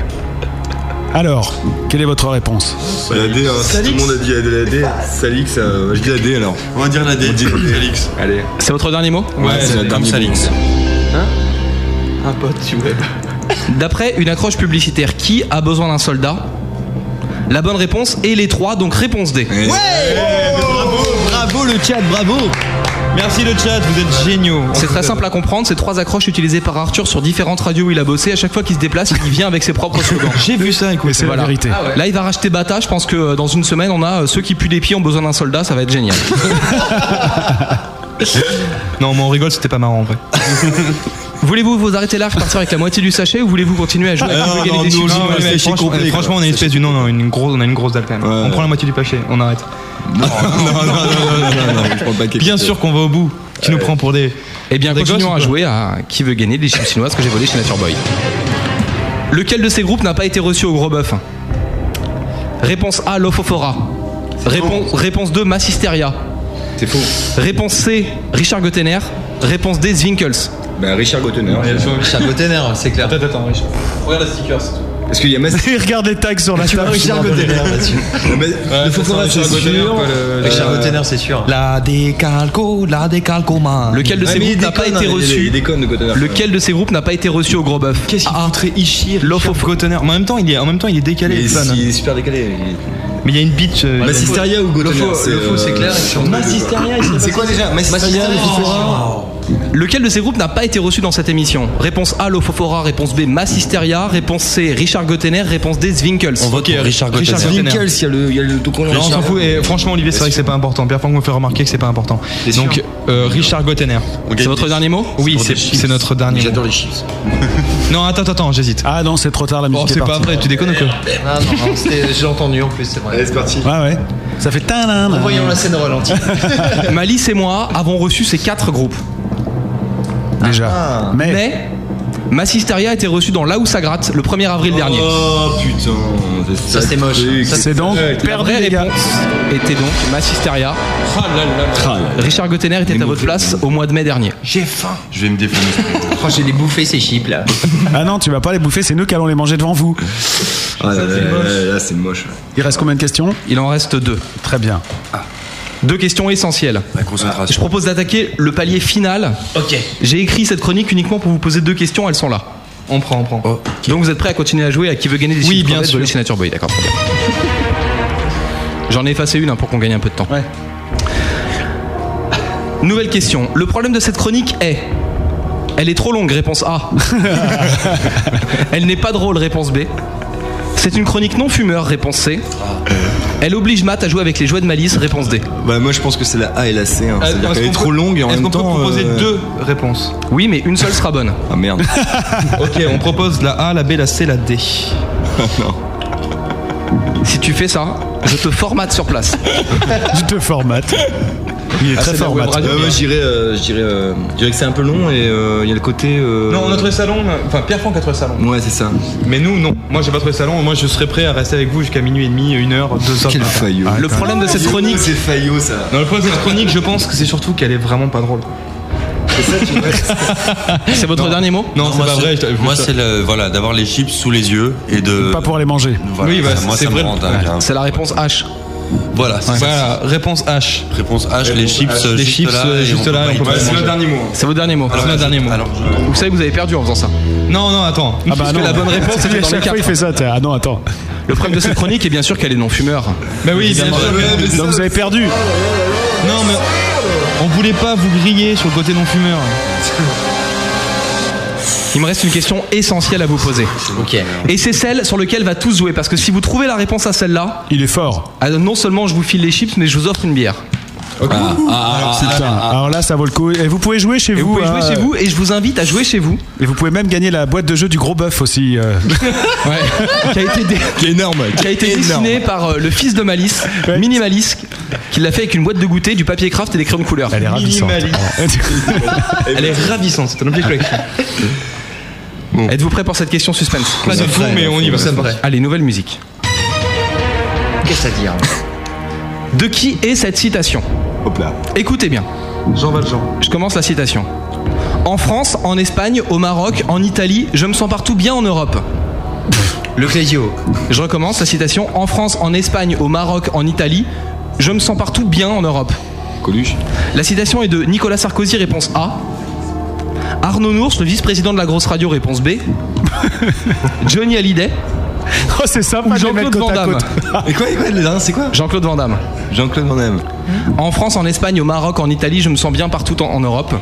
Alors, quelle est votre réponse La D, hein, si tout le monde a dit la D, Salix, euh, je dis la D alors. On va dire la D. Félix. Allez. C'est votre dernier mot Ouais, c'est la Tom dernière Salix. Un pote, tu vois. D'après une accroche publicitaire, qui a besoin d'un soldat La bonne réponse est les trois, donc réponse D. Bravo, bravo le chat, bravo. Merci le chat, vous êtes géniaux. C'est très simple à comprendre, ces trois accroches utilisées par Arthur sur différentes radios où il a bossé, à chaque fois qu'il se déplace, il vient avec ses propres slogans. J'ai Ah vu ça, écoute. Mais c'est la vérité. Là, il va racheter Bata, je pense que euh, dans une semaine, on a euh, ceux qui puent des pieds ont besoin d'un soldat, ça va être génial. Non, mais on rigole, c'était pas marrant en vrai. Voulez-vous vous arrêter là, partir avec la moitié du sachet ou voulez-vous continuer à jouer Ah, avec non, Louis non, Gallier des nous, Chiffres non, mais franchement, complet, quoi. franchement, on est une espèce d'une. Non, non, une grosse, on a une grosse dalle quand même. on prend la moitié du pachet, on arrête. Non, non, non, non, non, non, non, je prends pas quelque Bien chose. sûr qu'on va au bout. Qui nous prend pour des. Eh bien, des gosses ou continuons à quoi jouer à qui veut gagner des chips chinoises que j'ai volées chez Nature Boy. Lequel de ces groupes n'a pas été reçu au gros bœuf Réponse A, Lofofora. Réponse, réponse 2, Massisteria. C'est faux. Réponse C, Richard Gottener. Réponse D, Zwinkels. Bah, Richard Gottener. Richard Gottener, c'est clair. Attends, attends, Richard. Regarde le sticker, Parce qu'il y a Mass. Regarde les tags sur la Tu vois, table. Richard Gottener, là-dessus. Le Fofana, c'est sûr. Richard Gottener, c'est sûr. La décalco, la décalco man. Lequel de Ouais, ces mais il groupes n'a déconne, pas été hein, il- reçu il déconne, le Gottener. Lequel de ces groupes n'a pas été reçu au gros bœuf Qu'est-ce qu'il Entre Ishii, Richard Gottener. En même temps, il est, en même temps, il est décalé. Il le est- fan. il est super décalé. Mais il y a une bitch. euh, Massisteria ou Gottener Massisteria, il serait C'est quoi déjà Massisteria, Fofora Lequel de ces groupes n'a pas été reçu dans cette émission Réponse A, Lofofora. Réponse B, Massisteria. Réponse C, Richard Gottener. Réponse D, Zwinkels. On vote pour Richard Gottener. Zwinkels, il y a le, il y a le tout Non, on s'en fout. Et franchement, Olivier, c'est vrai que c'est pas important. Pierre Franck me fait remarquer que c'est pas important. Donc, euh, Richard Gottener. C'est votre dernier mot Oui, c'est c'est notre dernier mot. J'adore les chips. Non, attends, attends, j'hésite. Ah non, c'est trop tard la musique. Oh, musique est c'est pas partie. vrai, tu déconnes ou quoi Ah non, non, c'était- j'ai entendu en plus, c'est vrai. Allez, c'est parti. Ouais, ouais. Ça fait tadam. Voyons la scène au ralenti. Malice et moi avons reçu ces quatre groupes. Déjà. mais... Massisteria a été reçu dans La où ça gratte le 1er avril dernier. Oh putain, Ça, c'est moche. Ça, c'est donc Ah La vraie réponse était donc Massisteria. Ah Richard Gottener était à votre place au mois de mai dernier. J'ai faim. Je vais me défendre. Oh, j'ai les bouffé ces chips là. Ah non, tu vas pas les bouffer, c'est nous qui allons les manger devant vous. Ah, là, là, là, là, c'est moche. Il reste combien de questions Il en reste deux. Très bien. Deux questions essentielles. Je propose d'attaquer le palier final. Ok. J'ai écrit cette chronique uniquement pour vous poser deux questions, elles sont là. On prend, on prend. Donc vous êtes prêts à continuer à jouer à qui veut gagner des Oui, chiffres bien crevettes sûr. volés chez Nature Boy, d'accord. très bien. J'en ai effacé une hein, pour qu'on gagne un peu de temps. Nouvelle question. Le problème de cette chronique est. Elle est trop longue, réponse A. Elle n'est pas drôle, réponse B. C'est une chronique non fumeur, réponse C. Elle oblige Matt à jouer avec les jouets de malice, réponse D. Bah, moi, je pense que c'est la A et la C. Hein. Ah, C'est-à-dire est-ce qu'elle est qu'on trop peut- longue et en est-ce même qu'on peut temps. euh, proposer euh, Deux réponses. Oui, mais une seule sera bonne. Ah merde. ok, on propose la A, la B, la C, la D. Si tu fais ça, je te formate sur place. Je te formate. Il est Ah, très c'est la web format. radio. Ouais, moi, je dirais, euh, je dirais, euh, je dirais que c'est un peu long et euh, il y a le côté. euh, Non, on a trouvé ça long. Enfin, Pierre Franck a trouvé ça long. Ouais, c'est ça. Mais nous, non. Moi, j'ai pas trouvé ça long. Moi, je serais prêt à rester avec vous jusqu'à minuit et demi, une heure, deux heures. Quel du matin. faillot. Ah, Le problème de cette chronique. C'est faillot, ça. Non, le problème de cette chronique, je pense que c'est surtout qu'elle est vraiment pas drôle. C'est votre dernier mot Non, c'est moi, pas vrai. je t'avoue. Moi, c'est le voilà d'avoir les chips sous les yeux et de. Pas pour les manger. Voilà, Oui, bah, ça, moi, c'est ça me vrai. rend dingue, hein. C'est la réponse H. Voilà. c'est ça. Voilà, réponse H. Réponse H, les chips, H, les juste chips, là, euh, et juste on peut là, pas on y peut pas toucher. C'est le dernier mot. C'est votre dernier mot. C'est notre dernier mot. Vous savez que vous avez perdu en faisant ça. Non, non, attends. Ah bah Parce que non. la bonne réponse à c'était dans les chaque fois, quatre. il fait ça. t'es- Ah non, attends. Le problème de cette chronique est bien sûr qu'elle est non fumeur. Bah oui, bien Évidemment. sûr. Donc vous avez perdu. Non, mais on voulait pas vous griller sur le côté non fumeur. Il me reste une question essentielle à vous poser. Ok. Et c'est celle sur laquelle va tous jouer parce que si vous trouvez la réponse à celle-là, Il est fort. ah, non seulement je vous file les chips mais je vous offre une bière. Ah, Alors, alors là, ça vaut le coup. Et vous pouvez jouer chez Et vous. vous, pouvez hein, jouer chez euh, vous et je vous invite à jouer chez vous. Et vous pouvez même gagner la boîte de jeu du gros bœuf aussi. euh. qui a été, dé- Qui est énorme. qui a été dessiné par euh, le fils de Malice, Mini Malice, qui l'a fait avec une boîte de goûter, du papier craft et des crayons de couleur. Elle est ravissante. Elle est ravissante, c'est un objet collection. Êtes-vous prêt pour cette question suspense Pas du tout, mais on y va. Allez, nouvelle musique. Qu'est-ce à dire De qui est cette citation Hop là. Écoutez bien, Jean Valjean. je commence la citation. En France, en Espagne, au Maroc, en Italie, je me sens partout bien en Europe. Le Clésio. Je recommence la citation. En France, en Espagne, au Maroc, en Italie, je me sens partout bien en Europe. Coluche. La citation est de Nicolas Sarkozy, réponse A. Arnaud Nours, le vice-président de la grosse radio, réponse B. Johnny Hallyday. Oh, c'est sympa Ou de les mettre côte Jean-Claude Van à Damme. côte. Ah. Et quoi, et quoi, le dernier, c'est quoi Jean-Claude Van Damme. Jean-Claude Van Damme. En France, en Espagne, au Maroc, en Italie, je me sens bien partout en, en Europe.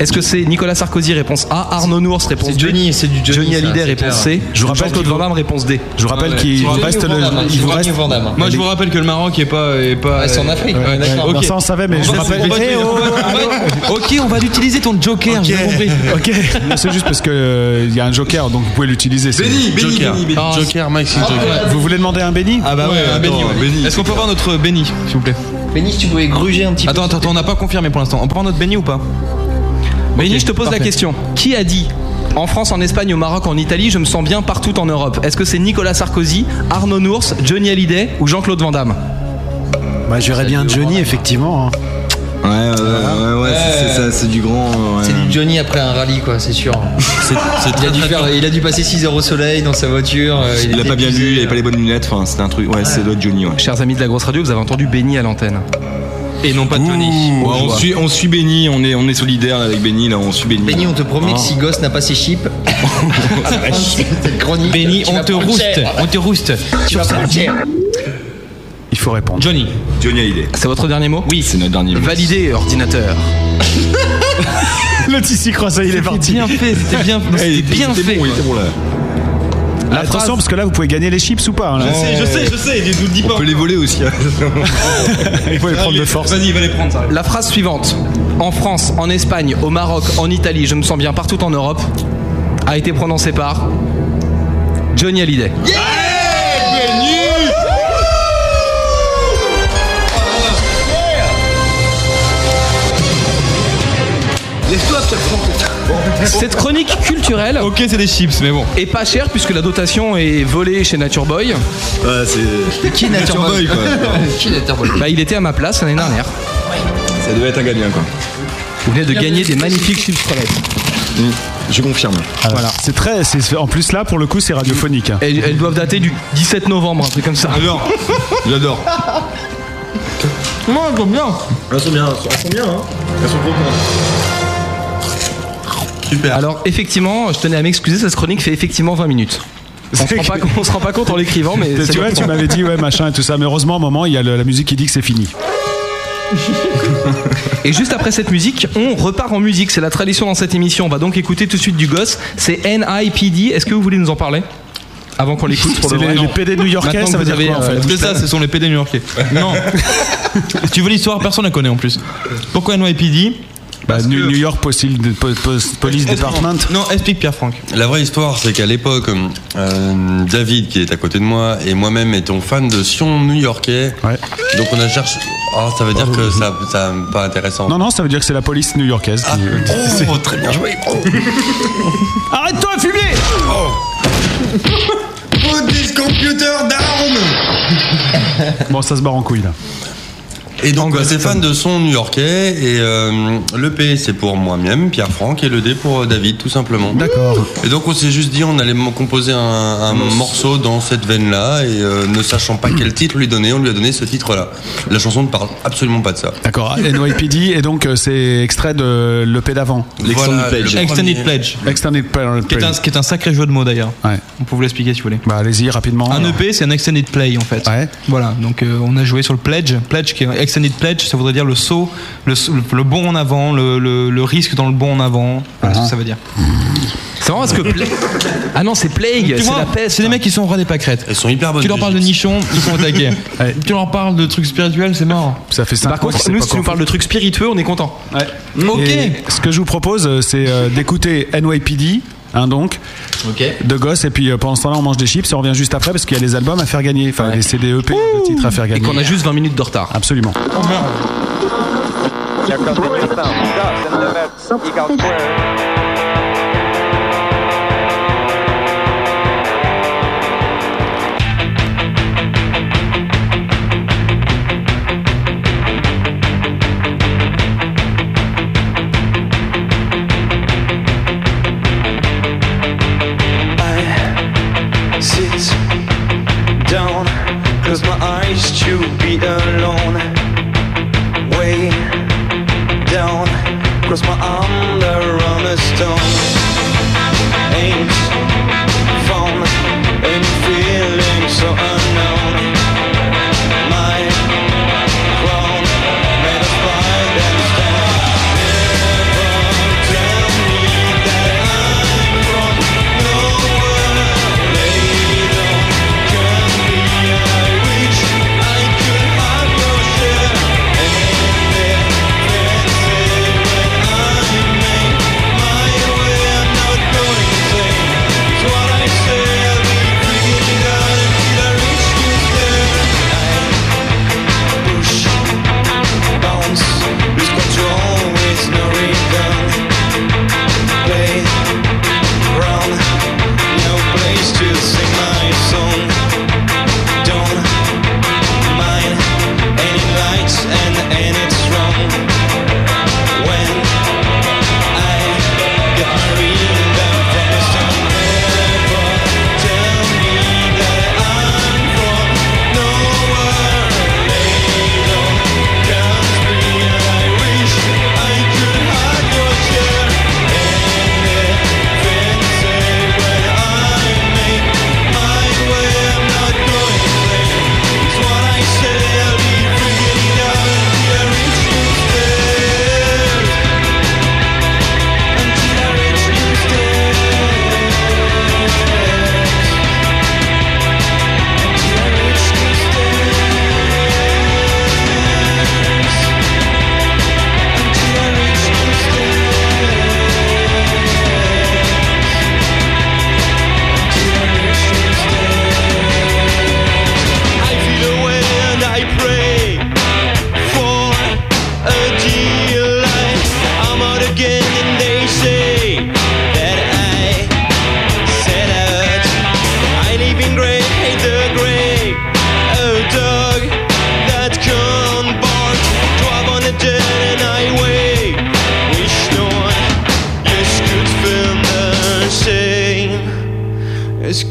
Est-ce que c'est Nicolas Sarkozy réponse A, Arnaud Nours réponse c'est B, Johnny, c'est du Johnny, Johnny ça, Hallyday c'est réponse clair. C, Je vous rappelle Jean-Claude qu'il- Van Damme réponse D. Je vous rappelle qu'il vous reste le- il vous reste- Moi, je vous rappelle que le Maroc est pas. Est pas Ah, c'est en Afrique. Ouais, D'accord. ok. Bah, ça, on savait, mais On je va- vous rappelle- on va- Eh, oh, Ok, on va utiliser ton Joker, j'ai compris. Ok. Non, c'est juste parce que euh, il y a un joker, donc vous pouvez l'utiliser. c'est- Béni, béni, joker. béni, béni. Ah, Joker, Maxi, Joker. Vous voulez demander un béni Ah bah ouais, un béni. ouais. Est-ce qu'on peut avoir notre béni, s'il vous plaît Béni, si tu pouvais gruger un petit Attends, attends, attends, on n'a pas confirmé pour l'instant. On prend notre béni ou pas Béni, je te pose la question. Qui a dit en France, en Espagne, au Maroc, en Italie, je me sens bien partout en Europe. Est-ce que c'est Nicolas Sarkozy, Arnaud Nours, Johnny Hallyday ou Jean-Claude Van Damme Bah, j'irais bien Johnny, effectivement. hein. Ouais, ouais, ouais, Ah. ouais, c'est- c'est ça, c'est du grand. euh, ouais. C'est du Johnny après un rallye, quoi, c'est sûr. il, a dû faire- il a dû passer 6 heures au soleil dans sa voiture. euh, Il a était pas bien épuisé. lu, il avait pas les bonnes lunettes, enfin c'était un truc. Ouais, c'est doit être Johnny, ouais. Chers amis de la grosse radio, vous avez entendu Béni à l'antenne. Et non pas Tony. Bonne on, joie. suit, on suit Benny, on est, on est solidaire avec Benny, là, on suit Benny. Béni, on te promet que si Gosse n'a pas ses chips, cette chronique. Béni, tu on vas te prendre rouste, cher. on te rouste. Tu vas prendre cher. Il faut répondre. Johnny. Johnny Hallyday. C'est votre dernier mot Oui, c'est notre dernier mot. Validé, ordinateur. Le tissu croisé, il est parti. Bien fait, c'était bien, c'était bien fait. Eh, il était bon là. Là, Attention, parce que là, vous pouvez gagner les chips ou pas. hein, là. sais, je vous le dis Ah, On peut les voler aussi. hein. Il faut les prendre de force. Vas-y, il va les prendre, ça. La phrase suivante En France, en Espagne, au Maroc, en Italie, je me sens bien partout en Europe a été prononcée par Johnny Hallyday. Laisse-toi te Cette chronique culturelle. Ok, c'est des chips, mais bon. Et pas cher puisque la dotation est volée chez Nature Boy. c'est. Qui est Nature Boy, quoi Qui est Nature Boy Bah, il était à ma place l'année dernière. Ça devait être un gagnant, quoi. Vous venez de gagner des magnifiques chips crevettes. Je confirme. Voilà. C'est très. c'est- En plus, là, pour le coup, c'est radiophonique. hein. Elles, elles doivent dater du 17 novembre, un truc comme ça. J'adore. J'adore. Non, elles sont bien. Elles sont bien, elles sont bien, hein. Elles sont trop Super. Alors, effectivement, je tenais à m'excuser, cette chronique fait effectivement 20 minutes. On se, rend pas, on se rend pas compte en l'écrivant, mais. c'est tu vois, le tu temps. m'avais dit ouais machin et tout ça, mais heureusement, à un moment, il y a le- la musique qui dit que c'est fini. Et juste après cette musique, on repart en musique. C'est la tradition dans cette émission. On va donc écouter tout de suite du gosse. C'est NIPD. Est-ce que vous voulez nous en parler Avant qu'on l'écoute pour C'est le les- vrai. les PD new-yorkais, Maintenant ça veut que vous dire avez, quoi, en euh, fait Parce que ça, ce sont les PD new-yorkais. Non. tu veux l'histoire, personne la connaît en plus. Pourquoi NYPD Bah, New, New York Postal- de- Po- Post- Police Department. Non, explique Pierre-Franck. La vraie histoire, c'est qu'à l'époque, euh, David, qui est à côté de moi, et moi-même étions fans de Sion new-yorkais. Donc on a cherché. Oh, ça veut dire que ça, ça pas intéressant. Non, non, ça veut dire que c'est la police new-yorkaise. qui- c'est- Oh, très bien joué. Oh. Arrête-toi, fumier Put this computer down euh, bon, ça se barre en couille là. Et donc, c'est fan de son new-yorkais. Et euh, le P, c'est pour moi-même, Pierre-Franck, et le D pour euh, David, tout simplement. D'accord. Et donc, on s'est juste dit, on allait m- composer un, un morceau dans cette veine-là. Et euh, ne sachant pas quel titre lui donner, on lui a donné ce titre-là. La chanson ne parle absolument pas de ça. D'accord, NYPD, et donc euh, c'est extrait de l'EP d'avant. L'extended Voilà, Pledge. le Extended premier. Pledge. Extended Pledge. Qui est, un, qui est un sacré jeu de mots d'ailleurs. On peut vous l'expliquer si vous voulez. Bah, allez-y rapidement. Un E alors. EP, c'est un extended play en fait. Voilà, donc euh, on a joué sur le pledge. Pledge qui est extended pledge, ça voudrait dire le saut, le, saut- le bond en avant, le, le- le risque dans le bond en avant. Voilà ce que ça veut dire. C'est marrant parce que. Pla- Ah non, c'est Plague, Tu c'est vois, la peste. hein. C'est des mecs qui sont au roi des pâquerettes. Ils sont hyper bonnes. Tu leur parles de nichons, ils sont au taquet. Tu leur parles de trucs spirituels, c'est mort. Ça fait Par contre, nous, si tu nous parles de trucs spiritueux, on est content. Ok. ce que je vous propose, euh, c'est euh, d'écouter NYPD, hein, donc, de gosses, et puis euh, pendant ce temps-là, on mange des chips, et on revient juste après parce qu'il y a les albums à faire gagner, enfin les CD, EP, le titre à faire gagner. Et qu'on a juste 20 minutes de retard. Absolument. I sit down, close my eyes to be alone. Way down, cross my arm around a stone.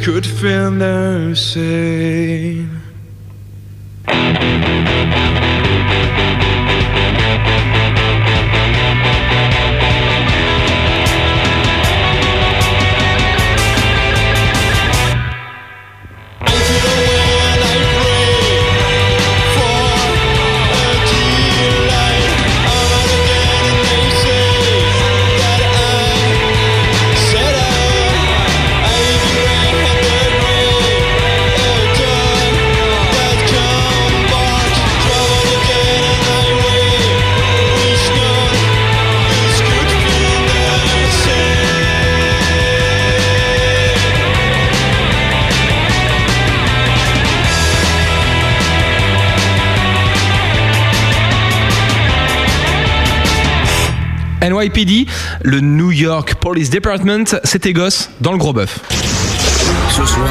could feel the same. NYPD, le New York Police Department, c'était gosse dans le gros bœuf. Ce soir,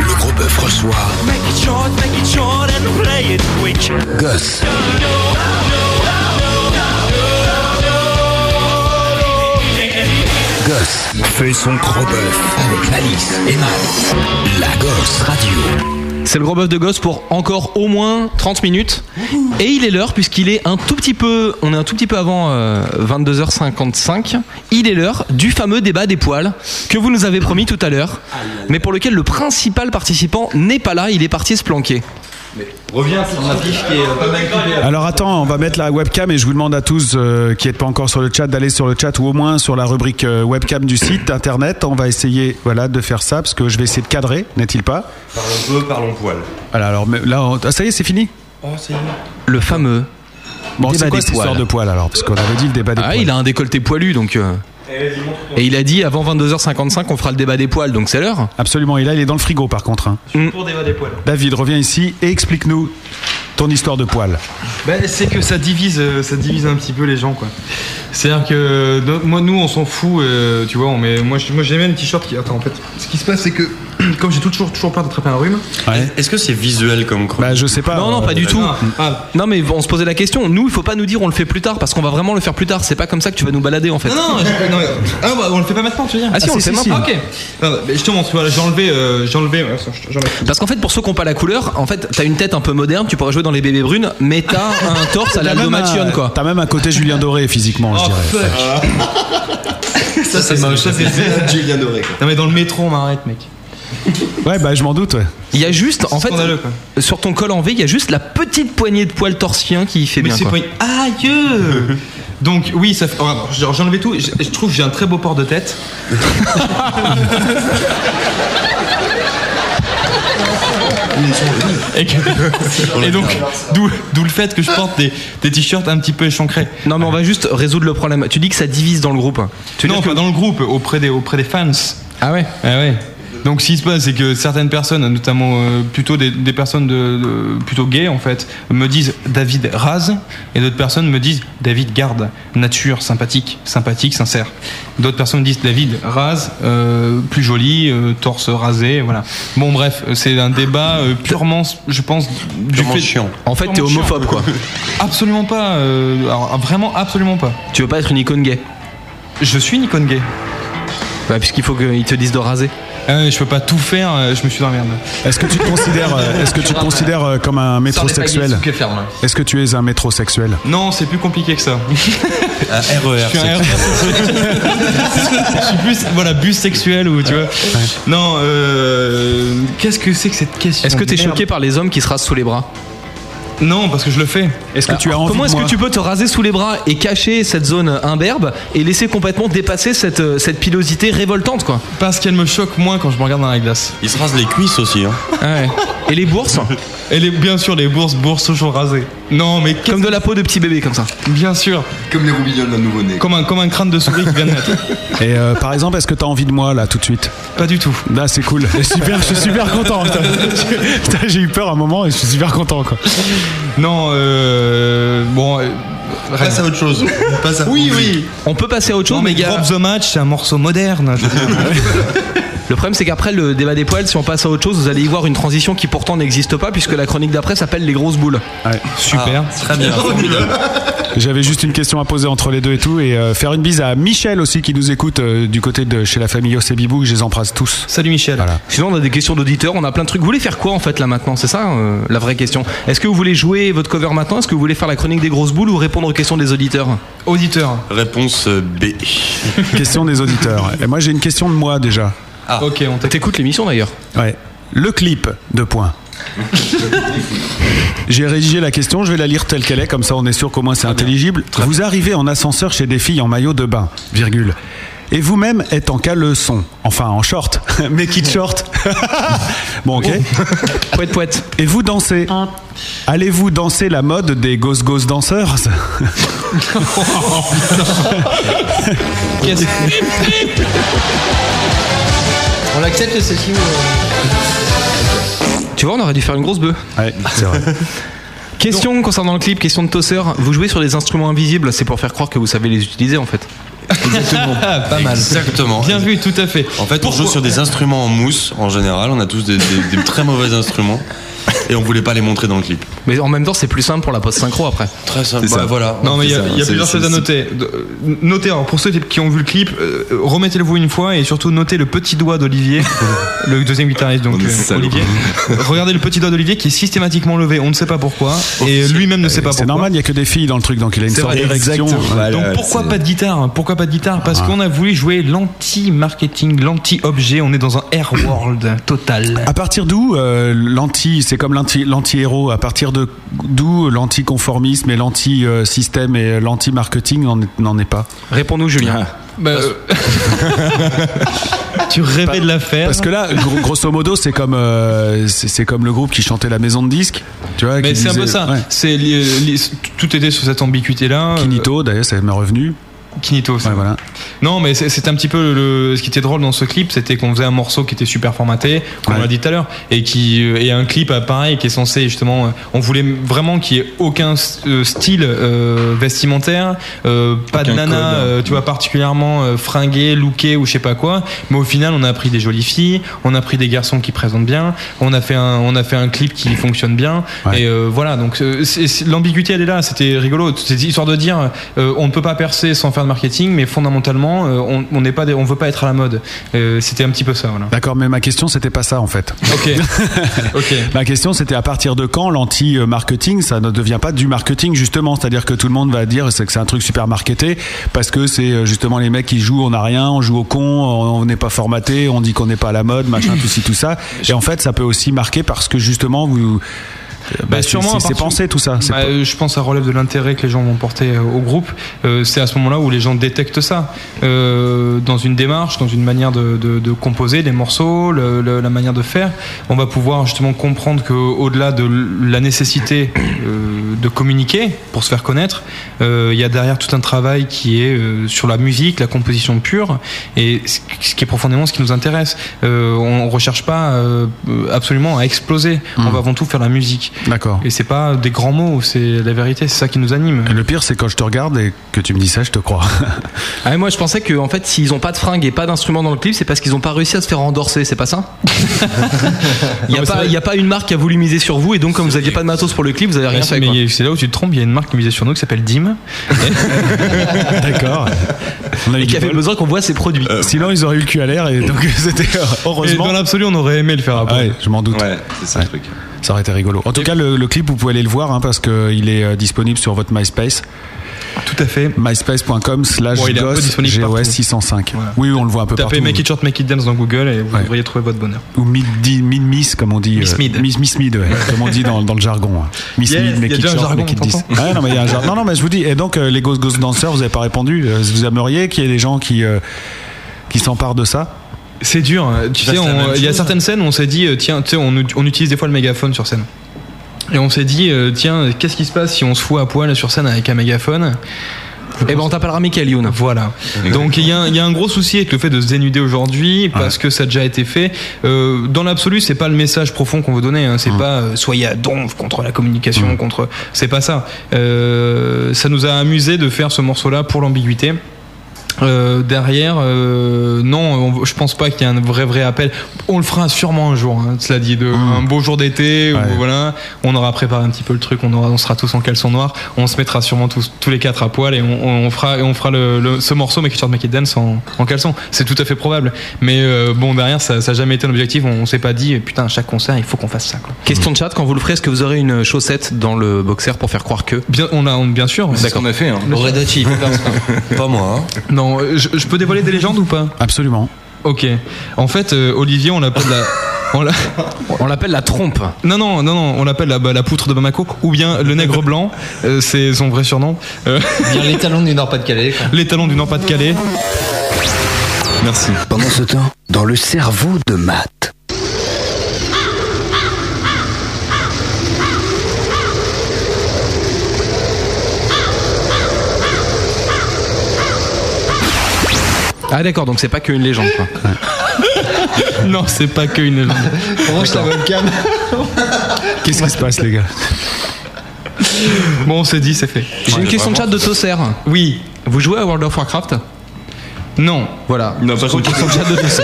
le gros bœuf reçoit Make it short, make it short and play it quick. Gosse. Gosse fait son gros bœuf avec Malice et Matt. La Gosse Radio. C'est le gros bœuf de gosse pour encore au moins 30 minutes. Et il est l'heure, puisqu'il est un tout petit peu. On est un tout petit peu avant euh, 22h55. Il est l'heure du fameux débat des poils que vous nous avez promis tout à l'heure, mais pour lequel le principal participant n'est pas là, il est parti se planquer. Reviens sur ma fiche qui est euh, pas mal collée. Alors attends, on va mettre la webcam et je vous demande à tous euh, qui n'êtes pas encore sur le chat d'aller sur le chat ou au moins sur la rubrique euh, webcam du site internet. On va essayer voilà, de faire ça parce que je vais essayer de cadrer, n'est-il pas Parlons peu, parlons poil. Voilà, alors mais là, on- ah, ça y est, c'est fini Oh, c'est Le fameux. Bon, débat c'est quoi des cette poils. histoire de poil alors Parce qu'on avait dit le débat des Ah, poils. il a un décolleté poilu donc. euh, Et il a dit avant 22h55 on fera le débat des poils donc c'est l'heure. Absolument, et là il est dans le frigo par contre. hein. Pour débat des poils. David, reviens ici et explique-nous ton histoire de poil. Ben, c'est que ça divise, euh, ça divise un petit peu les gens, quoi. C'est-à-dire que euh, donc, moi, nous, on s'en fout, euh, tu vois. On met, moi, je- moi, j'ai même un t-shirt qui. Attends, en fait, ce qui se passe, c'est que comme j'ai toujours, toujours peur d'attraper un rhume. Est-ce que c'est visuel comme chronique Bah, je sais pas. Non, non, pas du tout. Ah, Non, mais on se posait la question. Nous, il faut pas nous dire on le fait plus tard parce qu'on va vraiment le faire plus tard. C'est pas comme ça que tu vas nous balader en fait. Non, non, je- non, mais- ah, bah, on le fait pas maintenant, tu veux dire Ah, si, on le fait maintenant. Ok. Non, non, mais justement, tu vois, j'ai enlevé. euh, j'ai enlevé. ouais, ça, je- j'en ai- Parce qu'en fait, pour ceux qui n'ont pas la couleur, en fait, t'as une tête un peu moderne, tu pourrais jouer dans les bébés brunes, mais t'as un torse à T'as la même Dalmatian, euh, un- quoi. Oh, T'as même un côté Julien Doré physiquement, je dirais. Ça, c'est moche. Ça, c'est Julien Doré. Non, mais dans le métro, on m'arrête, mec. Ouais, bah je m'en doute. ouais. Il y a juste, en fait, scandaleux, quoi. sur ton col en V, il y a juste la petite poignée de poils torsien qui fait Mais bien. c'est quoi. pas une- Aïe Donc oui, ça fait... oh, attends, j'ai- j'ai enlevé tout. Je, je trouve que j'ai un très beau port de tête. Et, que- et donc, d'où d'où le fait que je porte des, des t-shirts un petit peu échancrés. Non, mais on va juste résoudre le problème. Tu dis que ça divise dans le groupe. Tu veux non, dire que- enfin, dans le groupe, auprès des, auprès des fans. Ah ouais ouais. Donc, ce qui se passe, c'est que certaines personnes, notamment euh, plutôt des, des personnes de, de- plutôt gays en fait, me disent David rase, et d'autres personnes me disent David garde, nature, sympathique, sympathique, sincère. D'autres personnes me disent David rase, euh, plus joli, euh, torse rasé, voilà. Bon, bref, c'est un débat euh, purement, je pense, du Purement fait chiant. En fait, t'es Purement chiant. homophobe, quoi. Absolument pas. euh, alors, vraiment, absolument pas. Tu veux pas être une icône gay Je suis une icône gay. Bah, puisqu'il faut qu'ils te disent de raser. Euh, je peux pas tout faire, euh, je me suis dans la merde. Est-ce que tu te considères, euh, est-ce que tu te considères euh, comme un métrosexuel Sors des paillettes, sous que ferme, là. Est-ce que tu es un métrosexuel Non, c'est plus compliqué que ça. RER. E Je suis un RER. Je suis plus voilà bus sexuel ou tu vois. Non, euh, qu'est-ce que c'est que cette question Est-ce que t'es de merde choqué par les hommes qui se rasent sous les bras Non, parce que je le fais. Est-ce que tu as envie Comment de est-ce moi que tu peux te raser sous les bras et cacher cette zone imberbe et laisser complètement dépasser cette, euh, cette pilosité révoltante quoi Parce qu'elle me choque moins quand je me regarde dans la glace. Il se rase les cuisses aussi. Hein. Ah Et les bourses Et les, bien sûr, les bourses, bourses toujours rasées. Non, mais Comme de la peau de petit bébé, comme ça. Bien sûr. Comme les roubignoles d'un nouveau-né. Comme un, comme un crâne de souris qui vient de naître. Et euh, par exemple, est-ce que t'as envie de moi là tout de suite Pas du tout. Là, c'est cool. Et super, je suis super content. putain. Putain, J'ai eu peur un moment et je suis super content quoi. Non, euh, bon. euh, rien. Passe à autre chose. Passe à... Oui, oui. On peut passer à autre chose, Non, mais mais gars. Drop the Match, c'est un morceau moderne. je veux dire. Le problème, c'est qu'après le débat des poils, si on passe à autre chose, vous allez y voir une transition qui pourtant n'existe pas, puisque la chronique d'après s'appelle Les grosses boules. Super. très bien. J'avais juste une question à poser entre les deux et tout, et euh, faire une bise à Michel aussi qui nous écoute euh, du côté de chez la famille Ocebibou, que je les embrasse tous. Salut Michel. Sinon, on a des questions d'auditeurs, on a plein de trucs. Vous voulez faire quoi en fait là maintenant C'est ça euh, la vraie question. Est-ce que vous voulez jouer votre cover maintenant Est-ce que vous voulez faire la chronique des grosses boules ou répondre aux questions des auditeurs Auditeurs. Réponse euh, B. question des auditeurs. Et moi, j'ai une question de moi déjà. Ah, ok, on t'écoute l'émission d'ailleurs. Ouais. Le clip, deux points. J'ai rédigé la question, je vais la lire telle qu'elle est, comme ça on est sûr qu'au moins c'est intelligible. Vous arrivez en ascenseur chez des filles en maillot de bain, virgule. Et vous-même êtes en caleçon, enfin en short, mais kit short. bon, ok. Poète, poète. Et vous dansez. Allez-vous danser la mode des Ghost Ghost Dancers On l'accepte ceci Tu vois, on aurait dû faire une grosse bœuf. Ouais, c'est vrai. Question concernant le clip, question de tosser. Vous jouez sur des instruments invisibles, c'est pour faire croire que vous savez les utiliser en fait. Exactement. Pas mal. Exactement. Bien vu, tout à fait. En fait, on joue sur des instruments en mousse en général. On a tous des, des- des très mauvais instruments et on voulait pas les montrer dans le clip. Mais en même temps, c'est plus simple pour la post-synchro après. Très simple. Bah, voilà. Non, mais il y a, C'est ça, il y a c'est- plusieurs c'est- choses à c'est- noter. De- euh, Notez, alors pour ceux qui ont vu le clip, euh, remettez-le-vous une fois et surtout notez le petit doigt d'Olivier, le deuxième guitariste, donc On est euh, salaud. Olivier. Regardez le petit doigt d'Olivier qui est systématiquement levé, on ne sait pas pourquoi, Oh, et lui-même ne sait pas C'est pourquoi. normal, il n'y a que des filles dans le truc, donc il a une C'est sorte vrai, d'érection. exact. Euh, Donc pourquoi pas de guitare hein, Pourquoi pas de guitare Parce Ah. qu'on a voulu jouer l'anti-marketing, l'anti-objet. On est dans un air world total. À partir d'où euh, l'anti, c'est comme l'anti- l'anti-héros, à partir de d'où l'anticonformisme et l'anti-système et l'anti-marketing n'en est- n'en est pas Réponds-nous, Julien. Ah. Bah, euh, tu rêvais de la faire. Parce que là, gro- grosso modo, c'est comme, euh, c'est c'est comme le groupe qui chantait la maison de disques. Tu vois, Mais qui c'est un peu disait- ça. ouais. C'est li- li- tout était sous cette ambiguïté là. Kinito, d'ailleurs, ça m'est revenu. Kinito, ça. voilà. Non, mais c'est- c'est un petit peu le. Ce qui était drôle dans ce clip, c'était qu'on faisait un morceau qui était super formaté, comme on l'a dit tout à l'heure, et qui euh, et un clip euh, pareil qui est censé justement. euh, On voulait vraiment qu'il y ait aucun s- euh, style euh, vestimentaire, euh, pas de Aucun nana, code. euh, tu vois, particulièrement euh, fringué, looké ou je sais pas quoi. Mais au final, on a pris des jolies filles, on a pris des garçons qui présentent bien, on a fait un on a fait un clip qui fonctionne bien. Et euh, voilà, donc euh, c'est- c'est- l'ambiguïté elle est là. C'était rigolo, c'est histoire de dire euh, on ne peut pas percer sans faire de marketing, mais fondamentalement, euh, on on n'est pas des- on veut pas être à la mode. Euh, C'était un petit peu ça, voilà. D'accord, mais ma question, c'était pas ça en fait. Ok. ok. Ma question, c'était à partir de quand l'anti-marketing, ça ne devient pas du marketing justement, c'est-à-dire que tout le monde va dire c'est que c'est un truc super marketé parce que c'est euh, justement les mecs qui jouent, on n'a rien, on joue au con, on on n'est pas formaté, on dit qu'on n'est pas à la mode, machin, tout ci, tout ça. Et en fait, ça peut aussi marquer parce que justement vous, euh, bah, c'est- sûrement, c'est- à c'est partir- pensé tout ça. C'est Bah, euh, Je pense que ça relève de l'intérêt que les gens vont porter euh, au groupe. Euh, c'est à ce moment-là où les gens détectent ça. Euh, dans une démarche, dans une manière de, de- de composer des morceaux, le- le- la manière de faire, on va pouvoir justement comprendre qu'au-delà de l- la nécessité euh, de communiquer pour se faire connaître, euh, il y a derrière tout un travail qui est euh, sur la musique, la composition pure, et ce ce qui est profondément ce qui nous intéresse. Euh, on ne recherche pas euh, absolument à exploser. On va avant tout faire la musique. D'accord. Et c'est pas des grands mots, c'est la vérité, c'est ça qui nous anime. Le pire, c'est quand je te regarde et que tu me dis ça, je te crois. Ah, mais moi je pensais que en fait s'ils ont pas de fringues et pas d'instruments dans le clip c'est parce qu'ils ont pas réussi à se faire endorser c'est pas ça Il y a mais c'est pas vrai. il y a pas une marque qui a voulu miser sur vous et donc comme vous aviez pas de matos pour le clip vous avez rien Mais fait Ah, mais quoi. il y a- c'est là où tu te trompes, il y a une marque qui misait sur nous qui s'appelle Dim. D'accord. On a eu et du qui avait bol. besoin qu'on voit ses produits Euh, Sinon, ils auraient eu le cul à l'air et donc c'était euh, heureusement. Ah Et dans l'absolu, on aurait aimé le faire après. Ouais, je m'en doute. Ouais. Ça aurait été rigolo. En tout cas, le, le clip, vous pouvez aller le voir hein, parce qu'il est euh, disponible sur votre MySpace. Tout à fait. MySpace.com slash Bon, il est un peu disponible partout. GOS605. Oui, on le voit un peu Tapez partout. Make It Short, Make It Dance dans Google et vous devriez trouver votre bonheur. Ou Mid-Miss, comme on dit. Miss euh, Mid. Miss, Miss Mid, ouais, comme on dit dans, dans le jargon. hein. Miss Yes, Mid, il y Make a It déjà un Short, jargon, Make It This. t'entends Ah, non, mais il y a un jargon. Non, non, mais je vous dis. Et donc, euh, les Ghost Ghost Dancers, vous n'avez pas répondu. Euh, Vous aimeriez qu'il y ait des gens qui, euh, qui s'emparent de ça C'est dur. hein. Tu Bah, c'est sais, la on- même il y a chose. certaines scènes où on s'est dit, euh, tiens, tu sais, on, on utilise des fois le mégaphone sur scène. Et on s'est dit, euh, tiens, qu'est-ce qui se passe si on se fout à poil sur scène avec un mégaphone Eh ben on t'appellera Michael Youn. Voilà. Donc il y, a un- il y a un gros souci avec le fait de se dénuder aujourd'hui parce que ça a déjà été fait. Euh, dans l'absolu, c'est pas le message profond qu'on veut donner. hein. C'est Hum. pas euh, soyez à donf contre la communication, contre. C'est pas ça. Euh, ça nous a amusé de faire ce morceau-là pour l'ambiguïté. Euh, derrière, euh, non, on- je pense pas qu'il y ait un vrai vrai appel. On le fera sûrement un jour, hein, cela dit, de, un beau jour d'été où, voilà, on aura préparé un petit peu le truc, on, aura- on sera tous en caleçon noir, on se mettra sûrement tous, tous les quatre à poil et on, on- on fera et on fera le, le- ce morceau Make It Short, Make It Dance en, en caleçon. C'est tout à fait probable. Mais euh, bon, derrière, ça n'a jamais été un objectif. On, on s'est pas dit, putain, à chaque concert, il faut qu'on fasse ça. Quoi. Question de chat, quand vous le ferez, est-ce que vous aurez une chaussette dans le boxer pour faire croire que Bien, on a, on- bien sûr. C'est ce qu'on a fait. Hein. Red Hot Chili Peppers, quoi. Pas moi. Non, euh, je, je peux dévoiler des légendes ou pas Absolument. Ok. En fait, euh, Olivier, on l'appelle la. On l'a- On l'appelle la trompe. Non, non, non, non, on l'appelle la, bah, la poutre de Bamako, ou bien le nègre blanc, euh, c'est son vrai surnom. Euh, les talons du Nord-Pas-de-Calais. quoi. les talons du Nord-Pas-de-Calais. Merci. Pendant ce temps, dans le cerveau de Matt. Ah d'accord, donc c'est pas qu'une légende. Quoi. non, c'est pas qu'une légende. On range la webcam. Qu'est-ce qui se passe, les gars Bon, on s'est dit, c'est fait. J'ai une question de chat de Tosser. Oui. Vous jouez à World of Warcraft Non. Voilà. Non, pas C'est une question de chat de Tosser.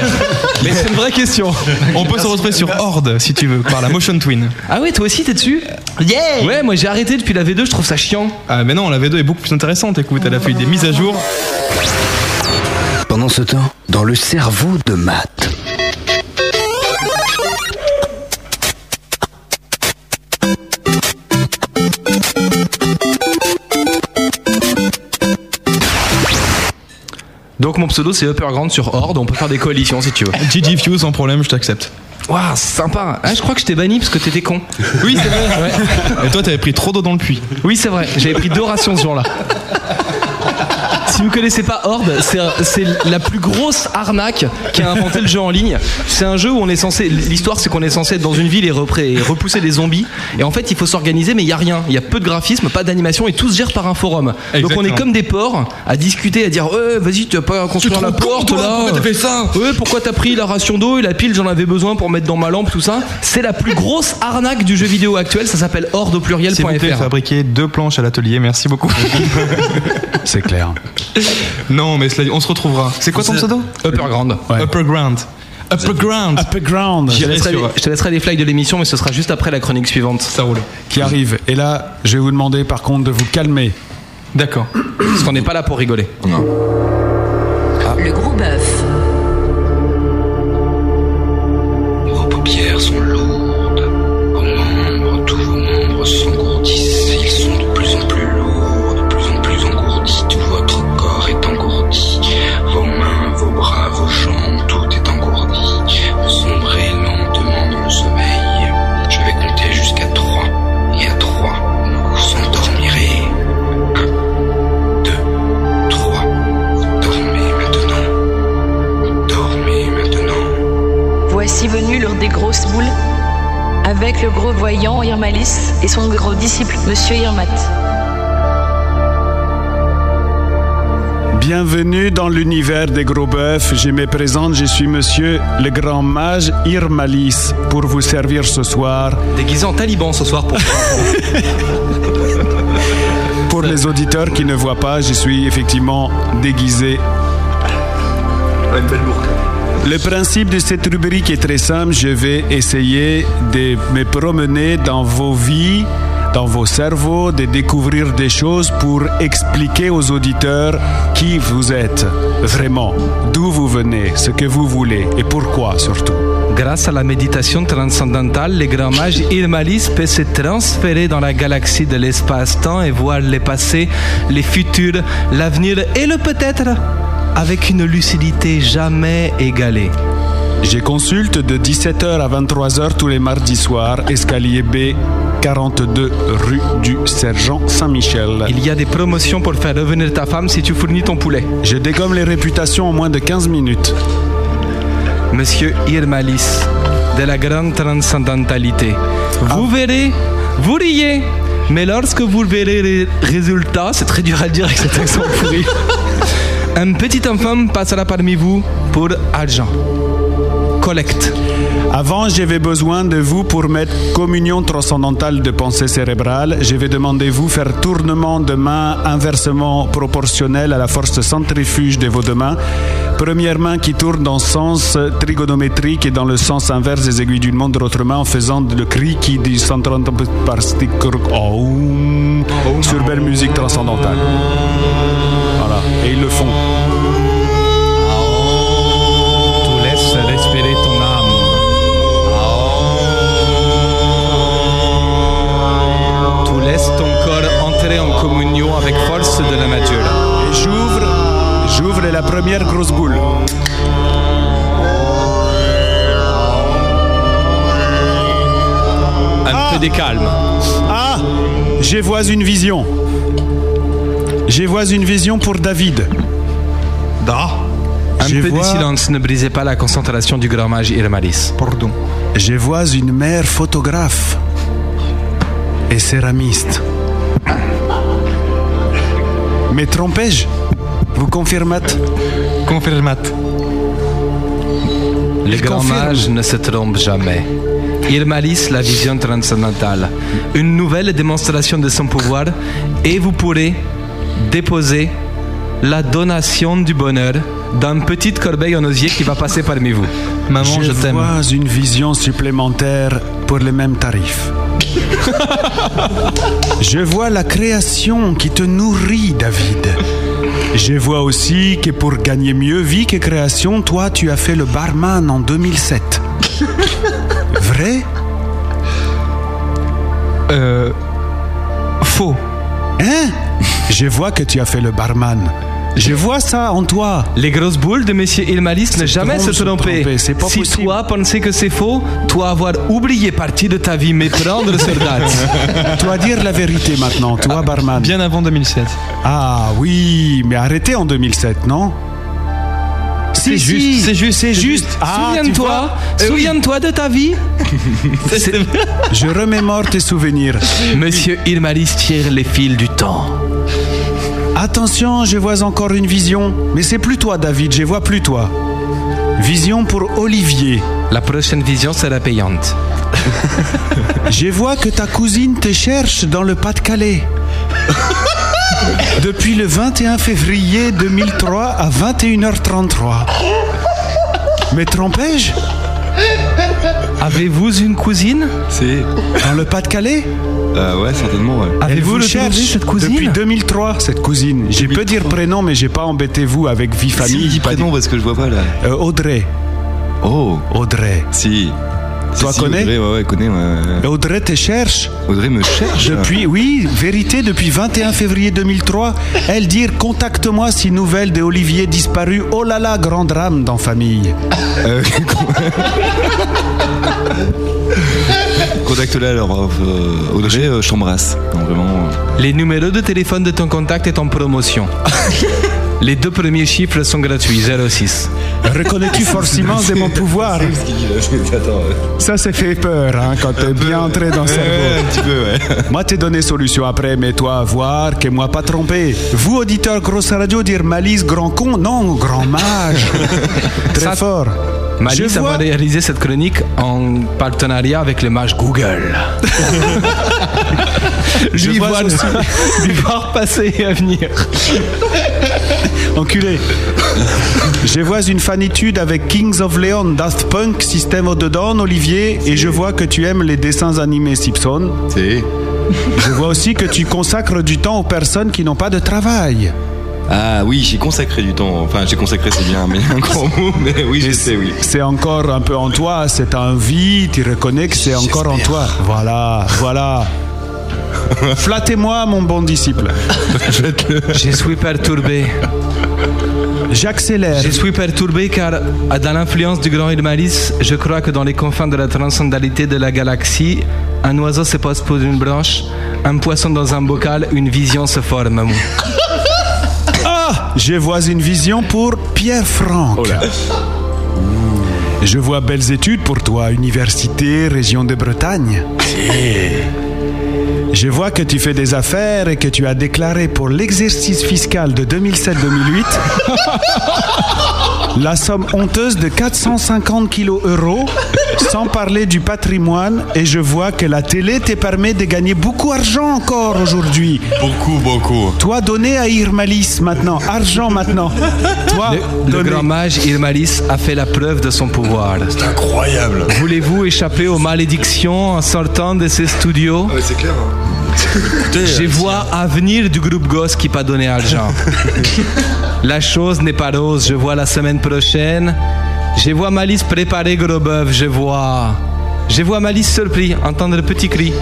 Mais c'est une vraie question. On peut se retrouver sur Horde, si tu veux, par la Motion Twin. Ah ouais, toi aussi t'es dessus Yeah Ouais, moi j'ai arrêté depuis la V2, je trouve ça chiant. Ah, mais non, la V2 est beaucoup plus intéressante, écoute, elle a fait des mises à jour. Pendant ce temps, dans le cerveau de Matt. Donc mon pseudo c'est Upperground sur Horde, on peut faire des coalitions si tu veux. GG Few, sans problème, je t'accepte. Waouh, sympa. Ah, je crois que je t'ai banni parce que t'étais con. Oui, c'est vrai. Et toi, t'avais pris trop d'eau dans le puits. Oui, c'est vrai. J'avais pris deux rations ce jour-là. Si vous connaissez pas Horde, c'est c'est la plus grosse arnaque qui a inventé le jeu en ligne. C'est un jeu où on est censé. L'histoire, c'est qu'on est censé être dans une ville et, repré- et repousser des zombies. Et en fait, il faut s'organiser, mais il y a rien. Il y a peu de graphisme, pas d'animation, et tout se gère par un forum. Exactement. Donc on est comme des porcs à discuter, à dire Ouais, vas-y, tu vas pas construire la porte là. Pourquoi t'as fait ça Ouais, pourquoi t'as pris la ration d'eau et la pile, j'en avais besoin pour mettre dans ma lampe, tout ça. C'est la plus grosse arnaque du jeu vidéo actuel. Ça s'appelle Horde au S'il vous plaît, pluriel.fr. fabriquer deux planches à l'atelier, merci beaucoup. C'est clair. Non, mais cela dit, on se retrouvera. C'est quoi ton pseudo Upperground. Upperground. Upperground. Upperground. Je te, laisserai, Sur- je te laisserai les flags de l'émission, mais ce sera juste après la chronique suivante. Ça roule. Qui arrive. Et là, je vais vous demander par contre de vous calmer. D'accord. Parce qu'on n'est pas là pour rigoler. Le gros bœuf. Vos paupières sont lourdes, vos membres, tous vos membres s'engourdissent, ils sont de plus en plus lourds, de plus en plus engourdis, tout votre corps est engourdi, vos mains, vos bras, vos jambes, tout est engourdi, vous sombrez lentement dans le sommeil, je vais compter jusqu'à 3, et à 3, vous vous endormirez. 1, 2, 3, vous dormez maintenant, vous dormez maintenant. Voici venu l'heure des grosses boules, avec le gros voyant Irmalis et son gros disciple, Monsieur Irmat. Bienvenue dans l'univers des gros bœufs. Je me présente, je suis monsieur le grand mage Irmalis pour vous servir ce soir. Déguisé en taliban ce soir pour Pour les auditeurs qui ne voient pas, je suis effectivement déguisé. Le principe de cette rubrique est très simple. Je vais essayer de me promener dans vos vies, dans vos cerveaux, de découvrir des choses pour expliquer aux auditeurs qui vous êtes vraiment, d'où vous venez, ce que vous voulez et pourquoi surtout. Grâce à la méditation transcendantale, les grands mages Irmalis peut se transférer dans la galaxie de l'espace-temps et voir le passé, les futurs, l'avenir et le peut-être avec une lucidité jamais égalée. Je consulte de 17h à 23h tous les mardis soirs, escalier B, 42 rue du Sergent Saint-Michel. Il y a des promotions pour faire revenir ta femme si tu fournis ton poulet. Je dégomme les réputations en moins de 15 minutes. Monsieur Irmalis, de la grande transcendantalité. Vous verrez, vous riez, mais lorsque vous verrez les résultats, c'est très dur à dire avec cet accent pourri. Un petit enfant passera parmi vous pour argent. collecte. Avant, j'avais besoin de vous pour mettre communion transcendantale de pensée cérébrale. Je vais demander vous faire tournement de main inversement proportionnel à la force centrifuge de vos deux mains. Première main qui tourne dans le sens trigonométrique et dans le sens inverse des aiguilles d'une montre, autre main en faisant le cri qui dit 130 par stick Aum sur belle musique transcendantale. Voilà, et ils le font. Tout laisse respirer ton âme. Tout laisse ton corps entrer en communion avec force de la nature. Et j'ouvre, j'ouvre la première grosse boule. Un peu de calme. Ah Je vois une vision. Je vois une vision pour David. Da Un peu de silence ne brisez pas la concentration du grand mage Irmalis. Pardon. Je vois une mère photographe et céramiste. Mais trompais-je Vous confirmate Confirmate. Le Il grand confirme. mage ne se trompe jamais. Irmalis, la vision transcendantale. Une nouvelle démonstration de son pouvoir et vous pourrez déposer la donation du bonheur dans une petite corbeille en osier qui va passer parmi vous. Maman, je, t'aime. vois une vision supplémentaire pour le même tarif. Je vois la création qui te nourrit, David. Je vois aussi que pour gagner mieux vie que création, toi, tu as fait le barman en 2007. Vrai Euh. Faux. Hein Je vois que tu as fait le barman. Je vois ça en toi. Les grosses boules de Monsieur Ilmalis ne jamais drôle, se se tromper. tromper, c'est pas si possible. toi pensais que c'est faux, toi avoir oublié partie de ta vie, mais prendre cette date. Toi dire la vérité maintenant, toi barman. Bien avant 2007. Ah oui, mais arrêtez en 2007, non C'est juste, c'est juste, c'est juste. Ah, tu Souviens-toi, souviens-toi de ta vie. Je remémore tes souvenirs. Monsieur Ilmalis tire les fils du temps. Attention, je vois encore une vision. Mais c'est plus toi, David, je vois plus toi. Vision pour Olivier. La prochaine vision sera payante. je vois que ta cousine te cherche dans le Pas-de-Calais. Depuis le 21 février 2003 à 21h33. Me trompais-je Avez-vous une cousine C'est. Dans le Pas-de-Calais Euh, ouais, certainement, ouais. Elle vous le cherche trouvé, cette cousine depuis 2003 cette cousine. J'ai peu dire prénom mais j'ai pas embêté vous avec vie famille. Si, dis pas prénom dit- parce que je vois pas là. Euh, Audrey. Oh. Audrey. Si. Toi, Si, si, connais Audrey, ouais, ouais, connais, ouais, ouais. Audrey te cherche. Audrey me cherche. Depuis, oui, vérité, depuis 21 février 2003, elle dit Contacte-moi si nouvelle de Olivier disparu. Oh là là, grand drame dans famille. Contacte-la alors, euh, Audrey, euh, je t'embrasse. Non, vraiment. euh. Les numéros de téléphone de ton contact est en promotion. Les deux premiers chiffres sont gratuits, 06. Reconnais-tu forcément de mon Ah, pouvoir euh, Ça, c'est fait peur hein, quand t'es bien entré dans le cerveau. un petit peu, ouais. Moi, t'ai donné solution après, mais toi, à voir, que moi pas trompé. Vous, auditeur grosse radio, dire malice, grand con, non, grand mage. Très fort. Je Malice vois- va réaliser cette chronique en partenariat avec le mage Google. Je lui, vois voir, aussi- lui voir passer et à venir. Enculé. Je vois une fanitude avec Kings of Leon, Daft Punk, Système au-dedans, Olivier, et je vois que tu aimes les dessins animés Simpson. Je vois aussi que tu consacres du temps aux personnes qui n'ont pas de travail. Ah oui, j'ai consacré du temps. Enfin, j'ai consacré, c'est bien, mais un grand mot. Mais oui, je sais, oui. C'est encore un peu en toi, cette envie, tu reconnais que c'est encore en toi. Voilà, voilà. Flattez-moi, mon bon disciple. Je suis perturbé. J'accélère. Je suis perturbé car, à- dans l'influence du grand Ilmaris, je crois que dans les confins de la transcendalité de la galaxie, un oiseau se pose pour une branche, un poisson dans un bocal, une vision se forme. Ah Je vois une vision pour Pierre Franck. Je vois belles études pour toi, université, région de Bretagne. Je vois que tu fais des affaires et que tu as déclaré pour l'exercice fiscal de 2007-2008 La somme honteuse de 450 kilos euros, sans parler du patrimoine, et je vois que la télé te permet de gagner beaucoup d'argent encore aujourd'hui. Beaucoup, beaucoup. Toi, donner à Irmalis maintenant, argent maintenant. Toi, Le, le grand mage Irmalis a fait la preuve de son pouvoir. C'est incroyable. Voulez-vous échapper aux malédictions en sortant de ces studios euh, c'est clair. Je vois avenir du groupe Gosse qui pas donné argent. la chose n'est pas rose, je vois la semaine prochaine. Je vois Malice préparer gros bœuf, je vois. Je vois Malice surpris, entendre le petit cri.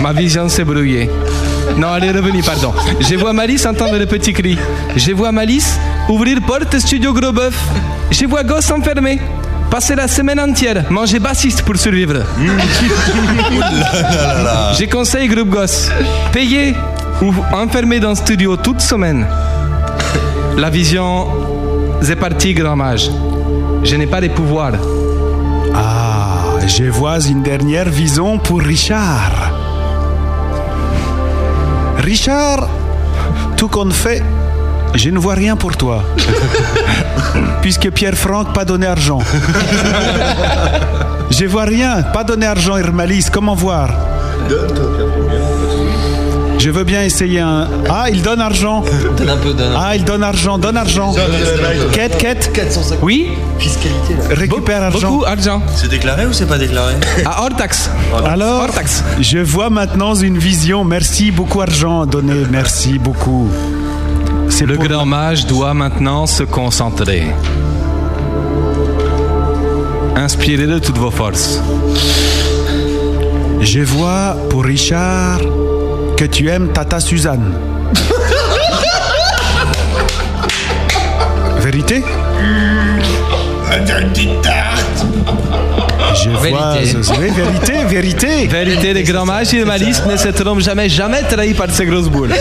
Ma vision s'est brouillée. Non, elle est revenue, pardon. Je vois Malice entendre le petit cri. Je vois Malice ouvrir porte studio gros bœuf. Je vois Gosse s'enfermer. Passer la semaine entière, manger bassiste pour survivre. J'ai conseille groupe gosse, payer ou enfermer dans le studio toute semaine. La vision est partie, grand mage. Je n'ai pas les pouvoirs. Ah, je vois une dernière vision pour Richard. Richard, tout qu'on fait, je ne vois rien pour toi. Puisque Pierre Franck pas donné argent. je vois rien, pas donné argent, Irmalis, comment voir je veux bien essayer un. Ah, il donne argent. Donne un peu, donne. Ah, il donne argent, donne argent. Quête, quête. 450. Oui Fiscalité là. Récupère argent. Beaucoup argent. C'est déclaré ou c'est pas déclaré Ah, hors taxe. Alors, je vois maintenant une vision. Merci beaucoup, argent donné. Merci beaucoup. Le grand mage doit maintenant se concentrer. Inspirez de toutes vos forces. Je vois pour Richard que tu aimes Tata Suzanne. Vérité Je vois. Oui, vérité, vérité. Vérité, les grands mages et les malices ne se trompent jamais, jamais trahis par ces grosses boules.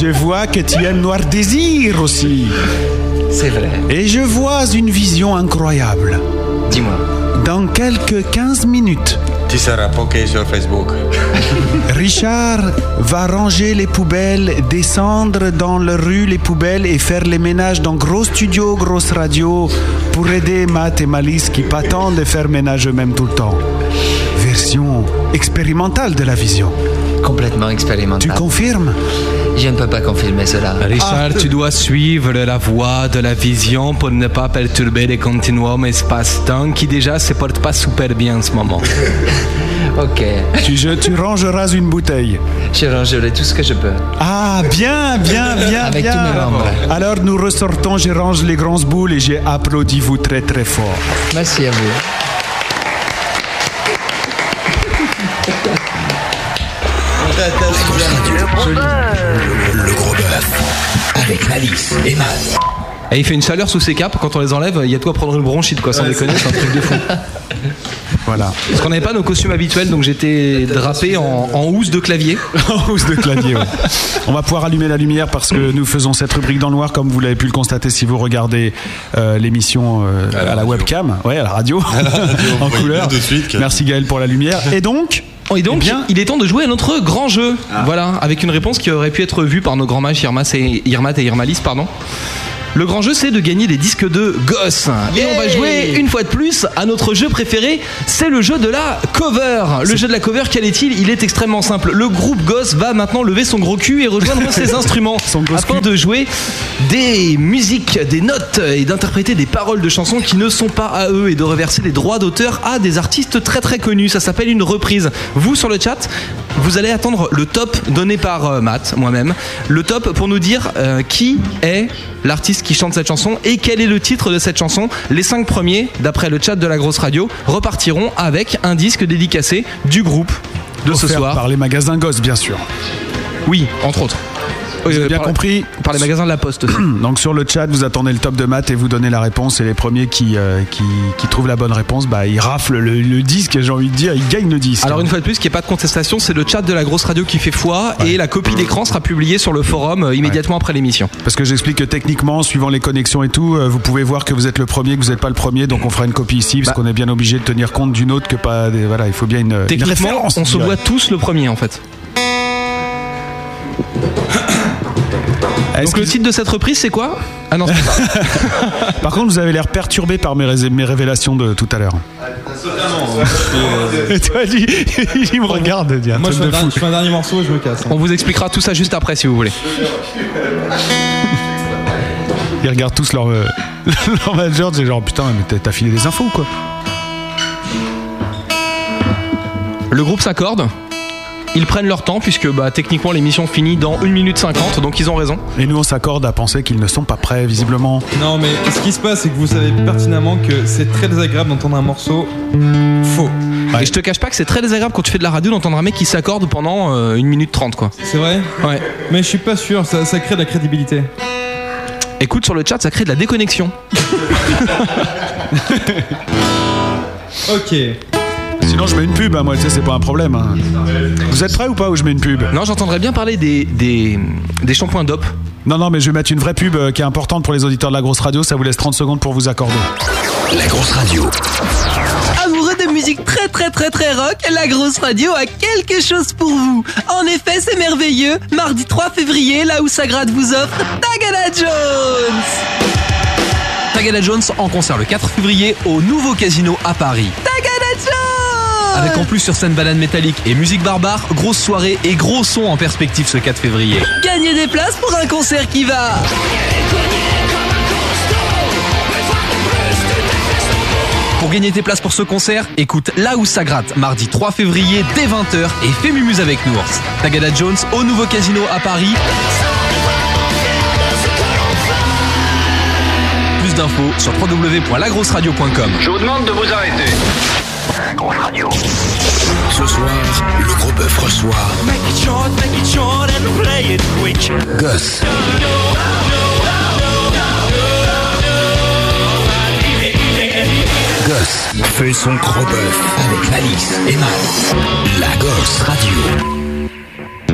Je vois que tu aimes Noir Désir aussi. C'est vrai. Et je vois une vision incroyable. Dis-moi. Dans quelques 15 minutes, Tu seras poké sur Facebook. Richard va ranger les poubelles, descendre dans la rue les poubelles et faire les ménages dans gros studio, grosse radio pour aider Matt et Malice qui patendent de faire ménage eux-mêmes tout le temps. Version expérimentale de la vision. Complètement expérimental. Tu confirmes Je ne peux pas confirmer cela. Richard, tu dois suivre la voie de la vision pour ne pas perturber les continuums espace-temps qui déjà se portent pas super bien en ce moment. ok. Tu, je- tu rangeras une bouteille. Je rangerai tout ce que je peux. Ah, bien, bien, bien, Avec bien. tous mes membres. Alors nous ressortons, je range les grandes boules et j'ai applaudi vous très très fort. Merci à vous. Le gros bœuf. Avec Malice et Matt. Et il fait une chaleur sous ses capes, quand on les enlève, il y a de quoi prendre une bronchite, quoi, sans déconner, c'est un truc de fou. Voilà. Parce qu'on n'avait pas nos costumes habituels, donc j'étais drapé en, en housse de clavier. en housse de clavier, ouais. On va pouvoir allumer la lumière parce que nous faisons cette rubrique dans le noir, comme vous l'avez pu le constater si vous regardez euh, l'émission euh, à la, webcam, ouais, à la radio, en couleur. Merci Gaël pour la lumière. Et donc Et donc, il est temps de jouer à notre grand jeu. Voilà, avec une réponse qui aurait pu être vue par nos grands mages Irmas et, Irmat et Irmalis, pardon. Le grand jeu, c'est de gagner des disques de gosse. Et on va jouer une fois de plus à notre jeu préféré, c'est le jeu de la cover. Le jeu de la cover, quel est-il Il est extrêmement simple. Le groupe gosse va maintenant lever son gros cul et rejoindre ses instruments afin de jouer des musiques, des notes et d'interpréter des paroles de chansons qui ne sont pas à eux et de reverser les droits d'auteur à des artistes très très connus. Ça s'appelle une reprise. Vous sur le chat, vous allez attendre le top donné par euh, Matt, moi-même, le top pour nous dire euh, qui est l'artiste qui chante cette chanson et quel est le titre de cette chanson. Les cinq premiers, d'après le chat de la grosse radio, repartiront avec un disque dédicacé du groupe de ce Offert soir. Par les magasins gosses, bien sûr. Oui, entre autres. Vous Oui, avez euh, bien par- compris. Par les magasins de la Poste. Donc sur le chat, vous attendez le top de maths et vous donnez la réponse. Et les premiers qui, euh, qui, qui trouvent la bonne réponse, bah, ils raflent le, le disque. et J'ai envie de dire, ils gagnent le disque. Alors une fois de plus, qu'il n'y ait pas de contestation, c'est le chat de la grosse radio qui fait foi et la copie d'écran sera publiée sur le forum euh, immédiatement après l'émission. Parce que j'explique que techniquement, suivant les connexions et tout, euh, vous pouvez voir que vous êtes le premier, que vous n'êtes pas le premier, donc on fera une copie ici, Bah. parce qu'on est bien obligé de tenir compte d'une autre que pas. Des, voilà, il faut bien une, une Techniquement, référence. on se dirais. voit tous le premier en fait. Eh Donc le titre de cette reprise, c'est quoi Ah non, c'est Par contre, vous avez l'air perturbé par mes, rés- mes révélations de tout à l'heure. Et toi, lui, il me regarde, il dit un Moi, je truc fais, un de dernier- fou. je fais un dernier morceau et je me casse. hein. On vous expliquera tout ça juste après si vous voulez. Ils regardent tous leur, euh, leur manager, c'est genre putain, mais t'as- t'as filé des infos ou quoi Le groupe s'accorde. Ils prennent leur temps puisque bah, techniquement l'émission finit dans 1 minute 50, donc ils ont raison. Et nous, on s'accorde à penser qu'ils ne sont pas prêts, visiblement. Non, mais ce qui se passe, c'est que vous savez pertinemment que c'est très désagréable d'entendre un morceau faux. Et je te cache pas que c'est très désagréable quand tu fais de la radio d'entendre un mec qui s'accorde pendant 1 minute 30 quoi. C'est vrai Ouais. Mais je suis pas sûr, ça, ça crée de la crédibilité. Écoute sur le chat, ça crée de la déconnexion. Ok. Sinon, je mets une pub, hein, moi, tu sais, c'est pas un problème. hein. Vous êtes prêts ou pas ou je mets une pub Non, j'entendrais bien parler des, des, des shampoings DOP. Non, non, mais je vais mettre une vraie pub euh, qui est importante pour les auditeurs de la grosse radio. Ça vous laisse 30 secondes pour vous accorder. La grosse radio. Amoureux de musique très très très très rock, la grosse radio a quelque chose pour vous. En effet, c'est merveilleux. Mardi 3 février, là où Sagrade vous offre Tagada Jones. Tagada Jones en concert le 4 février au nouveau casino à Paris. Tagada Jones. Avec en plus sur scène balade métallique et musique barbare, grosse soirée et gros son en perspective ce 4 février. Gagnez des places pour un concert qui va. Pour gagner tes places pour ce concert, écoute Là où ça gratte, mardi 3 février dès 20h et fais mumuse avec nous. Tagada Jones au nouveau casino à Paris. Plus d'infos sur www.lagrosseradio.com. Je vous demande de vous arrêter. Ce soir, le gros bœuf reçoit Make it short, make it short and play it quick. Gosse. Gosse fait son gros bœuf avec Malice et Matt. La Gosse Radio.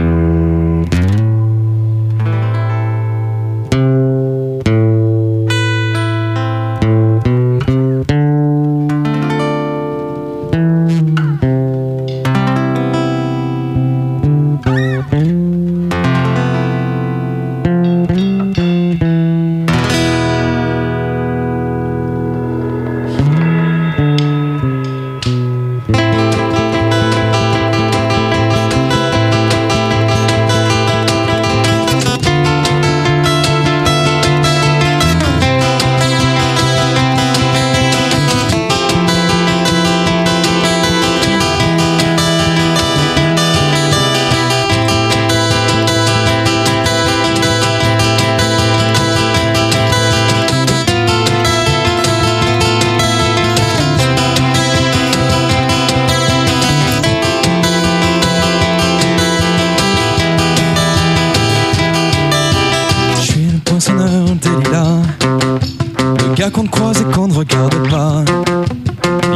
Je suis le poinçonneur des lilas Le gars qu'on ne croise et qu'on ne regarde pas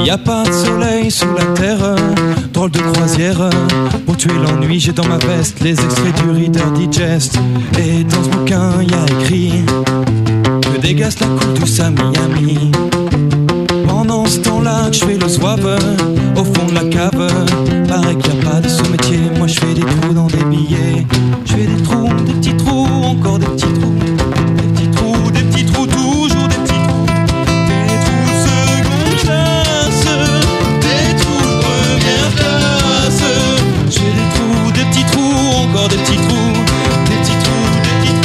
Y a pas de soleil sous la terre Drôle de croisière Pour tuer l'ennui j'ai dans ma veste Les extraits du Reader Digest Et dans ce bouquin y a écrit Que dégasse la coule douce à Miami pendant ce temps-là, je fais le soiveur au fond de la cave. Pareil qu'il n'y a pas de ce métier, moi je fais des trous dans des billets. Je fais des trous, des petits trous, encore des petits trous. Des petits trous, des petits trous, toujours des petits trous. Des trous seconde classe, des trous première classe. Je fais des trous, des petits trous, encore des petits trous. Des petits trous, des petits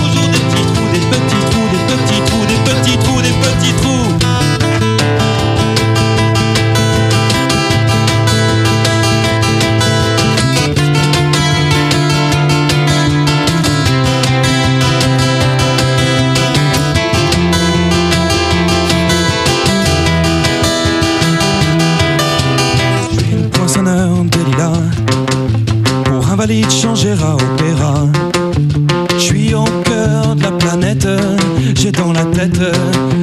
trous, toujours des petits trous. Des petits trous, des petits trous, des petits trous, des petits trous. poinçonneur de lilas Pour invalide changer à opéra Je suis au cœur de la planète J'ai dans la tête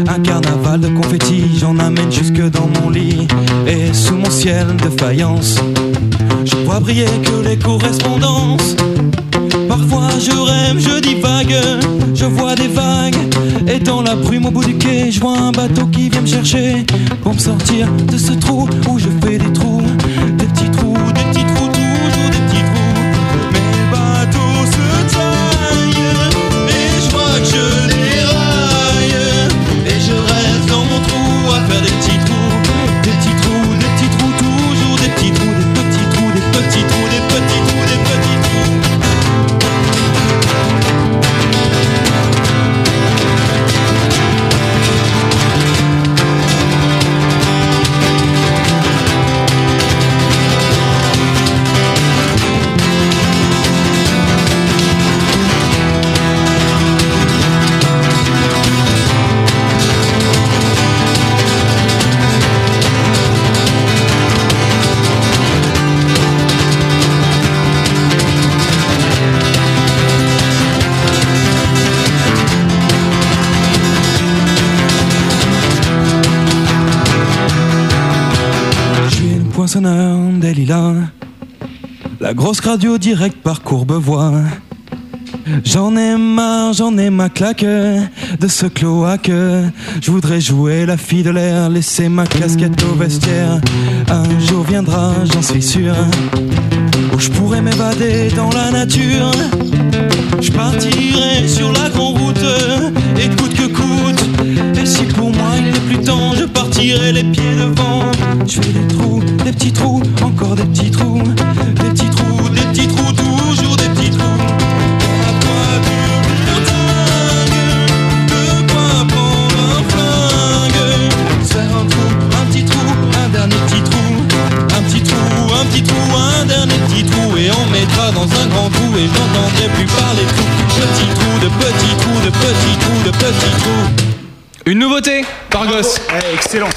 un carnaval de confettis J'en amène jusque dans mon lit Et sous mon ciel de faïence Je vois briller que les correspondances Parfois je rêve, je divague, je vois des vagues Et dans la brume au bout du quai, je vois un bateau qui vient me chercher Pour me sortir de ce trou où je fais des trous Des petits trous, des petits trous, toujours des petits trous Mes bateaux se taillent et poinçonneur des lilas. La grosse radio directe par Courbevoie. J'en ai marre, j'en ai ma claque de ce cloaque. Je voudrais jouer la fille de l'air, laisser ma casquette au vestiaire. Un jour viendra, j'en suis sûr, où je pourrais m'évader dans la nature. Je partirai sur la grande route, et coûte que coûte. Et si pour moi il n'est plus temps, je partirai les pieds devant. Je fais des trous, des petits trous, encore des petits trous, des petits trous, des petits trous, toujours des petits trous. C'est un trou, un petit trou, un dernier petit trou, un petit trou, un petit trou, un dernier petit trou, et on mettra dans un grand trou, et je n'entendrai plus parler de trou. Petit trou, de petit trou, de petit trou, de petit trou. Une nouveauté par gosse. Eh, excellent.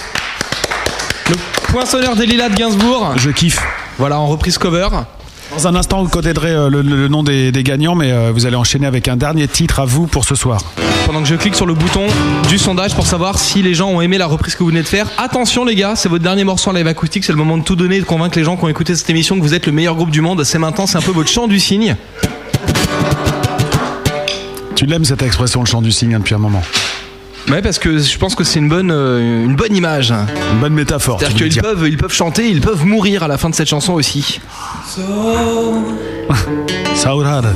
Le poinçonneur des lilas de Gainsbourg. Je kiffe. Voilà, en reprise cover. Dans un instant, vous connaîtrez euh, le, le nom des, des gagnants, mais euh, vous allez enchaîner avec un dernier titre à vous pour ce soir. Pendant que je clique sur le bouton du sondage pour savoir si les gens ont aimé la reprise que vous venez de faire. Attention les gars, c'est votre dernier morceau en live acoustique, c'est le moment de tout donner et de convaincre les gens qui ont écouté cette émission que vous êtes le meilleur groupe du monde. C'est maintenant, c'est un peu votre chant du signe. Tu l'aimes cette expression, le chant du cygne, hein, depuis un moment Ouais, parce que je pense que c'est une bonne, euh, une bonne image. Une bonne métaphore. C'est-à-dire tu veux dire. qu'ils peuvent, ils peuvent chanter, ils peuvent mourir à la fin de cette chanson aussi. Saurad.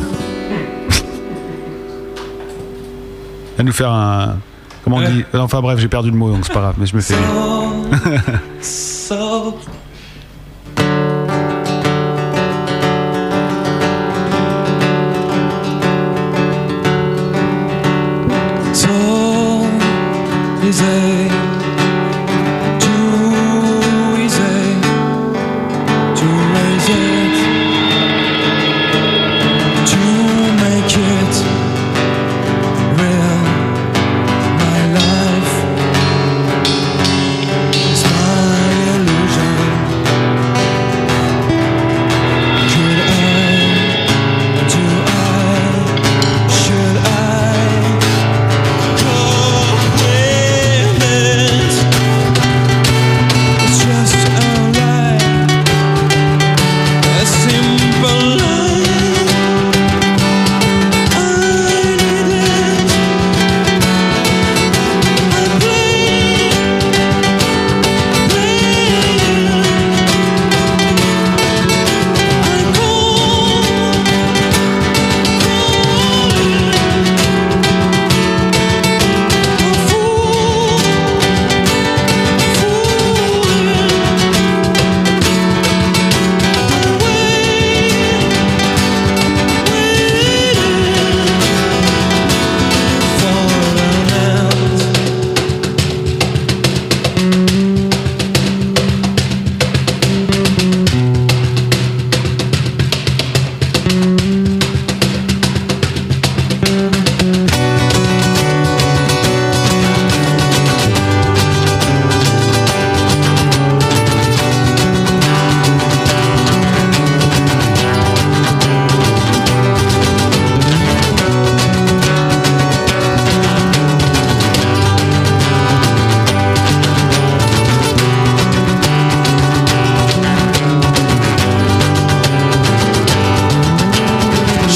Elle nous faire un. Comment on dit Enfin bref, j'ai perdu le mot, donc c'est pas grave, mais je me fais. rire. So So easy, too easy to raise it, to make it real. My life is my illusion. Could I? Do I? Should I?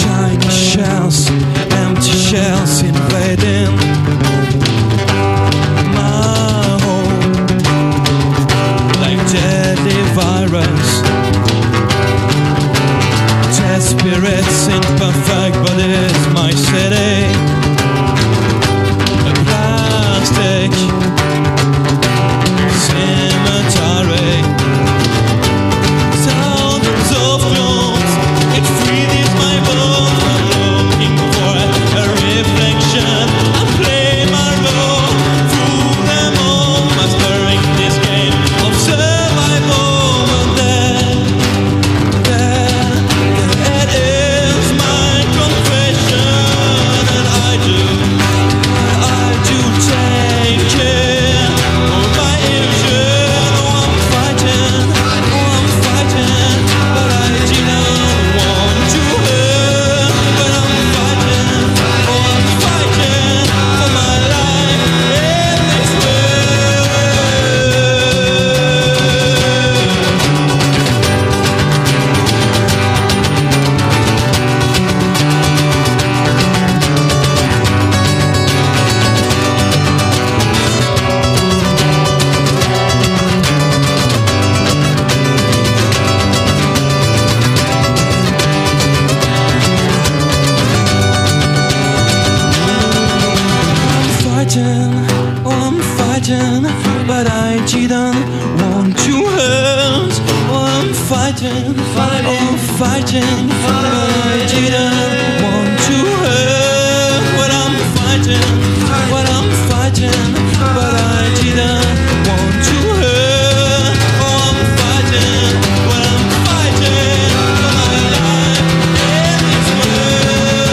Shiny shells, empty shells invading my home like deadly virus. Dead spirits in perfect bodies, my city. A plastic cemetery. Thousands of clones, it freezes my bones. I'm looking for a reflection. I play my role, fool them all, mastering this game of survival. And then, then, that is my confession, and I do, I do take it. fighting, fighting, oh, fighting, but I didn't want to hurt. When I'm fighting, when I'm fighting, but I didn't want to hurt. Oh, I'm fighting, when I'm fighting for my life, and it's worth oh,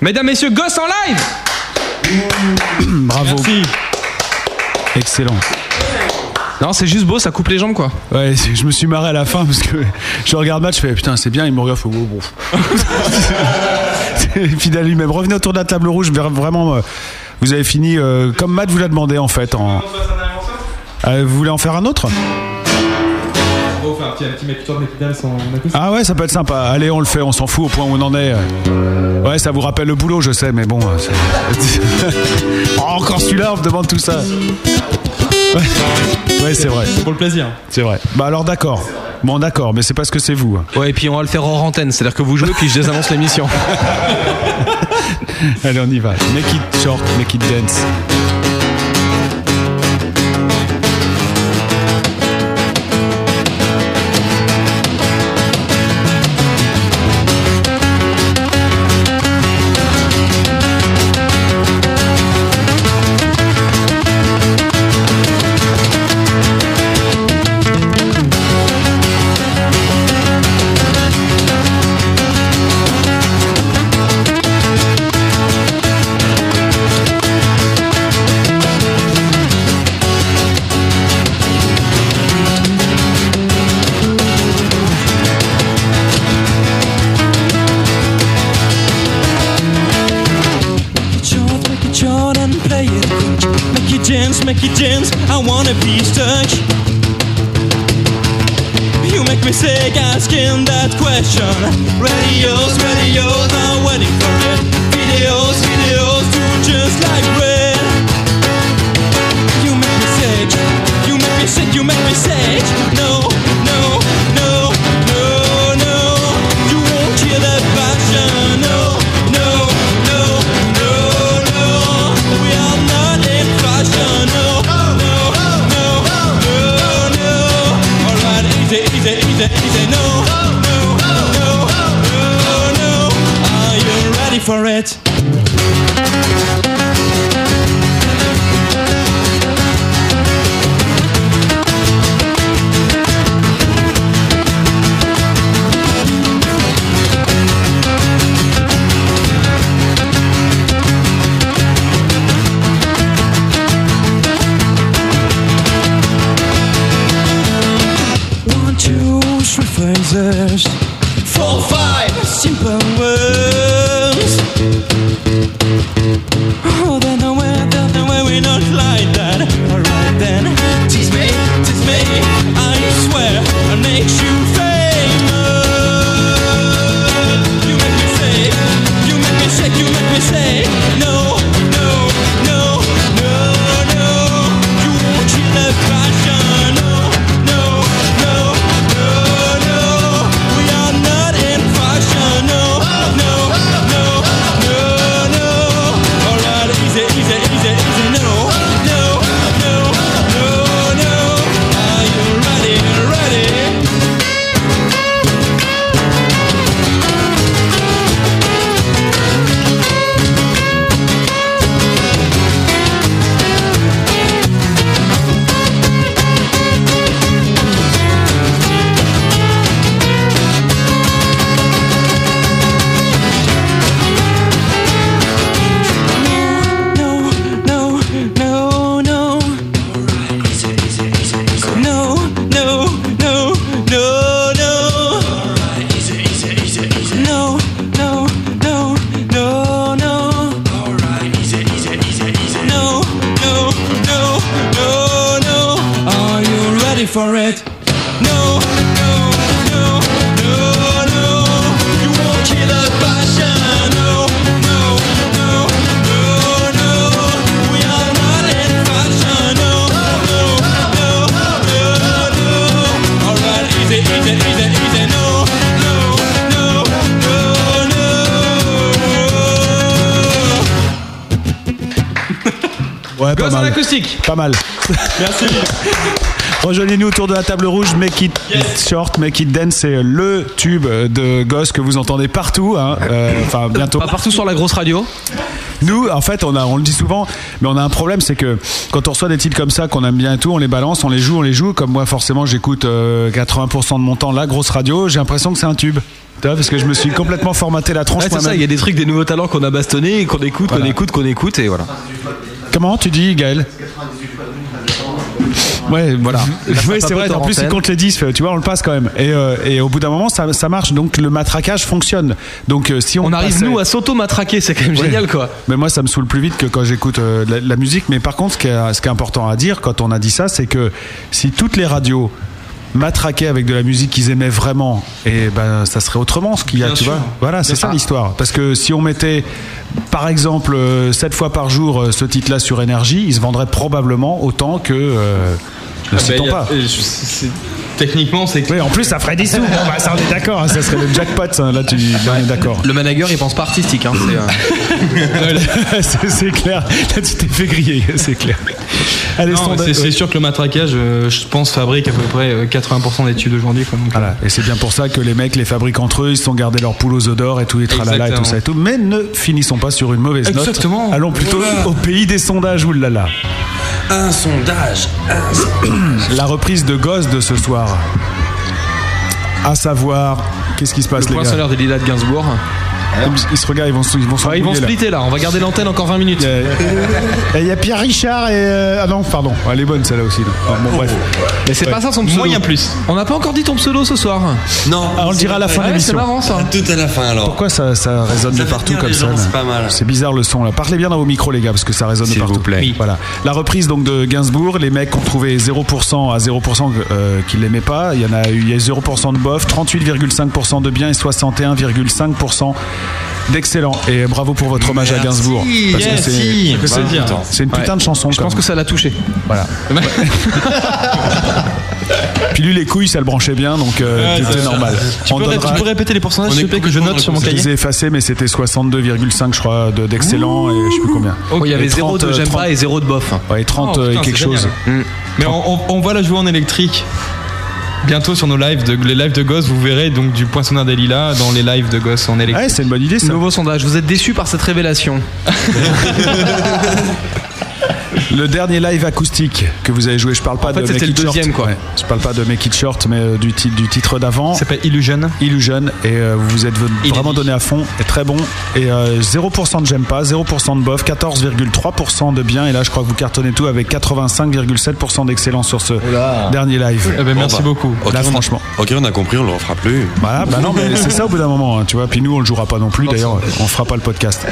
Mesdames, messieurs, Gosse en live Bravo. Excellent. Non, c'est juste beau, ça coupe les jambes quoi. Ouais, c'est- je me suis marré à la fin parce que je regarde match, je fais putain, c'est bien, il me regarde, faut bon. Fidèle lui-même. Revenez autour de la table rouge, vra- vraiment, euh, vous avez fini euh, comme Matt vous l'a demandé en fait. En... Euh, vous voulez en faire un autre On va faire un petit, un petit metteur de Mepidal sans acoustique. Ah ouais, ça peut être sympa. Allez, on le fait, on s'en fout au point où on en est. Ouais, ça vous rappelle le boulot, je sais, mais bon. euh, c'est- Oh, encore celui-là, on me demande tout ça. Ouais, Ouais, c'est vrai. Pour le plaisir. C'est vrai. Bah alors d'accord. Bon d'accord, mais c'est parce que c'est vous. Ouais, et puis on va le faire hors antenne, c'est-à-dire que vous jouez puis je désannonce l'émission. Allez, on y va. Make it short, make it dance. Make it short, make it short and play it quick. Make it dance, make it dance, I wanna be stuck. You make me sick asking that question. Radios, radios, I'm waiting for it. Videos, videos, do just like red. You make me sick, you make me sick, you make me sick. No, no, no, no, no. You won't kill that passion, no, no, no. For it. searched for five simple words. Oh, then I went, then I went, we not like that. Alright then, tease me, tease me. I swear I'll make you famous. You make me say, you make me shake, you make me say, no, no, no, no, no. You won't cheat the passion. No, no, no, no, no. We are not in fashion. No, no, no, no, no. All right, easy, easy, easy, easy. No, no, no, no, no. Are you ready? Ready? No, no, no, no. No, no, no, no, no. No, no, no, no, no. No, no, no, no, no. Are you ready for it? No, no, no, no, no. You won't kill the passion. No, no, no, no, no. We are not in fashion. No, no, no, no, no. All right, easy, easy, easy, easy. No, no, no, no, no. Ouais, Gosse en mal. acoustique. Pas mal. Merci. Rejoignez-nous autour de la table rouge. Make it short, make it dance, c'est le tube de Gosse que vous entendez partout. hein. Euh, Enfin, bientôt. Pas partout sur la grosse radio. Nous, en fait, on, a, on le dit souvent, mais on a un problème, c'est que quand on reçoit des titres comme ça, qu'on aime bien et tout, on les balance, on les joue, on les joue. Comme moi, forcément, j'écoute euh, 80% de mon temps la grosse radio, j'ai l'impression que c'est un tube. Tu vois, Parce que je me suis complètement formaté la tronche Ouais, c'est moi-même. ça, il y a des trucs, des nouveaux talents qu'on a bastonnés, et qu'on écoute, qu'on Voilà. écoute, qu'on écoute, et voilà. Comment tu dis, Gaël Ouais, voilà. Oui, c'est vrai. En plus, il compte les 10, tu vois, on le passe quand même. Et, euh, et au bout d'un moment, ça, ça marche. Donc, le matraquage fonctionne. Donc, euh, si on. On arrive, passait- nous, à s'auto-matraquer, c'est quand même génial, quoi. Mais moi, ça me saoule plus vite que quand j'écoute euh, la, la musique. Mais par contre, ce qui, est, ce qui est important à dire quand on a dit ça, c'est que si toutes les radios matraquaient avec de la musique qu'ils aimaient vraiment, et ben ça serait autrement ce qu'il y a, Bien tu sûr. vois. Voilà, c'est Bien ça sûr. l'histoire. Parce que si on mettait, par exemple, 7 fois par jour euh, ce titre-là sur énergie, il se vendrait probablement autant que. euh, ne Ah bah, citons y a- pas. euh, je- c'est- Techniquement, c'est. Oui, en plus, ça ferait des sous. Bon, bah, ça, on est d'accord. hein, ça serait le jackpot. ça. Là, tu là, on est d'accord. Le manager, il pense pas artistique, hein. c'est, euh, c'est c'est clair. Là, tu t'es fait griller, c'est clair. Allez, Non, sondage- c'est c'est ouais. sûr que le matraquage, euh, je pense, fabrique à peu près euh, 80% des tubes d'aujourd'hui. quoi, donc, euh. Voilà. Et c'est bien pour ça que les mecs les fabriquent entre eux, ils se sont gardés leur poule aux œufs d'or et tout, et tralala et tout ça et tout. Mais ne finissons pas sur une mauvaise note. Exactement. Allons plutôt Voilà. au pays des sondages, oulala. Un sondage. Un La reprise de Gosse de ce soir. À savoir, qu'est-ce qui se passe, le point les gars solaire des Lilas de Gainsbourg. Ils se regardent, ils vont, se- ils vont se Ouais, ils vont embrouiller, splitter là, on va garder l'antenne encore 20 minutes. Et il y a Pierre Richard et. euh, Ah non, pardon, elle est bonne celle-là aussi. non. Ah, bon, bref. Mais c'est Ouais. pas ça son pseudo. On n'a pas encore dit ton pseudo ce soir. Non. Ah, on le dira à la fin de Ouais, l'émission. C'est marrant ça. Tout à la fin alors. Pourquoi ça, ça résonne Ça de fait partout venir comme les ça gens, là c'est pas mal. C'est bizarre le son là. Parlez bien dans vos micros les gars parce que ça résonne de partout. Voilà. La reprise donc de Gainsbourg, les mecs ont trouvé 0% à 0% euh, qu'ils l'aimaient pas. Il y en a eu il y a eu 0% de bof, 38,5% de bien et 61,5% d'excellent. Et bravo pour votre hommage à Gainsbourg. Parce que Yes, c'est- si. parce que Bah, c'est- putain. c'est une putain Ouais. de chanson. Je quand pense même. que ça l'a touché. Voilà. Puis lui, les couilles, ça le branchait bien, donc euh, Ouais, c'était c'est ça. normal. Tu peux ré- tu peux répéter les pourcentages, on s'il te plaît, est que je note sur mon complètement- cahier Je les ai effacés, mais c'était 62,5, je crois, de- d'excellent, et je sais plus combien. Oh, il y avait Et euh, 0 de 30, j'aime 30, pas et 0 de bof. Ouais, et 30 Oh, et putain, quelque c'est chose. Mm. génial. Mais on, on- on va la jouer en électrique. Bientôt sur nos lives, de, les lives de Goss, vous verrez donc du poinçonneur des lilas dans les lives de Goss en électrique. Ouais, c'est une bonne idée ça. Nouveau sondage, vous êtes déçu par cette révélation Le dernier live acoustique que vous avez joué, je parle pas fait, de c'était Make le It Short. deuxième, quoi. Ouais, je parle pas de Make It Short, mais euh, du, titre du titre d'avant. Ça s'appelle Illusion. Illusion, et euh, vous vous êtes vraiment donné à fond, et très bon. Et euh, 0% de j'aime pas, 0% de bof, 14,3% de bien, et là je crois que vous cartonnez tout avec 85,7% d'excellence sur ce dernier live. Eh ben, Bon, bah, Là franchement. Euh, Ok, on a compris, on le refera plus. Voilà, bah non, mais c'est ça au bout d'un moment, hein, tu vois. Puis nous, on le jouera pas non plus. D'ailleurs, on fera pas le podcast.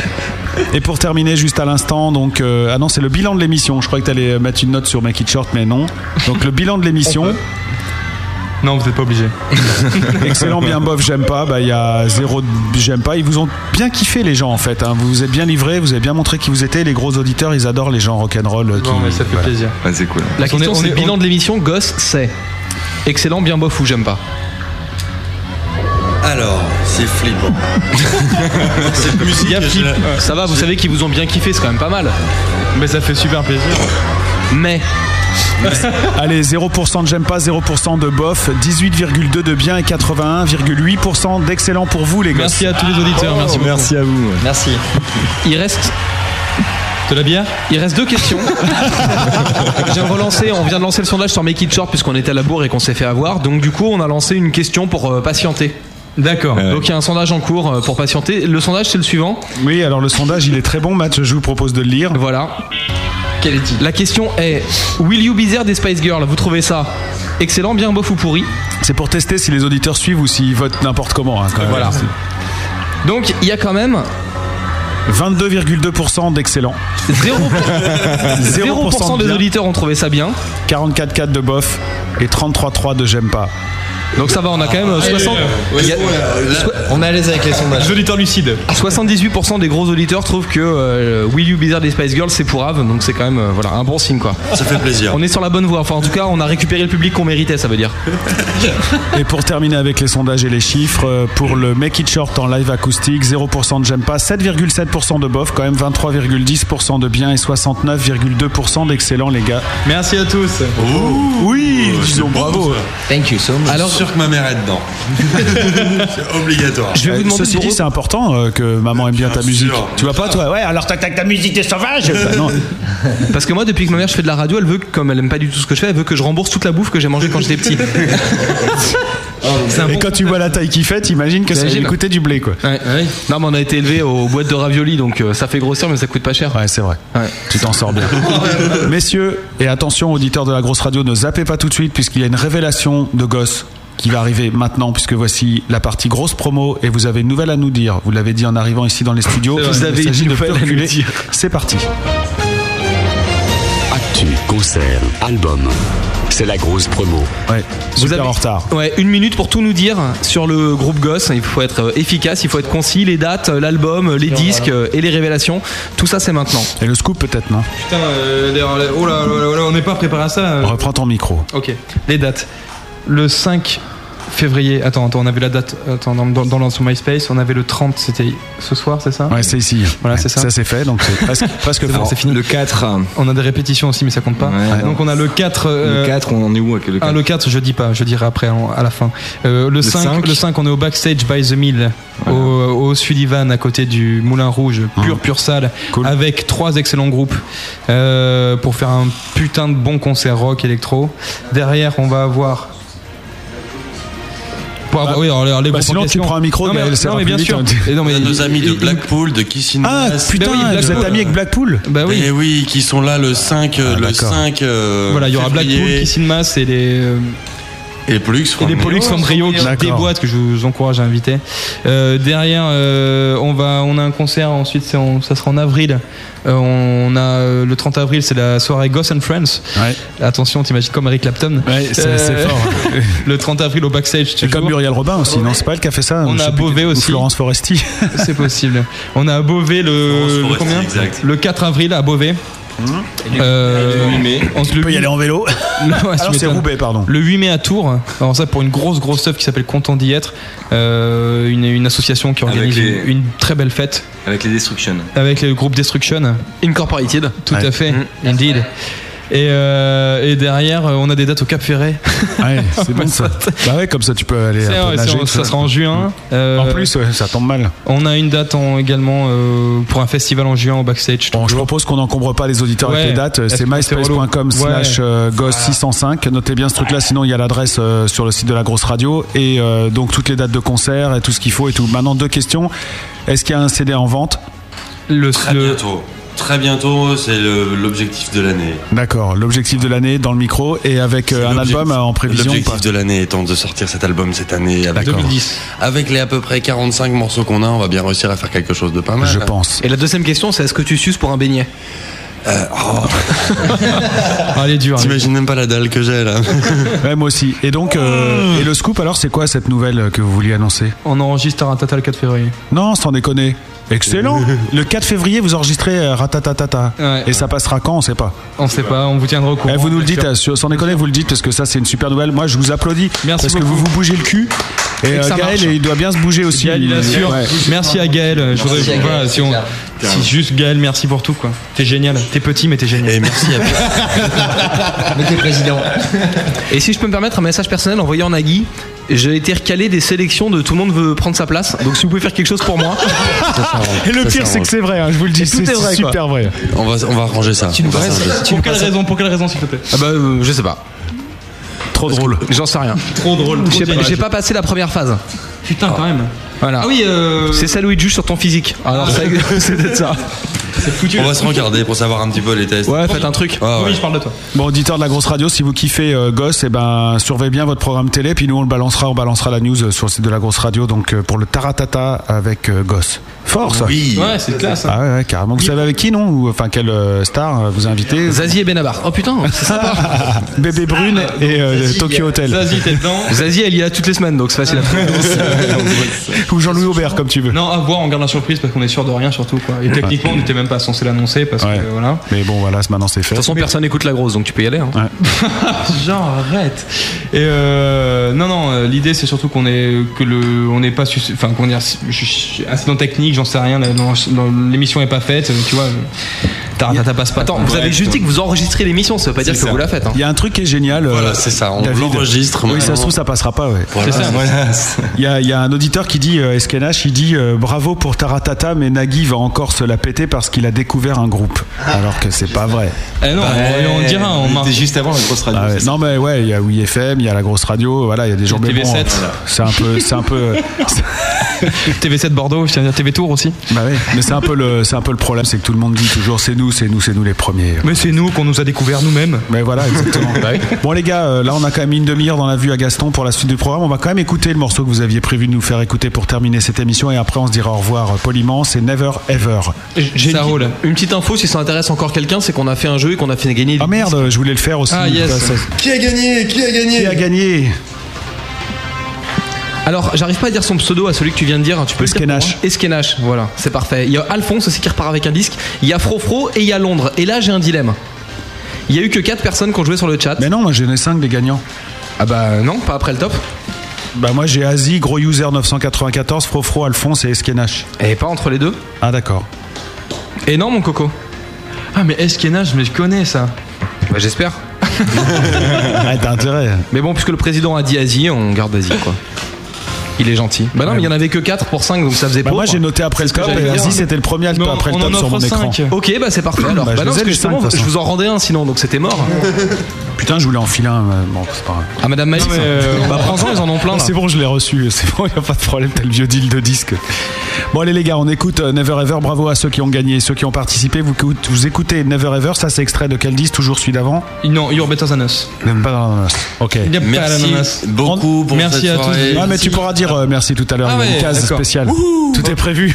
Et pour terminer, juste à l'instant, donc, euh, ah non, c'est le bilan de l'émission. Je crois que t'allais mettre une note sur Make It Short, mais non. Donc, le bilan de l'émission. Non, vous n'êtes pas obligé. Excellent, bien bof, j'aime pas. Bah, il y a zéro, de- j'aime pas. Ils vous ont bien kiffé, les gens, en fait. hein. Vous vous êtes bien livrés, vous avez bien montré qui vous étiez. Les gros auditeurs, ils adorent les gens rock'n'roll. euh, qui- mais ça fait plaisir. Ah, c'est cool. La On est- question, on c'est est- le bilan de l'émission. Gosse, c'est excellent, bien bof ou j'aime pas. Alors, c'est flippant. Cette musique, je la- ça va, vous savez qu'ils vous ont bien kiffé, c'est quand même pas mal. Euh, Mais ça fait super plaisir. Mais. Allez, 0% de j'aime pas, 0% de bof, 18,2 de bien et 81,8% d'excellent pour vous, les gars. Merci à tous les Oh, auditeurs, merci beaucoup. Merci à vous. Merci. Il reste. De la bière Il reste deux questions. Je viens de relancer, on vient de lancer le sondage sur Make It Short puisqu'on était à la bourre et qu'on s'est fait avoir. Donc du coup, on a lancé une question pour euh, patienter. D'accord. Donc il y a un sondage en cours euh, pour patienter. Le sondage, c'est le suivant. Oui, alors le sondage, il est très bon, Matt. Je vous propose de le lire. Voilà. La question est Will You Be There des Spice Girls Vous trouvez ça excellent, bien bof ou pourri C'est pour tester si les auditeurs suivent ou s'ils votent n'importe comment. hein, quand même. Voilà. Donc il y a quand même 22,2% d'excellent. 0%, 0% de des bien. auditeurs ont trouvé ça bien. 44,4 de bof et 33,3 de j'aime pas. Donc ça va, on a quand même euh, 60. il y a- On est à l'aise avec les sondages. Les auditeurs lucides. 78% des gros auditeurs trouvent que euh, Will You Be There des Spice Girls c'est pour Ave, donc c'est quand même euh, voilà, un bon signe quoi. Ça fait plaisir. On est sur la bonne voie, enfin en tout cas on a récupéré le public qu'on méritait ça veut dire. Et pour terminer avec les sondages et les chiffres, euh, pour le Make It Short en live acoustique, 0% de j'aime pas, 7,7% de bof, quand même 23,10% de bien et 69,2% d'excellent, les gars. Merci à tous. oui, Oh, c'est donc bravo. Thank you so much. Alors, je suis sûr que ma mère est dedans. c'est obligatoire. Je vais vous demander Euh, Ceci dit, c'est important euh, que maman aime bien ta musique. sûr. Tu vois pas, toi Ouais, alors tac tac ta musique est sauvage Bah non. Parce que moi depuis que ma mère je fais de la radio, elle veut que, comme elle aime pas du tout ce que je fais, elle veut que je rembourse toute la bouffe que j'ai mangée quand j'étais petit. Et quand tu vois la taille qu'il fait, t'imagines que ça T'imagines lui coûtait du blé, quoi. Ouais. Non mais on a été élevé aux boîtes de ravioli donc euh, ça fait grossir mais ça coûte pas cher. Ouais c'est vrai. Tu t'en sors bien. Messieurs, et attention, auditeurs de la grosse radio, ne zappez pas tout de suite, puisqu'il y a une révélation de gosse qui va arriver maintenant, puisque voici la partie grosse promo, et vous avez une nouvelle à nous dire. Vous l'avez dit en arrivant ici dans les studios. C'est vrai. Il Vous avez s'agit une de nouvelle à nous perculer. dire. C'est parti. Actu, concert, album. C'est la grosse promo. Ouais, super avez- en retard. Ah. Ouais, une minute pour tout nous dire sur le groupe Gosse. Il faut être euh, efficace, il faut être concis. Les dates, euh, l'album, euh, les disques euh, et les révélations. Tout ça, c'est maintenant. Et le scoop, peut-être, non Putain, euh, d'ailleurs, là- oh là, oh là, oh là, on n'est pas préparé à ça. euh. Reprends ton micro. Ok, les dates. Le 5 février, attends, attends, on avait la date attends, dans, dans, dans l'an sur MySpace, on avait le 30, c'était ce soir, c'est ça Ouais, c'est ici. Voilà, c'est ça. Ça c'est fait, donc c'est presque, presque C'est fait. bon, c'est fini. Le 4. On a des répétitions aussi, mais ça compte pas. Donc on a le euh, 4. Euh, Le 4, on en est où avec le 4 Ah, le 4, je dis pas, je dirai après en- à la fin. Euh, le, 5, cinq. le 5, on est au backstage by the Mill, au, au Sullivan, à côté du Moulin Rouge, Hein. pure, pure salle, avec trois excellents groupes euh, pour faire un putain de bon concert rock électro. Derrière, on va avoir. Pour avoir- oui, alors, alors, les groupes bah, en sinon, tu question. prends un micro, Non, mais, Gaël, ça non, va mais bien plus sûr. vite, hein. Et non, mais On a nos il- amis de il- Blackpool, de Kissing Ah, putain, vous êtes amis avec Blackpool Bah oui. Eh oui, qui sont là le 5. euh, le 5 euh, Voilà, il y aura février. Blackpool, Kissing Mass et les. euh, Et les Pollux, Et les Pollux sont Embryo qui déboîtent, que je vous encourage à inviter. Euh, derrière, euh, on, va, on a un concert, ensuite c'est en- ça sera en avril. Euh, on a euh, le 30 avril, c'est la soirée Ghost and Friends. Attention, t'imagines comme Eric Clapton. c'est- Euh, c'est fort. le 30 avril au backstage. C'est comme toujours. Muriel Robin aussi, non C'est pas elle qui a fait ça On je a sais plus Beauvais qui- ou aussi. Florence Foresti. C'est possible. On a à Beauvais le, le combien exact. Le 4 avril à Beauvais. Euh, on se- le peut y huit- aller en vélo. Non, ouais, Alors tu Ah, c'est m'étonnes. Roubaix, pardon. Le 8 mai à Tours, alors ça pour une grosse grosse stuff qui s'appelle Content d'y être, euh, une, une association qui Avec organise les- une, une très belle fête Avec les Destruction. avec le groupe Destruction. Incorporated. Mm. Tout à fait, indeed. Et, euh, et derrière, euh, on a des dates au Cap Ferret. Ouais, c'est bon ça. Bah ouais, comme ça tu peux aller. C'est- un peu ouais, nager, c'est- tout ça sera en Mm. juin. Euh, En plus, ouais, ça tombe mal. On a une date en- également euh, pour un festival en juin au backstage. je propose qu'on n'encombre pas les auditeurs avec les dates. C'est myspace.com slash euh, goss605. Notez bien ce truc-là, sinon il y a l'adresse euh, sur le site de la grosse radio. Et euh, donc toutes les dates de concert et tout ce qu'il faut et tout. Maintenant, deux questions. Est-ce qu'il y a un CD en vente le, Très bientôt. Très bientôt, c'est le- l'objectif de l'année. D'accord, l'objectif de l'année dans le micro et avec euh, un album euh, en prévision. ou pas L'objectif de l'année étant de sortir cet album cette année avec, D'accord. avec les à peu près 45 morceaux qu'on a, on va bien réussir à faire quelque chose de pas mal. Je pense. Et la deuxième question, c'est est-ce que tu suces pour un beignet Euh, oh. Allez, dur. T'imagines même pas la dalle que j'ai là. Ouais, moi aussi. Et donc, euh, et le scoop alors, c'est quoi cette nouvelle que vous vouliez annoncer On enregistre un total 4 février. Non, sans déconner. Excellent Le 4 février, vous enregistrez euh, Ratatatata. Et ça passera quand On sait pas. On sait pas, on vous tiendra au courant. Eh, vous nous le bien dites, euh, sur- sans déconner, vous le dites, parce que ça, c'est une super nouvelle. Moi, je vous applaudis. Merci parce que beaucoup. vous vous bougez le cul. Et, Et que euh, ça Gaël, marche. il doit bien se bouger aussi. Gaël, il assure. Ouais. Merci à Gaël. euh, Je voudrais Merci à Gaël, voilà, si, on- si juste Gaël, merci pour tout quoi. T'es génial. T'es petit mais t'es génial. Eh, Et merci à Mais président. Et si je peux me permettre un message personnel envoyé en Nagui, j'ai été recalé des sélections de tout le monde veut prendre sa place. Donc si vous pouvez faire quelque chose pour moi. Et le pire, c'est que c'est vrai, hein, je vous le dis, Et tout c'est est vrai, quoi. super vrai. On va, on va arranger ça. Tu nous On va passes- s'arranger ça. tu nous Pour quelle raison Pour quelle raison s'il te plaît Ah bah euh, je sais pas. Trop drôle. J'en sais rien. Trop drôle. trop J'ai pas, direct. j'ai pas passé la première phase. Putain quand même. Voilà. Ah oui, euh, C'est ça Louis juge sur ton physique. Ah Alors ça, c'est peut-être ça. On va se regarder pour savoir un petit peu les tests. Ouais, faites un truc. Oui, je parle de toi. Bon, auditeurs de la grosse radio, si vous kiffez euh, Gosse, eh ben, surveillez bien votre programme télé, puis nous on le balancera, on balancera la news euh, sur le site de la grosse radio, donc euh, pour le Taratata avec euh, Gosse. Fort ça Oui. Ouais, c'est classe, hein. Ah ouais, ouais, carrément. Vous savez avec qui, non Ou, Enfin, quelle euh, star euh, vous invitez Zazie et Benabar. Oh putain, c'est sympa. Bébé Brune et euh, Tokyo Hotel. Zazie, t'es dedans. Zazie, elle y a toutes les semaines, donc c'est facile à faire. Ou Jean-Louis Aubert, comme tu veux. Non, à voir, on garde la surprise parce qu'on est sûr de rien surtout quoi. Et techniquement, on n'était même pas censé l'annoncer parce que voilà. Mais bon, voilà, c'est- maintenant c'est fait. De toute façon, personne n'écoute la grosse, donc tu peux y aller. hein. Genre arrête. Et euh, non non, euh, l'idée c'est surtout qu'on est que le on n'est pas sus- enfin qu'on est incident technique, j'en sais rien, la- non, non, l'émission est pas faite, euh, tu vois. euh, T'as t'as passe pas. Attends, vous avez juste dit que vous enregistrez l'émission, ça veut pas dire que vous la faites. hein. Il y a un truc qui est génial. euh, Voilà, c'est ça, on David. l'enregistre, Oui, ça maintenant. se trouve, ça passera pas, ouais. Voilà, Ah, C'est ça. voilà. Il y, a, il y a un auditeur qui dit, euh, SKNH, il dit euh, bravo pour Taratata, mais Nagui va encore se la péter parce qu'il a découvert un groupe. Ah. Alors que c'est pas vrai. Eh non, on, on dira, on marque. juste avant la grosse radio. Ah ouais, Non, mais ouais, il y a oui FM, il y a la grosse radio, voilà, il y a des gens mais bon, TV7. euh, C'est un peu. C'est un peu TV7 Bordeaux, je tiens à dire TV Tour aussi. bah ouais, mais c'est un, peu le- c'est un peu le problème, c'est que tout le monde dit toujours c'est nous, c'est nous, c'est nous les premiers. Mais c'est nous qu'on nous a découvert nous-mêmes. Mais Ben voilà, exactement. Bon les gars, euh, là on a quand même mis une demi-heure dans la vue à Gaston pour la suite du programme. On va quand même écouter le morceau que vous aviez prévu de nous faire écouter pour terminer cette émission et après on se dira au revoir euh, poliment. C'est Never Ever. J'ai une, petite- une petite info si ça intéresse encore quelqu'un, c'est qu'on a fait un jeu et qu'on a fait gagner. Ah merde, je voulais le faire aussi. Ah, yes. Bah, ça- Qui a gagné Qui a gagné Qui a gagné Alors, j'arrive pas à dire son pseudo à celui que tu viens de dire. hein, Tu peux Eskenash. Eskenash, voilà, c'est parfait. Il y a Alphonse aussi qui repart avec un disque. Il y a Frofro et il y a Londres. Et là, j'ai un dilemme. Il y a eu que 4 personnes qui ont joué sur le chat. Mais non, moi j'en ai 5 des gagnants. Ah bah non, pas après le top. Bah moi j'ai Asie, gros user 994, Frofro, Alphonse et Eskenash. Et pas entre les deux Ah d'accord. Et non, mon coco. Ah mais Eskenage, mais je connais ça. Bah j'espère. ouais, Ah, t'as intérêt. Mais bon, puisque le président a dit Asie, on garde Asie quoi. Il est gentil. Bah non, mais il y en avait que 4 pour 5, donc ça faisait Bah, pauvre. moi j'ai noté après le C'est ce top que et j'allais dire. Asie c'était le premier Mais on- après le on top en sur mon offre écran. cinq. Ok, bah c'est parfait. Alors, Bah, bah, je les non, ai, parce que les justement, cinq, de toute je vous façon. en rendais un sinon, donc c'était mort. Oh, Putain, je voulais en filer un. mais Bon, c'est pas grave. Ah, madame Malice. Non, mais, euh, bah, prends-en, ils en ont plein. Non, là. C'est bon, je l'ai reçu. C'est bon, il n'y a pas de problème. T'as le vieux deal de disque. Bon, allez, les gars, on écoute euh, Never Ever. Bravo à ceux qui ont gagné, ceux qui ont participé. Vous, écoute- vous écoutez Never Ever. Ça, c'est extrait de quel disque Toujours celui d'avant Non, Your Better Than Us. Même pas dans l'ananas. Ok. Il y a pas Merci l'ananas. beaucoup pour Merci cette à tous. soirée. Ah, mais tu Merci. pourras dire euh, merci tout à l'heure. Ah il y a une ouais, case d'accord. spéciale. Wouhou. Tout est prévu.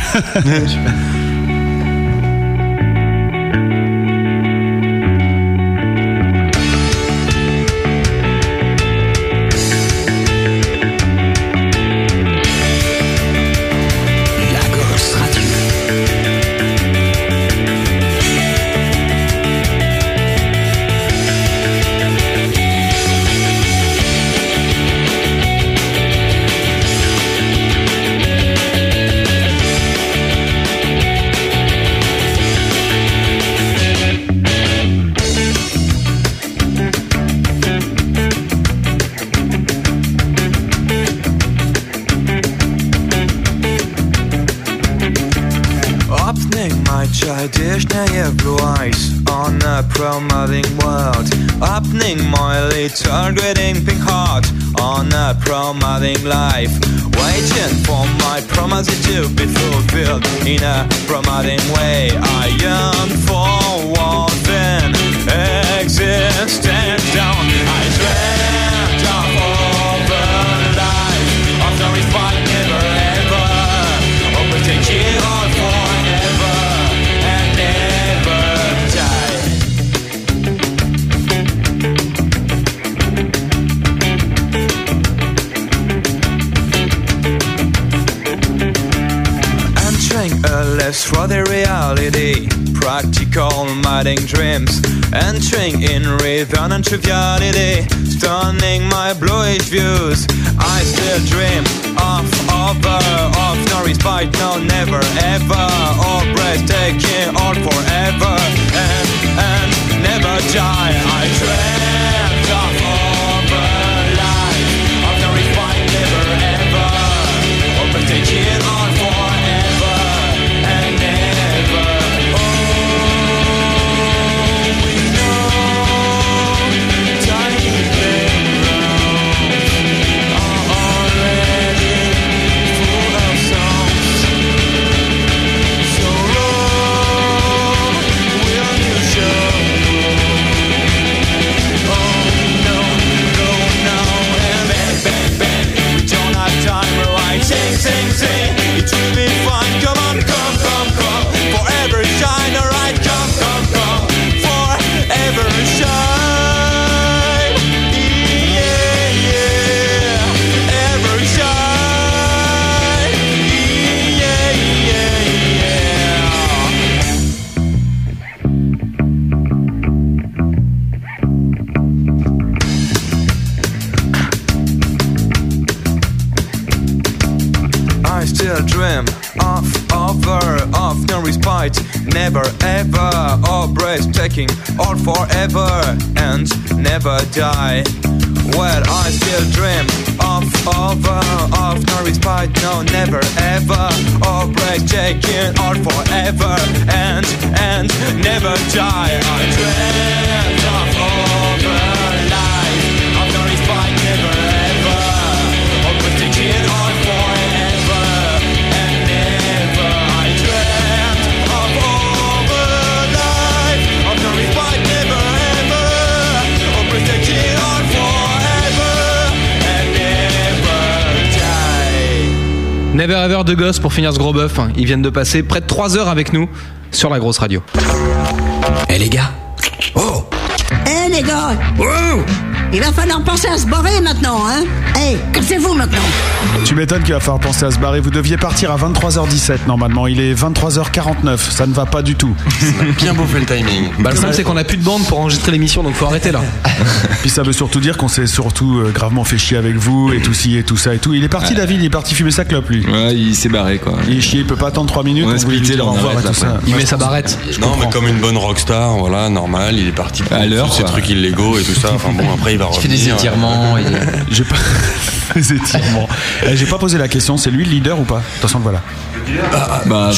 La grosse radio. Thank sky dish, now you have blue eyes on a promoting world. Opening mildly, targeting pink heart on a promoting life. Waiting for my promises to be fulfilled in a promoting way. I yearn for warmth and existence down. I dreamt of over life, of the respite never ever. Hoping to keep on forever and never die. Entering a less rather reality, practical mating dreams. Entering in rhythm and triviality, stunning my bluish views. I still dream of over, of no respite, no never ever, or breathtaking, or forever, and, and never die. I dreamt of over life, of no respite, never ever, or breathtaking, or forever, and never. Oh, we know time Sing, sing, sing, it will be fine. Come on, come, come, come. Forever shine, alright. Come, come, come. Forever shine. Yeah, yeah. Ever shine. Yeah, yeah, yeah. I still dream of over, of no respite, never ever, or breathtaking, or forever, and never die. Well, I still dream of over, of no respite, no never ever, or breathtaking, or forever, and and never die. I dream of over life, of no respite, never ever, or breathtaking, or forever, and never. I dreamt of over life, of no respite, never ever, or breathtaking, or forever, and never die. Never Ever de Gosse pour finir ce gros bœuf. hein. Ils viennent de passer près de 3 heures avec nous sur la grosse radio. Eh les gars Oh Eh les gars Il va falloir penser à se barrer maintenant, hein Eh, cassez-vous maintenant Tu m'étonnes qu'il va falloir penser à se barrer. Vous deviez partir à 23h17 normalement. Il est 23h49. Ça ne va pas du tout. Bien bouffé le timing. Bah, le problème, c'est qu'on a plus de bande pour enregistrer l'émission, donc faut arrêter là. Puis ça veut surtout dire qu'on s'est surtout euh, gravement fait chier avec vous et tout ci et tout ça et tout. Il est parti David, il est parti fumer sa clope lui. Ouais, il s'est barré quoi. Il chie, il peut pas attendre 3 minutes. On a on voulait lui splitté, dire là, au on revoir arrête, et là, tout ça. après. Il met sa barrette. non, mais comme une bonne rockstar, voilà, normal, il est parti pour faire ses trucs illégaux et tout ça. Enfin bon, après, il va revenir. fait des étirements, il- J'ai pas. Les étirements. Eh, J'ai pas posé la question. C'est lui le leader ou pas De toute façon, le voilà. Bah,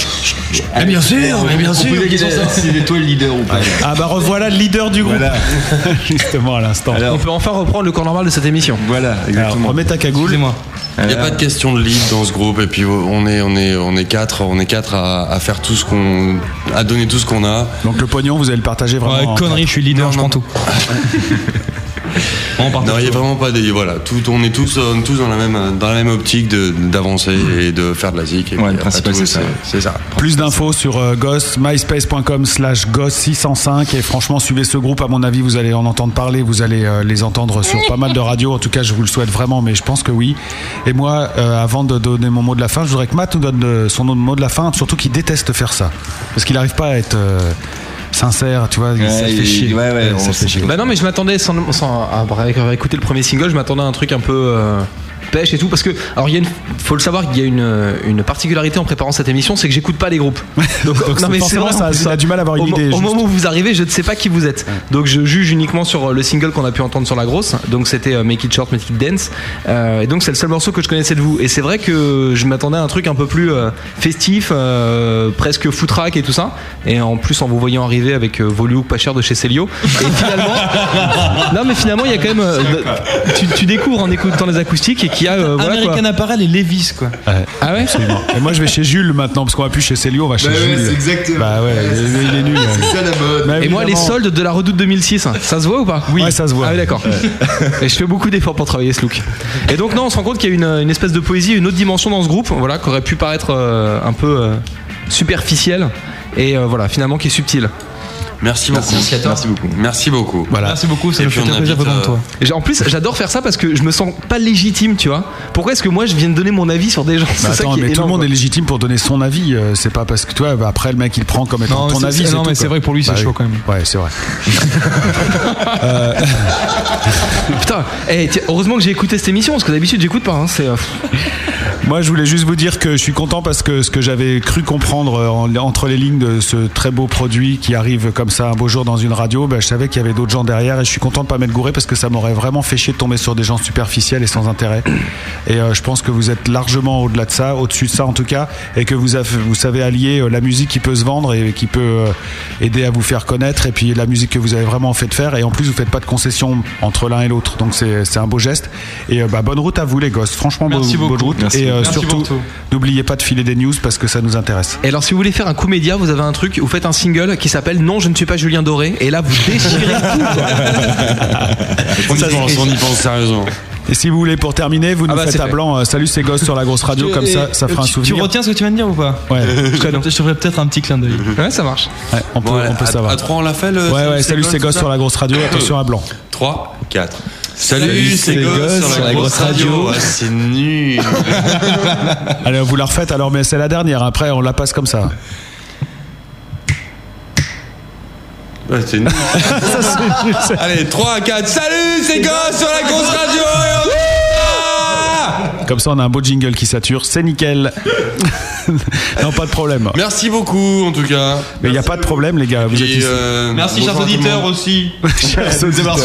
Mais bien sûr, mais bien On sûr. pose la question de savoir si c'est toi le leader ou pas. Ah bah revoilà le leader du groupe. Justement à l'instant. On peut enfin reprendre le corps normal de cette émission. Voilà, exactement. remets ta cagoule. moi Il n'y a pas de question de lead dans ce groupe et puis on est on est on est quatre on est quatre à, à faire tout ce qu'on à donner tout ce qu'on a. Donc le pognon vous allez le partager vraiment. Ah, Ouais, Connerie, je suis leader, je prends tout. non, il n'y a vraiment pas des voilà tout on est tous on est tous dans la même dans la même optique de- d'avancer et de faire de la zik. Et puis le après principal, tout, c'est ça. C'est ça. Plus d'infos sur euh, Ghost, myspace.com slash Ghost605 et franchement suivez ce groupe à mon avis vous allez en entendre parler, vous allez euh, les entendre sur pas mal de radios, en tout cas je vous le souhaite vraiment mais je pense que oui. Et moi euh, avant de donner mon mot de la fin je voudrais que Matt nous donne euh, son mot de la fin, surtout qu'il déteste faire ça parce qu'il n'arrive pas à être euh, sincère, tu vois, ça fait chier. Ça fait chier. ah, Bah non, mais je m'attendais sans, sans- à- avec avoir écouté le premier single, je m'attendais à un truc un peu euh, pêche et tout. Parce que, alors, il y a une- faut le savoir qu'il y a une, une particularité en préparant cette émission, c'est que j'écoute pas les groupes. Donc, Donc, forcément, en ça a- plus, il a du mal à avoir une au, mo- idée, Au juste. moment où vous arrivez, je ne sais pas qui vous êtes. Donc, je juge uniquement sur euh, le single qu'on a pu entendre sur la grosse. Donc, c'était euh, Make It Short, Make It Dance. Euh, et donc, c'est le seul morceau que je connaissais de vous. Et c'est vrai que je m'attendais à un truc un peu plus euh, festif, euh, presque footrack et tout ça. Et en plus, en vous voyant arriver avec euh, vos looks pas chers de chez Célio. Et finalement, non, mais finalement, il y a quand même. euh, tu, tu découvres en écoutant les acoustiques et qu'il y a. euh, voilà, quoi. American Apparel et Levis, quoi. Ah ouais Et moi je vais chez Jules maintenant parce qu'on va plus chez Célio, on va chez Bah ouais, Jules. c'est exactement. Bah ouais, il, il est nul. Bah C'est ça la mode. et moi, les soldes de la redoute 2006, hein, ça se voit ou pas Oui, ça se voit. Ah oui, d'accord. Et je fais beaucoup d'efforts pour travailler ce look. Et donc, non, on se rend compte qu'il y a une, une espèce de poésie, une autre dimension dans ce groupe, voilà, qui aurait pu paraître euh, un peu euh, superficielle et euh, voilà, finalement qui est subtile. Merci beaucoup. Merci à toi. Merci beaucoup. Merci beaucoup. Voilà. Merci beaucoup, ça Et me puis fait on très plaisir invite, vraiment de euh, toi. Et j'- en plus, j'adore faire ça parce que je me sens pas légitime, tu vois. Pourquoi est-ce que moi je viens de donner mon avis sur des gens Bah C'est ça attends, qui est mais tout le énorme, monde quoi. est légitime pour donner son avis. euh, C'est pas parce que toi, bah, après le mec il prend comme étant Non, mais ton c'est- avis. non, mais tout, c'est quoi. vrai que pour lui, c'est Bah chaud oui. quand même. Ouais, c'est vrai. Putain, eh, tiens, heureusement que j'ai écouté cette émission parce que d'habitude j'écoute pas. hein, c'est, euh, Moi, je voulais juste vous dire que je suis content parce que ce que j'avais cru comprendre euh, en- entre les lignes de ce très beau produit qui arrive comme ça un beau jour dans une radio, bah, je savais qu'il y avait d'autres gens derrière et je suis content de pas m'être gouré parce que ça m'aurait vraiment fait chier de tomber sur des gens superficiels et sans intérêt. Et euh, je pense que vous êtes largement au-delà de ça, au-dessus de ça en tout cas, et que vous, avez- vous savez allier euh, la musique qui peut se vendre et qui peut euh, aider à vous faire connaître et puis la musique que vous avez vraiment fait de faire. Et en plus, vous faites pas de concession entre l'un et l'autre, donc c'est c'est un beau geste. Et euh, bah, bonne route à vous les gosses, franchement Merci bonne, bonne beaucoup. route. Merci. Et euh, Merci surtout, pour tout. n'oubliez pas de filer des news parce que ça nous intéresse. Et alors si vous voulez faire un coup média, vous avez un truc, vous faites un single qui s'appelle Non, je ne suis pas Julien Doré et là vous déchirez tout. On y pense, on y pense sérieusement. Et si vous voulez, pour terminer, vous nous Ah bah, faites c'est à fait. blanc. euh, salut ces gosses sur la grosse radio, Tu- comme et- ça, ça et fera un tu- souvenir. Tu retiens ce que tu viens de dire ou pas Ouais. Je te ferai peut-être un petit clin d'œil. Ouais, ça marche. on peut, on peut savoir. À 3, on l'a fait le. ouais, ouais, salut ces gosses sur la grosse radio, attention à blanc. 3, 4. Salut, c'est gosses, sur la grosse radio. Ah, c'est nul. Allez, vous la refaites alors, mais c'est la dernière. Après, on la passe comme ça. Ouais, c'est nul. Allez, 3, 4. Salut, c'est gosses sur la grosse radio. Ah Et on- Comme ça, on a un beau jingle qui sature. C'est nickel. non, pas de problème. Merci beaucoup, en tout cas. Mais il n'y a pas de problème, les gars. Vous êtes Et, ici. euh, bonjour tout le monde. aussi. Chers auditeurs.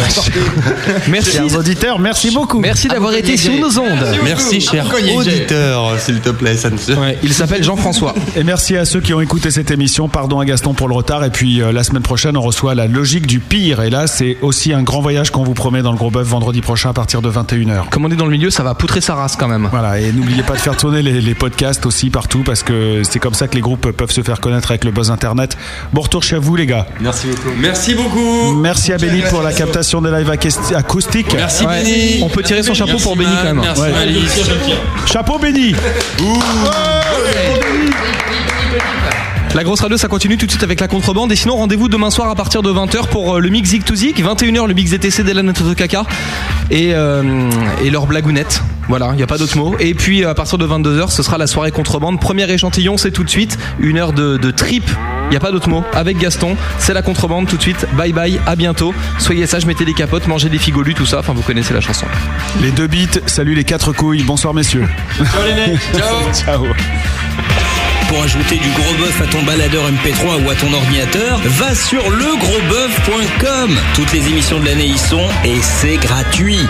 Merci. Chers auditeurs, merci beaucoup. Merci d'avoir été sur nos ondes. Merci, cher auditeur, s'il te plaît. Ça ne se... il s'appelle Jean-François. Et merci à ceux qui ont écouté cette émission. Pardon à Gaston pour le retard. Et puis euh, la semaine prochaine, on reçoit la logique du pire. Et là, c'est aussi un grand voyage qu'on vous promet dans le Gros Bœuf vendredi prochain à partir de 21h. Comme on est dans le milieu, ça va poutrer sa race quand même. Voilà, et n'oubliez pas de faire tourner les, les podcasts aussi partout parce que c'est comme ça que les groupes peuvent se faire connaître avec le buzz internet. Bon retour chez vous, les gars. Merci beaucoup. Merci beaucoup. Merci à Benny pour la captation des lives acousti- acoustiques. Merci, Ouais. Benny. On peut tirer son Merci, chapeau pour Benny Matt. quand même. Merci, Ouais. Malice. Chapeau Benny. La grosse radio, ça continue tout de suite avec la contrebande. Et sinon, rendez-vous demain soir à partir de 20h pour euh, le mix Zig to Zig, 21h le mix DTC d'Elan Totokaka et, euh, et leur blagounette. Voilà, il n'y a pas d'autre mot. Et puis euh, à partir de 22h, ce sera la soirée contrebande. Premier échantillon, c'est tout de suite une heure de, de trip. Il n'y a pas d'autre mot. Avec Gaston, c'est la contrebande tout de suite. Bye bye, à bientôt. Soyez sages, mettez des capotes, mangez des figolus, tout ça. Enfin, vous connaissez la chanson. Les deux bites, salut les quatre couilles. Bonsoir, messieurs. Ciao les mecs. Ciao. Pour ajouter du gros bœuf à ton baladeur MP3 ou à ton ordinateur, va sur legrosboeuf.com. Toutes les émissions de l'année y sont et c'est gratuit.